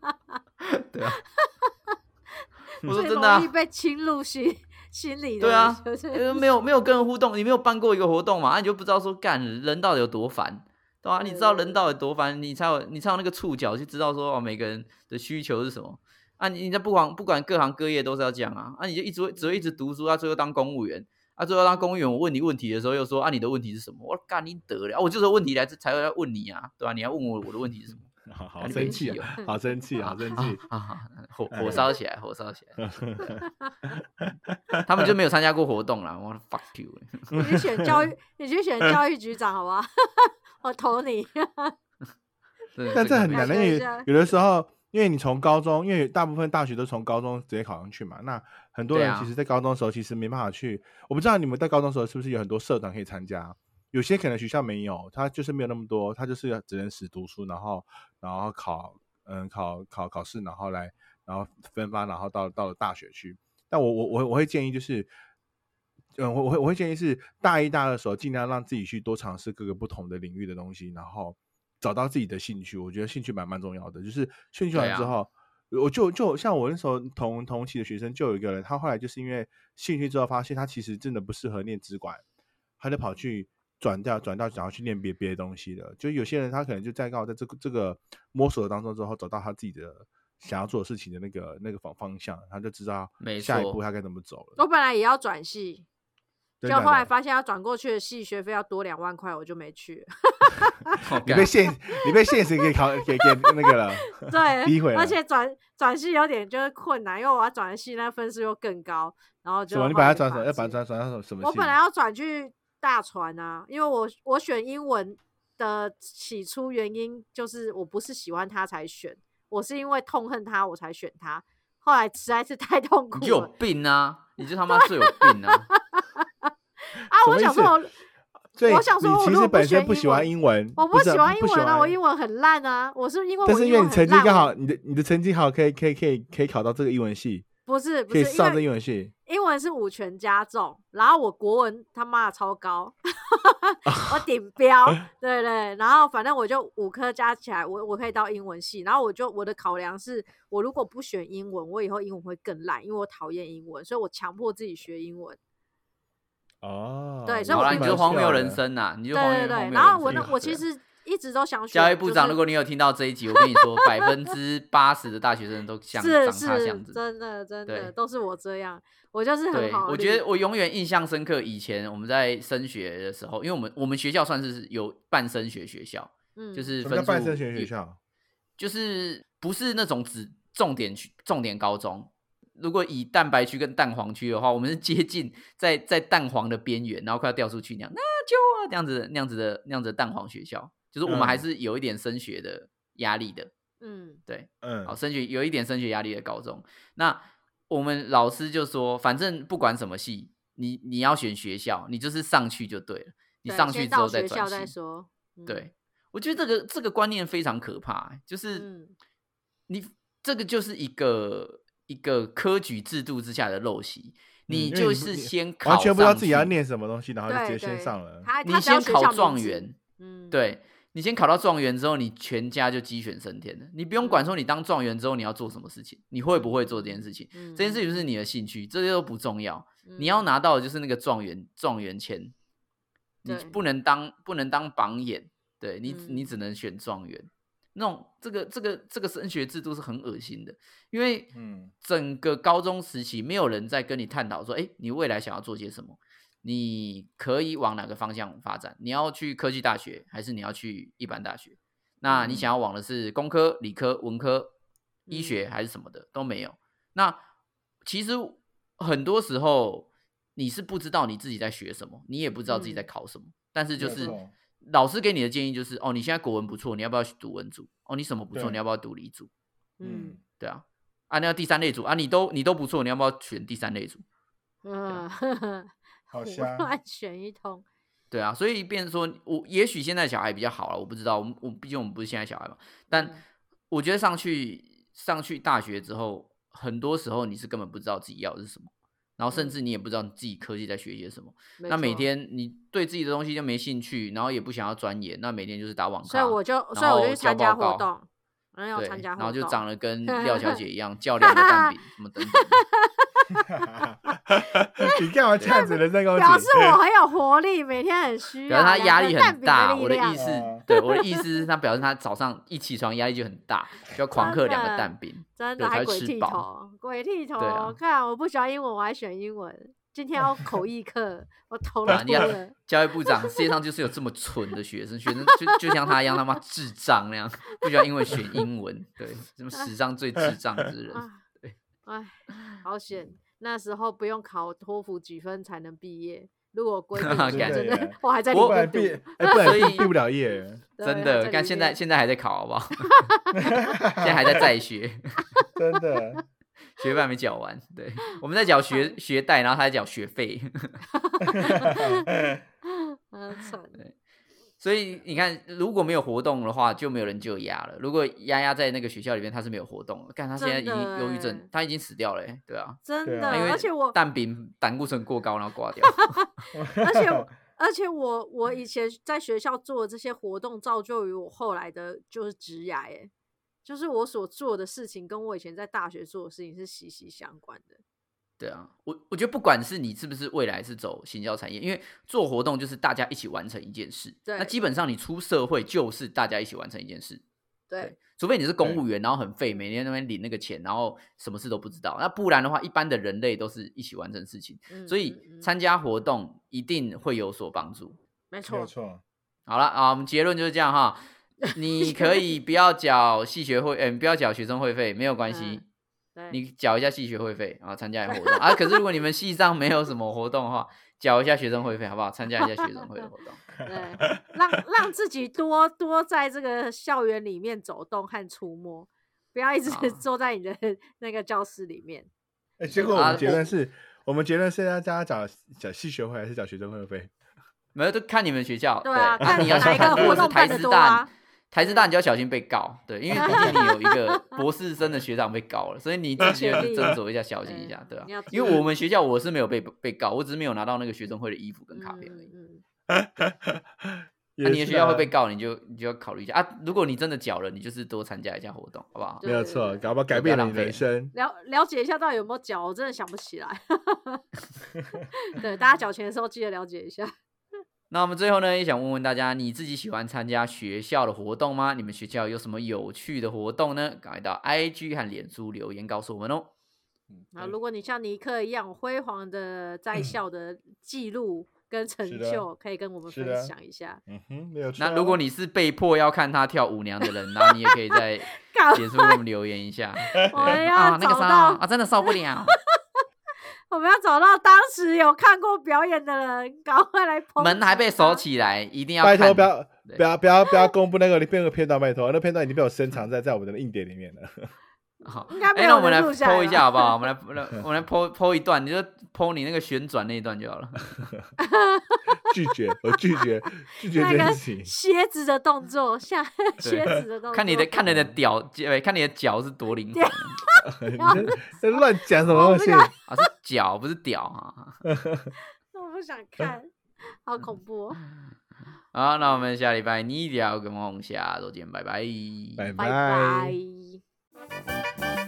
[SPEAKER 3] 对啊， *laughs* 我说
[SPEAKER 2] 最
[SPEAKER 3] 真的、啊
[SPEAKER 2] 容易，被侵入心心理的，
[SPEAKER 3] 对啊
[SPEAKER 2] 就是 *laughs*
[SPEAKER 3] 呃没有没有跟人互动，你没有办过一个活动嘛，那你就不知道说干人到底有多烦，对啊，你知道人到底多烦，你才有你才有那个触角去知道说哦每个人的需求是什么啊，你你在不管不管各行各业都是要这样啊，啊你就一直会只会一直读书啊，最后当公务员。啊，最后当公务员，我问你问题的时候又说啊，你的问题是什么？我干你得了啊！我就是有问题来自才会来问你啊，对吧、你要问我我的问题
[SPEAKER 1] *laughs*
[SPEAKER 3] 是什么？
[SPEAKER 1] 好好
[SPEAKER 3] 干你哦
[SPEAKER 1] 生
[SPEAKER 3] 没
[SPEAKER 1] 气
[SPEAKER 3] 理由
[SPEAKER 1] 啊，好生气，好
[SPEAKER 3] *laughs*
[SPEAKER 1] 生气。
[SPEAKER 3] 啊啊！火
[SPEAKER 1] 哎
[SPEAKER 3] 火烧起来，火烧起
[SPEAKER 1] *laughs*
[SPEAKER 3] 来！他们就没有参加过活动啦，我 fuck
[SPEAKER 1] *laughs*
[SPEAKER 3] you！
[SPEAKER 2] 你去选教育，你去选教育局长，好不好？ *laughs* 我投你。 *laughs*
[SPEAKER 3] 真的
[SPEAKER 1] 但这
[SPEAKER 3] 这个
[SPEAKER 1] 很
[SPEAKER 3] 没
[SPEAKER 1] 难的，
[SPEAKER 2] 感
[SPEAKER 1] 因为
[SPEAKER 2] 受一下
[SPEAKER 1] 有的时候，因为你从高中，因为大部分大学都从高中直接考上去嘛，那很多
[SPEAKER 3] 对
[SPEAKER 1] 人
[SPEAKER 3] 啊
[SPEAKER 1] 其实，在高中的时候其实没办法去。我不知道你们在高中的时候是不是有很多社团可以参加，有些可能学校没有，他就是没有那么多，他就是只能死读书，然后然后考嗯考考考试，然后来然后分发，然后到到了大学去。但我我我我会建议就是，嗯，我我会我会建议是大一大二的时候，尽量让自己去多尝试各个不同的领域的东西，然后找到自己的兴趣。我觉得兴趣蛮蛮重要的，就是兴趣
[SPEAKER 3] 对
[SPEAKER 1] 完
[SPEAKER 3] 啊
[SPEAKER 1] 之后，我就就像我那时候同同期的学生，就有一个人，他后来就是因为兴趣之后发现他其实真的不适合念资管，他就跑去转掉转到想要去念别别的东西了。就有些人他可能就在刚好在这个这个摸索当中之后，找到他自己的想要做的事情的那个那个方方向，他就知道
[SPEAKER 3] 没
[SPEAKER 1] 下一
[SPEAKER 3] 错
[SPEAKER 1] 步他该怎么走了。
[SPEAKER 2] 我本来也要转系，
[SPEAKER 1] 真
[SPEAKER 2] 就
[SPEAKER 1] 的啊
[SPEAKER 2] 后来
[SPEAKER 1] 假的
[SPEAKER 2] 发现要转过去的系学费要多两万块，我就没去。
[SPEAKER 3] 我
[SPEAKER 1] 你
[SPEAKER 3] 干 *laughs*
[SPEAKER 1] 被现你被现实给考给给那个
[SPEAKER 2] *laughs*
[SPEAKER 1] 了， *laughs*
[SPEAKER 2] 对
[SPEAKER 1] 诋毁，了
[SPEAKER 2] 而且转转系有点就是困难，因为我要转的系那分数又更高，然后就
[SPEAKER 1] 什么？你
[SPEAKER 2] 后来
[SPEAKER 1] 把它
[SPEAKER 2] 没
[SPEAKER 1] 转
[SPEAKER 2] 法
[SPEAKER 1] 什么？要把它
[SPEAKER 2] 进
[SPEAKER 1] 转转到什么系？
[SPEAKER 2] 我本来要转去大船啊，因为我我选英文的起初原因就是我不是喜欢他才选，我是因为痛恨他我才选他。后来实在是太痛苦
[SPEAKER 3] 你就有
[SPEAKER 2] 了
[SPEAKER 3] 病啊！你就他妈最有
[SPEAKER 2] *laughs*
[SPEAKER 3] 病啊！
[SPEAKER 2] 啊！
[SPEAKER 1] 什
[SPEAKER 2] 我
[SPEAKER 1] 么意
[SPEAKER 2] 想
[SPEAKER 1] 思
[SPEAKER 2] 说我，
[SPEAKER 1] 所以
[SPEAKER 2] 我想说我
[SPEAKER 1] 你
[SPEAKER 2] 如
[SPEAKER 1] 其
[SPEAKER 2] 果
[SPEAKER 1] 实
[SPEAKER 2] 不
[SPEAKER 1] 本身
[SPEAKER 2] 选
[SPEAKER 1] 不
[SPEAKER 2] 英
[SPEAKER 1] 喜欢
[SPEAKER 2] 文
[SPEAKER 1] 英文，
[SPEAKER 2] 我
[SPEAKER 1] 不
[SPEAKER 2] 不
[SPEAKER 1] 是
[SPEAKER 2] 喜欢英
[SPEAKER 1] 不
[SPEAKER 2] 文啊，我
[SPEAKER 1] 英
[SPEAKER 2] 英文很烂啊，我是因为
[SPEAKER 1] 但
[SPEAKER 2] 我
[SPEAKER 1] 是
[SPEAKER 2] 英
[SPEAKER 1] 因为
[SPEAKER 2] 文
[SPEAKER 1] 你成
[SPEAKER 2] 很
[SPEAKER 1] 绩
[SPEAKER 2] 烂，欸
[SPEAKER 1] 刚
[SPEAKER 2] 我
[SPEAKER 1] 好，你的你的成绩好，可以可以可以可以可以考到这个英文系，
[SPEAKER 2] 不是不
[SPEAKER 1] 可以
[SPEAKER 2] 是因
[SPEAKER 1] 上这
[SPEAKER 2] 为
[SPEAKER 1] 英文系。
[SPEAKER 2] 英文是五全加重，然后我国文他妈超
[SPEAKER 3] *laughs*
[SPEAKER 2] 高，我顶标，对对，然后反正我就五科加起来，我我可以到英文系，然后我就我的考量是我如果不选英文，我以后英文会更烂，因为我讨厌英文，所以我强迫自己学英文。
[SPEAKER 1] 哦，
[SPEAKER 2] 对所以
[SPEAKER 3] 好
[SPEAKER 2] 我
[SPEAKER 3] 啦，
[SPEAKER 2] 觉
[SPEAKER 3] 你
[SPEAKER 2] 得
[SPEAKER 3] 就是荒
[SPEAKER 2] 欸
[SPEAKER 3] 谬人
[SPEAKER 1] 蛮
[SPEAKER 3] 生呐、你就
[SPEAKER 2] 对
[SPEAKER 3] 荒谬
[SPEAKER 2] 对
[SPEAKER 3] 荒
[SPEAKER 2] 对，
[SPEAKER 3] 谬
[SPEAKER 2] 然后
[SPEAKER 3] 人
[SPEAKER 2] 我
[SPEAKER 3] 生
[SPEAKER 2] 那我其实一直都想选
[SPEAKER 3] 教育部长，
[SPEAKER 2] 就是
[SPEAKER 3] 如果你有听到这一集，我跟你说，百分之八十的大学生都
[SPEAKER 2] *laughs*
[SPEAKER 3] 像
[SPEAKER 2] 是
[SPEAKER 3] 长他这
[SPEAKER 2] 是
[SPEAKER 3] 样子。
[SPEAKER 2] 真的真
[SPEAKER 3] 对
[SPEAKER 2] 的都是我这样，我就是很
[SPEAKER 3] 对
[SPEAKER 2] 好，。
[SPEAKER 3] 我觉得我永远印象深刻。以前我们在升学的时候，因为我们我们学校算是有半升学学校，
[SPEAKER 2] 嗯，
[SPEAKER 3] 就是
[SPEAKER 1] 什么叫
[SPEAKER 3] 分数
[SPEAKER 1] 半升学
[SPEAKER 3] 也
[SPEAKER 1] 学校？
[SPEAKER 3] 就是不是那种只重点区、重点高中。如果以蛋白区跟蛋黄区的话，我们是接近在在蛋黄的边缘，然后快要掉出去那样，那就啊那样子的那样子的那样子的蛋黄学校，就是我们
[SPEAKER 1] 嗯
[SPEAKER 3] 还是有一点升学的压力的。
[SPEAKER 2] 嗯
[SPEAKER 1] 嗯
[SPEAKER 3] 好，，升学有一点升学压力的高中。那我们老师就说，反正不管什么系，你你要选学校，你就是上去就对了。你
[SPEAKER 2] 对
[SPEAKER 3] 上
[SPEAKER 2] 先
[SPEAKER 3] 去之
[SPEAKER 2] 到
[SPEAKER 3] 后再
[SPEAKER 2] 学校
[SPEAKER 3] 转
[SPEAKER 2] 再
[SPEAKER 3] 系。
[SPEAKER 2] 说，嗯，
[SPEAKER 3] 对，我觉得这个这个观念非常可怕、欸就是
[SPEAKER 2] 嗯
[SPEAKER 3] 你这个就是一个一个科举制度之下的陋
[SPEAKER 2] 嗯
[SPEAKER 3] 习。你
[SPEAKER 1] 因为
[SPEAKER 3] 就
[SPEAKER 1] 不
[SPEAKER 3] 是
[SPEAKER 1] 你
[SPEAKER 3] 先考
[SPEAKER 1] 完全不知道
[SPEAKER 3] 上
[SPEAKER 1] 自己要
[SPEAKER 3] 去
[SPEAKER 1] 念什么东西，然后就直
[SPEAKER 2] 对
[SPEAKER 1] 接先
[SPEAKER 2] 对
[SPEAKER 1] 上了。
[SPEAKER 2] 他
[SPEAKER 3] 你
[SPEAKER 2] 他只要
[SPEAKER 3] 先
[SPEAKER 2] 学
[SPEAKER 3] 考
[SPEAKER 2] 校名
[SPEAKER 3] 状
[SPEAKER 2] 字
[SPEAKER 3] 元，
[SPEAKER 2] 嗯，
[SPEAKER 3] 对你先考到状元之后，你全家就鸡犬升天了。你不用
[SPEAKER 2] 嗯
[SPEAKER 3] 管说你当状元之后你要做什么事情，你会不会做这件事情，
[SPEAKER 2] 嗯，
[SPEAKER 3] 这件事情是你的兴趣，这些都不重要。你要
[SPEAKER 2] 嗯
[SPEAKER 3] 拿到的就是那个状元状元签，你
[SPEAKER 2] 对
[SPEAKER 3] 不能当不能当榜眼，对你你
[SPEAKER 2] 嗯
[SPEAKER 3] 只能选状元。那种这个这个这个升学制度是很恶心的，因为
[SPEAKER 1] 嗯
[SPEAKER 3] 整个高中时期没有人在跟你探讨说，哎，你未来想要做些什么，你可以往哪个方向发展？你要去科技大学，还是你要去一般大学？那你
[SPEAKER 1] 嗯
[SPEAKER 3] 想要往的是工科、理科、文科、医学
[SPEAKER 2] 嗯
[SPEAKER 3] 还是什么的都没有。那其实很多时候你是不知道你自己在学什么，你也不知道自己在
[SPEAKER 2] 嗯
[SPEAKER 3] 考什么，但是就
[SPEAKER 1] 没
[SPEAKER 3] 是
[SPEAKER 1] 错
[SPEAKER 3] 老师给你的建议就是，哦，你现在国文不错，你要不要去读文组？哦，你什么不错，
[SPEAKER 1] 对
[SPEAKER 3] 你要不要读理组？
[SPEAKER 2] 嗯
[SPEAKER 1] 嗯，
[SPEAKER 3] 对啊，啊，那第三类组啊，你都你都不错，你要不要选第三类组？啊
[SPEAKER 2] 嗯，
[SPEAKER 1] 好
[SPEAKER 2] 胡
[SPEAKER 1] 香
[SPEAKER 2] 乱 *laughs* 选一通，
[SPEAKER 3] 对啊，所以变成说我也许现在小孩比较好了，我不知道，我们我毕竟我们不是现在小孩嘛，但
[SPEAKER 2] 嗯
[SPEAKER 3] 我觉得上去上去大学之后，很多时候你是根本不知道自己要的是什么，然后甚
[SPEAKER 2] 嗯
[SPEAKER 3] 至你也不知道你自己科技在学些什么。
[SPEAKER 2] 没
[SPEAKER 3] 那每
[SPEAKER 2] 错。
[SPEAKER 3] 天你对自己的东西就没兴趣，然后也不想要钻研，那每天就是打网咖，
[SPEAKER 2] 所以我就，所以
[SPEAKER 3] 然
[SPEAKER 2] 我
[SPEAKER 3] 后
[SPEAKER 2] 就去
[SPEAKER 3] 交
[SPEAKER 2] 参加
[SPEAKER 3] 报告
[SPEAKER 2] 活动，然后要
[SPEAKER 3] 对，
[SPEAKER 2] 参加活
[SPEAKER 3] 然
[SPEAKER 2] 动，
[SPEAKER 3] 后就长得跟廖小姐
[SPEAKER 2] *laughs*
[SPEAKER 3] 一样，较量的蛋饼什么等等的。
[SPEAKER 1] 你干嘛这样子人身攻击？
[SPEAKER 2] 表示我很有活力，每天很需
[SPEAKER 3] 表
[SPEAKER 2] 要。
[SPEAKER 3] 示他压力
[SPEAKER 2] 啊两个蛋饼
[SPEAKER 3] 很大。
[SPEAKER 2] 力
[SPEAKER 3] 我的
[SPEAKER 2] 量
[SPEAKER 3] 意思
[SPEAKER 1] 嗯，
[SPEAKER 3] 对我的意思是，他表示他早上一起床压力就很大，就要狂嗑两个蛋饼。
[SPEAKER 2] 真
[SPEAKER 3] 对
[SPEAKER 2] 的
[SPEAKER 3] 才
[SPEAKER 2] 还鬼
[SPEAKER 3] 吃
[SPEAKER 2] 剃
[SPEAKER 3] 饱
[SPEAKER 2] 头，鬼剃头！
[SPEAKER 3] 啊
[SPEAKER 2] 看我不喜欢英文，我还选英文。今天要口译课，我头
[SPEAKER 3] *laughs* 对
[SPEAKER 2] 都
[SPEAKER 3] 啊，你
[SPEAKER 2] 秃
[SPEAKER 3] 看
[SPEAKER 2] 了。
[SPEAKER 3] 教育部长，世界上就是有这么蠢的学生，学生就就像他一样，他妈智障那样，不喜欢英文选英文，对，什么史上最智障之人。
[SPEAKER 2] 啊，哎，好险！那时候不用考托福几分才能毕业。如果规定
[SPEAKER 3] 干
[SPEAKER 2] 真的
[SPEAKER 1] 对，
[SPEAKER 2] 我还在里
[SPEAKER 1] 不
[SPEAKER 2] 面
[SPEAKER 1] 然
[SPEAKER 2] 读
[SPEAKER 1] 毕，哎，不然
[SPEAKER 3] 所以
[SPEAKER 1] 毕毕不了业。
[SPEAKER 2] 对
[SPEAKER 3] 真
[SPEAKER 2] 还在
[SPEAKER 3] 的，
[SPEAKER 2] 里
[SPEAKER 3] 看现在
[SPEAKER 2] 面
[SPEAKER 3] 现在还在考好不好？现在还在在学，
[SPEAKER 1] 真的，
[SPEAKER 3] 学费还没缴完。对，我们在缴学学贷，然后他在缴学费。
[SPEAKER 2] 很嗯惨。
[SPEAKER 3] 所以你看，如果没有活动的话，就没有人救丫了。如果丫丫在那个学校里面，她是没有活动的，看她现在已经
[SPEAKER 2] 真的
[SPEAKER 3] 忧郁症
[SPEAKER 2] 欸，哦
[SPEAKER 3] 她已经死掉了、欸，对啊，
[SPEAKER 2] 真
[SPEAKER 1] 对
[SPEAKER 2] 的，
[SPEAKER 1] 啊
[SPEAKER 3] 因为
[SPEAKER 2] 而且我
[SPEAKER 3] 蛋饼胆固醇过高，然后
[SPEAKER 2] *laughs*
[SPEAKER 3] 挂掉。
[SPEAKER 2] 而且我而且我我以前在学校做的这些活动，造就于我后来的就是职涯，哎，就是我所做的事情跟我以前在大学做的事情是息息相关的。
[SPEAKER 3] 对啊，我我觉得不管是你是不是未来是走行销产业，因为做活动就是大家一起完成一件事，
[SPEAKER 2] 对
[SPEAKER 3] 那基本上你出社会就是大家一起完成一件事，对
[SPEAKER 2] 对，
[SPEAKER 3] 除非你是公务员，然后很废，每天在那边领那个钱，然后什么事都不知道，那不然的话，一般的人类都是一起完成事情，
[SPEAKER 2] 嗯
[SPEAKER 3] 所以
[SPEAKER 2] 嗯嗯
[SPEAKER 3] 参加活动一定会有所帮助。
[SPEAKER 2] 没
[SPEAKER 1] 没
[SPEAKER 2] 错
[SPEAKER 1] 有，错，
[SPEAKER 3] 好了啊，我们结论就是这
[SPEAKER 2] *laughs*
[SPEAKER 3] 样哈。你可以不要缴系学会，嗯、不要缴学生会费，没有关系，
[SPEAKER 2] 嗯对，
[SPEAKER 3] 你缴一下系学会费啊，参加一下活动
[SPEAKER 2] *laughs*
[SPEAKER 3] 啊。可是如果你们系上没有什么活动的话，缴一下学生会费好不好？参加一下学生会
[SPEAKER 2] *laughs*
[SPEAKER 3] 的活动。
[SPEAKER 2] 对，让让自己多多在这个校园里面走动和触摸，不要一直
[SPEAKER 3] 好
[SPEAKER 2] 坐在你的那个教室里面。
[SPEAKER 1] 哎，结果我
[SPEAKER 3] 啊
[SPEAKER 1] 们结
[SPEAKER 3] 我
[SPEAKER 1] 论是，我们结论是要大家找找系学会还是找学生会费？
[SPEAKER 3] 啊没有，就看你们学校。
[SPEAKER 2] 对啊，
[SPEAKER 3] 那
[SPEAKER 2] 看
[SPEAKER 3] 你要
[SPEAKER 2] 哪
[SPEAKER 3] 想
[SPEAKER 2] 一
[SPEAKER 3] *laughs*
[SPEAKER 2] 个
[SPEAKER 3] 看，如
[SPEAKER 2] 活
[SPEAKER 3] 果是
[SPEAKER 2] 动
[SPEAKER 3] 台
[SPEAKER 2] 办的
[SPEAKER 3] 师
[SPEAKER 2] 多
[SPEAKER 3] 大
[SPEAKER 2] 啊，？
[SPEAKER 3] 台师大你就要小心被告，对，因为毕竟你有一
[SPEAKER 2] *laughs*
[SPEAKER 3] 个博士生的学长被告了，所以你自己要去斟酌一下，小心一下，对吧、
[SPEAKER 2] 你要
[SPEAKER 3] 因为我们学校我是没有被被告，我只是没有拿到那个学生会的衣服跟卡片而已。
[SPEAKER 2] 嗯
[SPEAKER 1] 也
[SPEAKER 3] 那、你的
[SPEAKER 1] 是
[SPEAKER 3] 学校会
[SPEAKER 1] 啊
[SPEAKER 3] 被告，你就你就要考虑一下啊。如果你真的缴了，你就是多参加一下活动，好不好？
[SPEAKER 1] 没有错，
[SPEAKER 2] 对
[SPEAKER 1] 搞不好改
[SPEAKER 3] 就不
[SPEAKER 1] 变了
[SPEAKER 3] 要浪
[SPEAKER 1] 你人
[SPEAKER 3] 费
[SPEAKER 1] 生。
[SPEAKER 2] 了了解一下到底有没有缴，我真的想不起来。 *laughs* 对，大家缴钱的时候记得了解一下。
[SPEAKER 3] 那我们最后呢，也想问问大家，你自己喜欢参加学校的活动吗？你们学校有什么有趣的活动呢？赶快到 IG 和脸书留言告诉我们哦。
[SPEAKER 2] 啊，
[SPEAKER 1] 嗯
[SPEAKER 2] 如果你像尼克一样有辉煌的
[SPEAKER 3] 嗯
[SPEAKER 2] 在校的记录跟成
[SPEAKER 1] 是的
[SPEAKER 2] 就，可以跟我们
[SPEAKER 1] 是
[SPEAKER 2] 分
[SPEAKER 1] 的
[SPEAKER 2] 享一下。
[SPEAKER 1] 嗯哼，没有错啊。
[SPEAKER 3] 那如果你是被迫要看他跳舞娘的人，那你也可以在
[SPEAKER 2] *laughs*
[SPEAKER 3] *laughs*
[SPEAKER 2] 搞
[SPEAKER 3] 脸书给我们留言
[SPEAKER 2] *laughs*
[SPEAKER 3] 一下。对
[SPEAKER 2] 我们
[SPEAKER 3] 啊
[SPEAKER 2] 要，
[SPEAKER 3] 那个
[SPEAKER 2] 找
[SPEAKER 3] 啥
[SPEAKER 2] 到
[SPEAKER 3] 啊，真的受不
[SPEAKER 2] *laughs*
[SPEAKER 3] 了，
[SPEAKER 2] 我们要找到当时有看过表演的人，赶快来捧
[SPEAKER 3] 门还被
[SPEAKER 2] 场
[SPEAKER 3] 锁。起来，一定要
[SPEAKER 1] 拜托
[SPEAKER 3] 看
[SPEAKER 1] 不要
[SPEAKER 3] 对
[SPEAKER 1] 不要不要不要公布那个那个片段，拜托，那片段已经被我深藏在在我们的硬碟里面了。
[SPEAKER 3] 好，
[SPEAKER 2] 应该没
[SPEAKER 3] 哎，那
[SPEAKER 2] 有
[SPEAKER 3] 我们
[SPEAKER 2] 人
[SPEAKER 3] 来
[SPEAKER 2] 录下来
[SPEAKER 3] PO 一
[SPEAKER 2] 吧
[SPEAKER 3] 下好不好？我们来
[SPEAKER 1] *laughs*
[SPEAKER 3] 我们来我们来 PO PO 一段，你就 PO 你那个旋转那一段就好了。
[SPEAKER 1] 拒绝，我拒绝拒绝
[SPEAKER 2] 那
[SPEAKER 1] 这件
[SPEAKER 2] 个
[SPEAKER 1] 事
[SPEAKER 2] *laughs*
[SPEAKER 1] 情。
[SPEAKER 2] 蝎子的动作，像
[SPEAKER 3] 哦 *laughs* 对
[SPEAKER 2] 蝎子的动作，
[SPEAKER 3] 看你的看你的屌，哎看你的脚是多灵活
[SPEAKER 1] 你 *laughs* 在在乱讲什么
[SPEAKER 2] 我
[SPEAKER 1] 东
[SPEAKER 2] 不
[SPEAKER 1] 西？
[SPEAKER 3] 啊，是脚不是屌啊。
[SPEAKER 2] 我不想看，好恐怖、哦。
[SPEAKER 3] 好，那我们下礼拜你一定要跟我们下周见，拜拜，
[SPEAKER 1] 拜
[SPEAKER 2] 拜拜。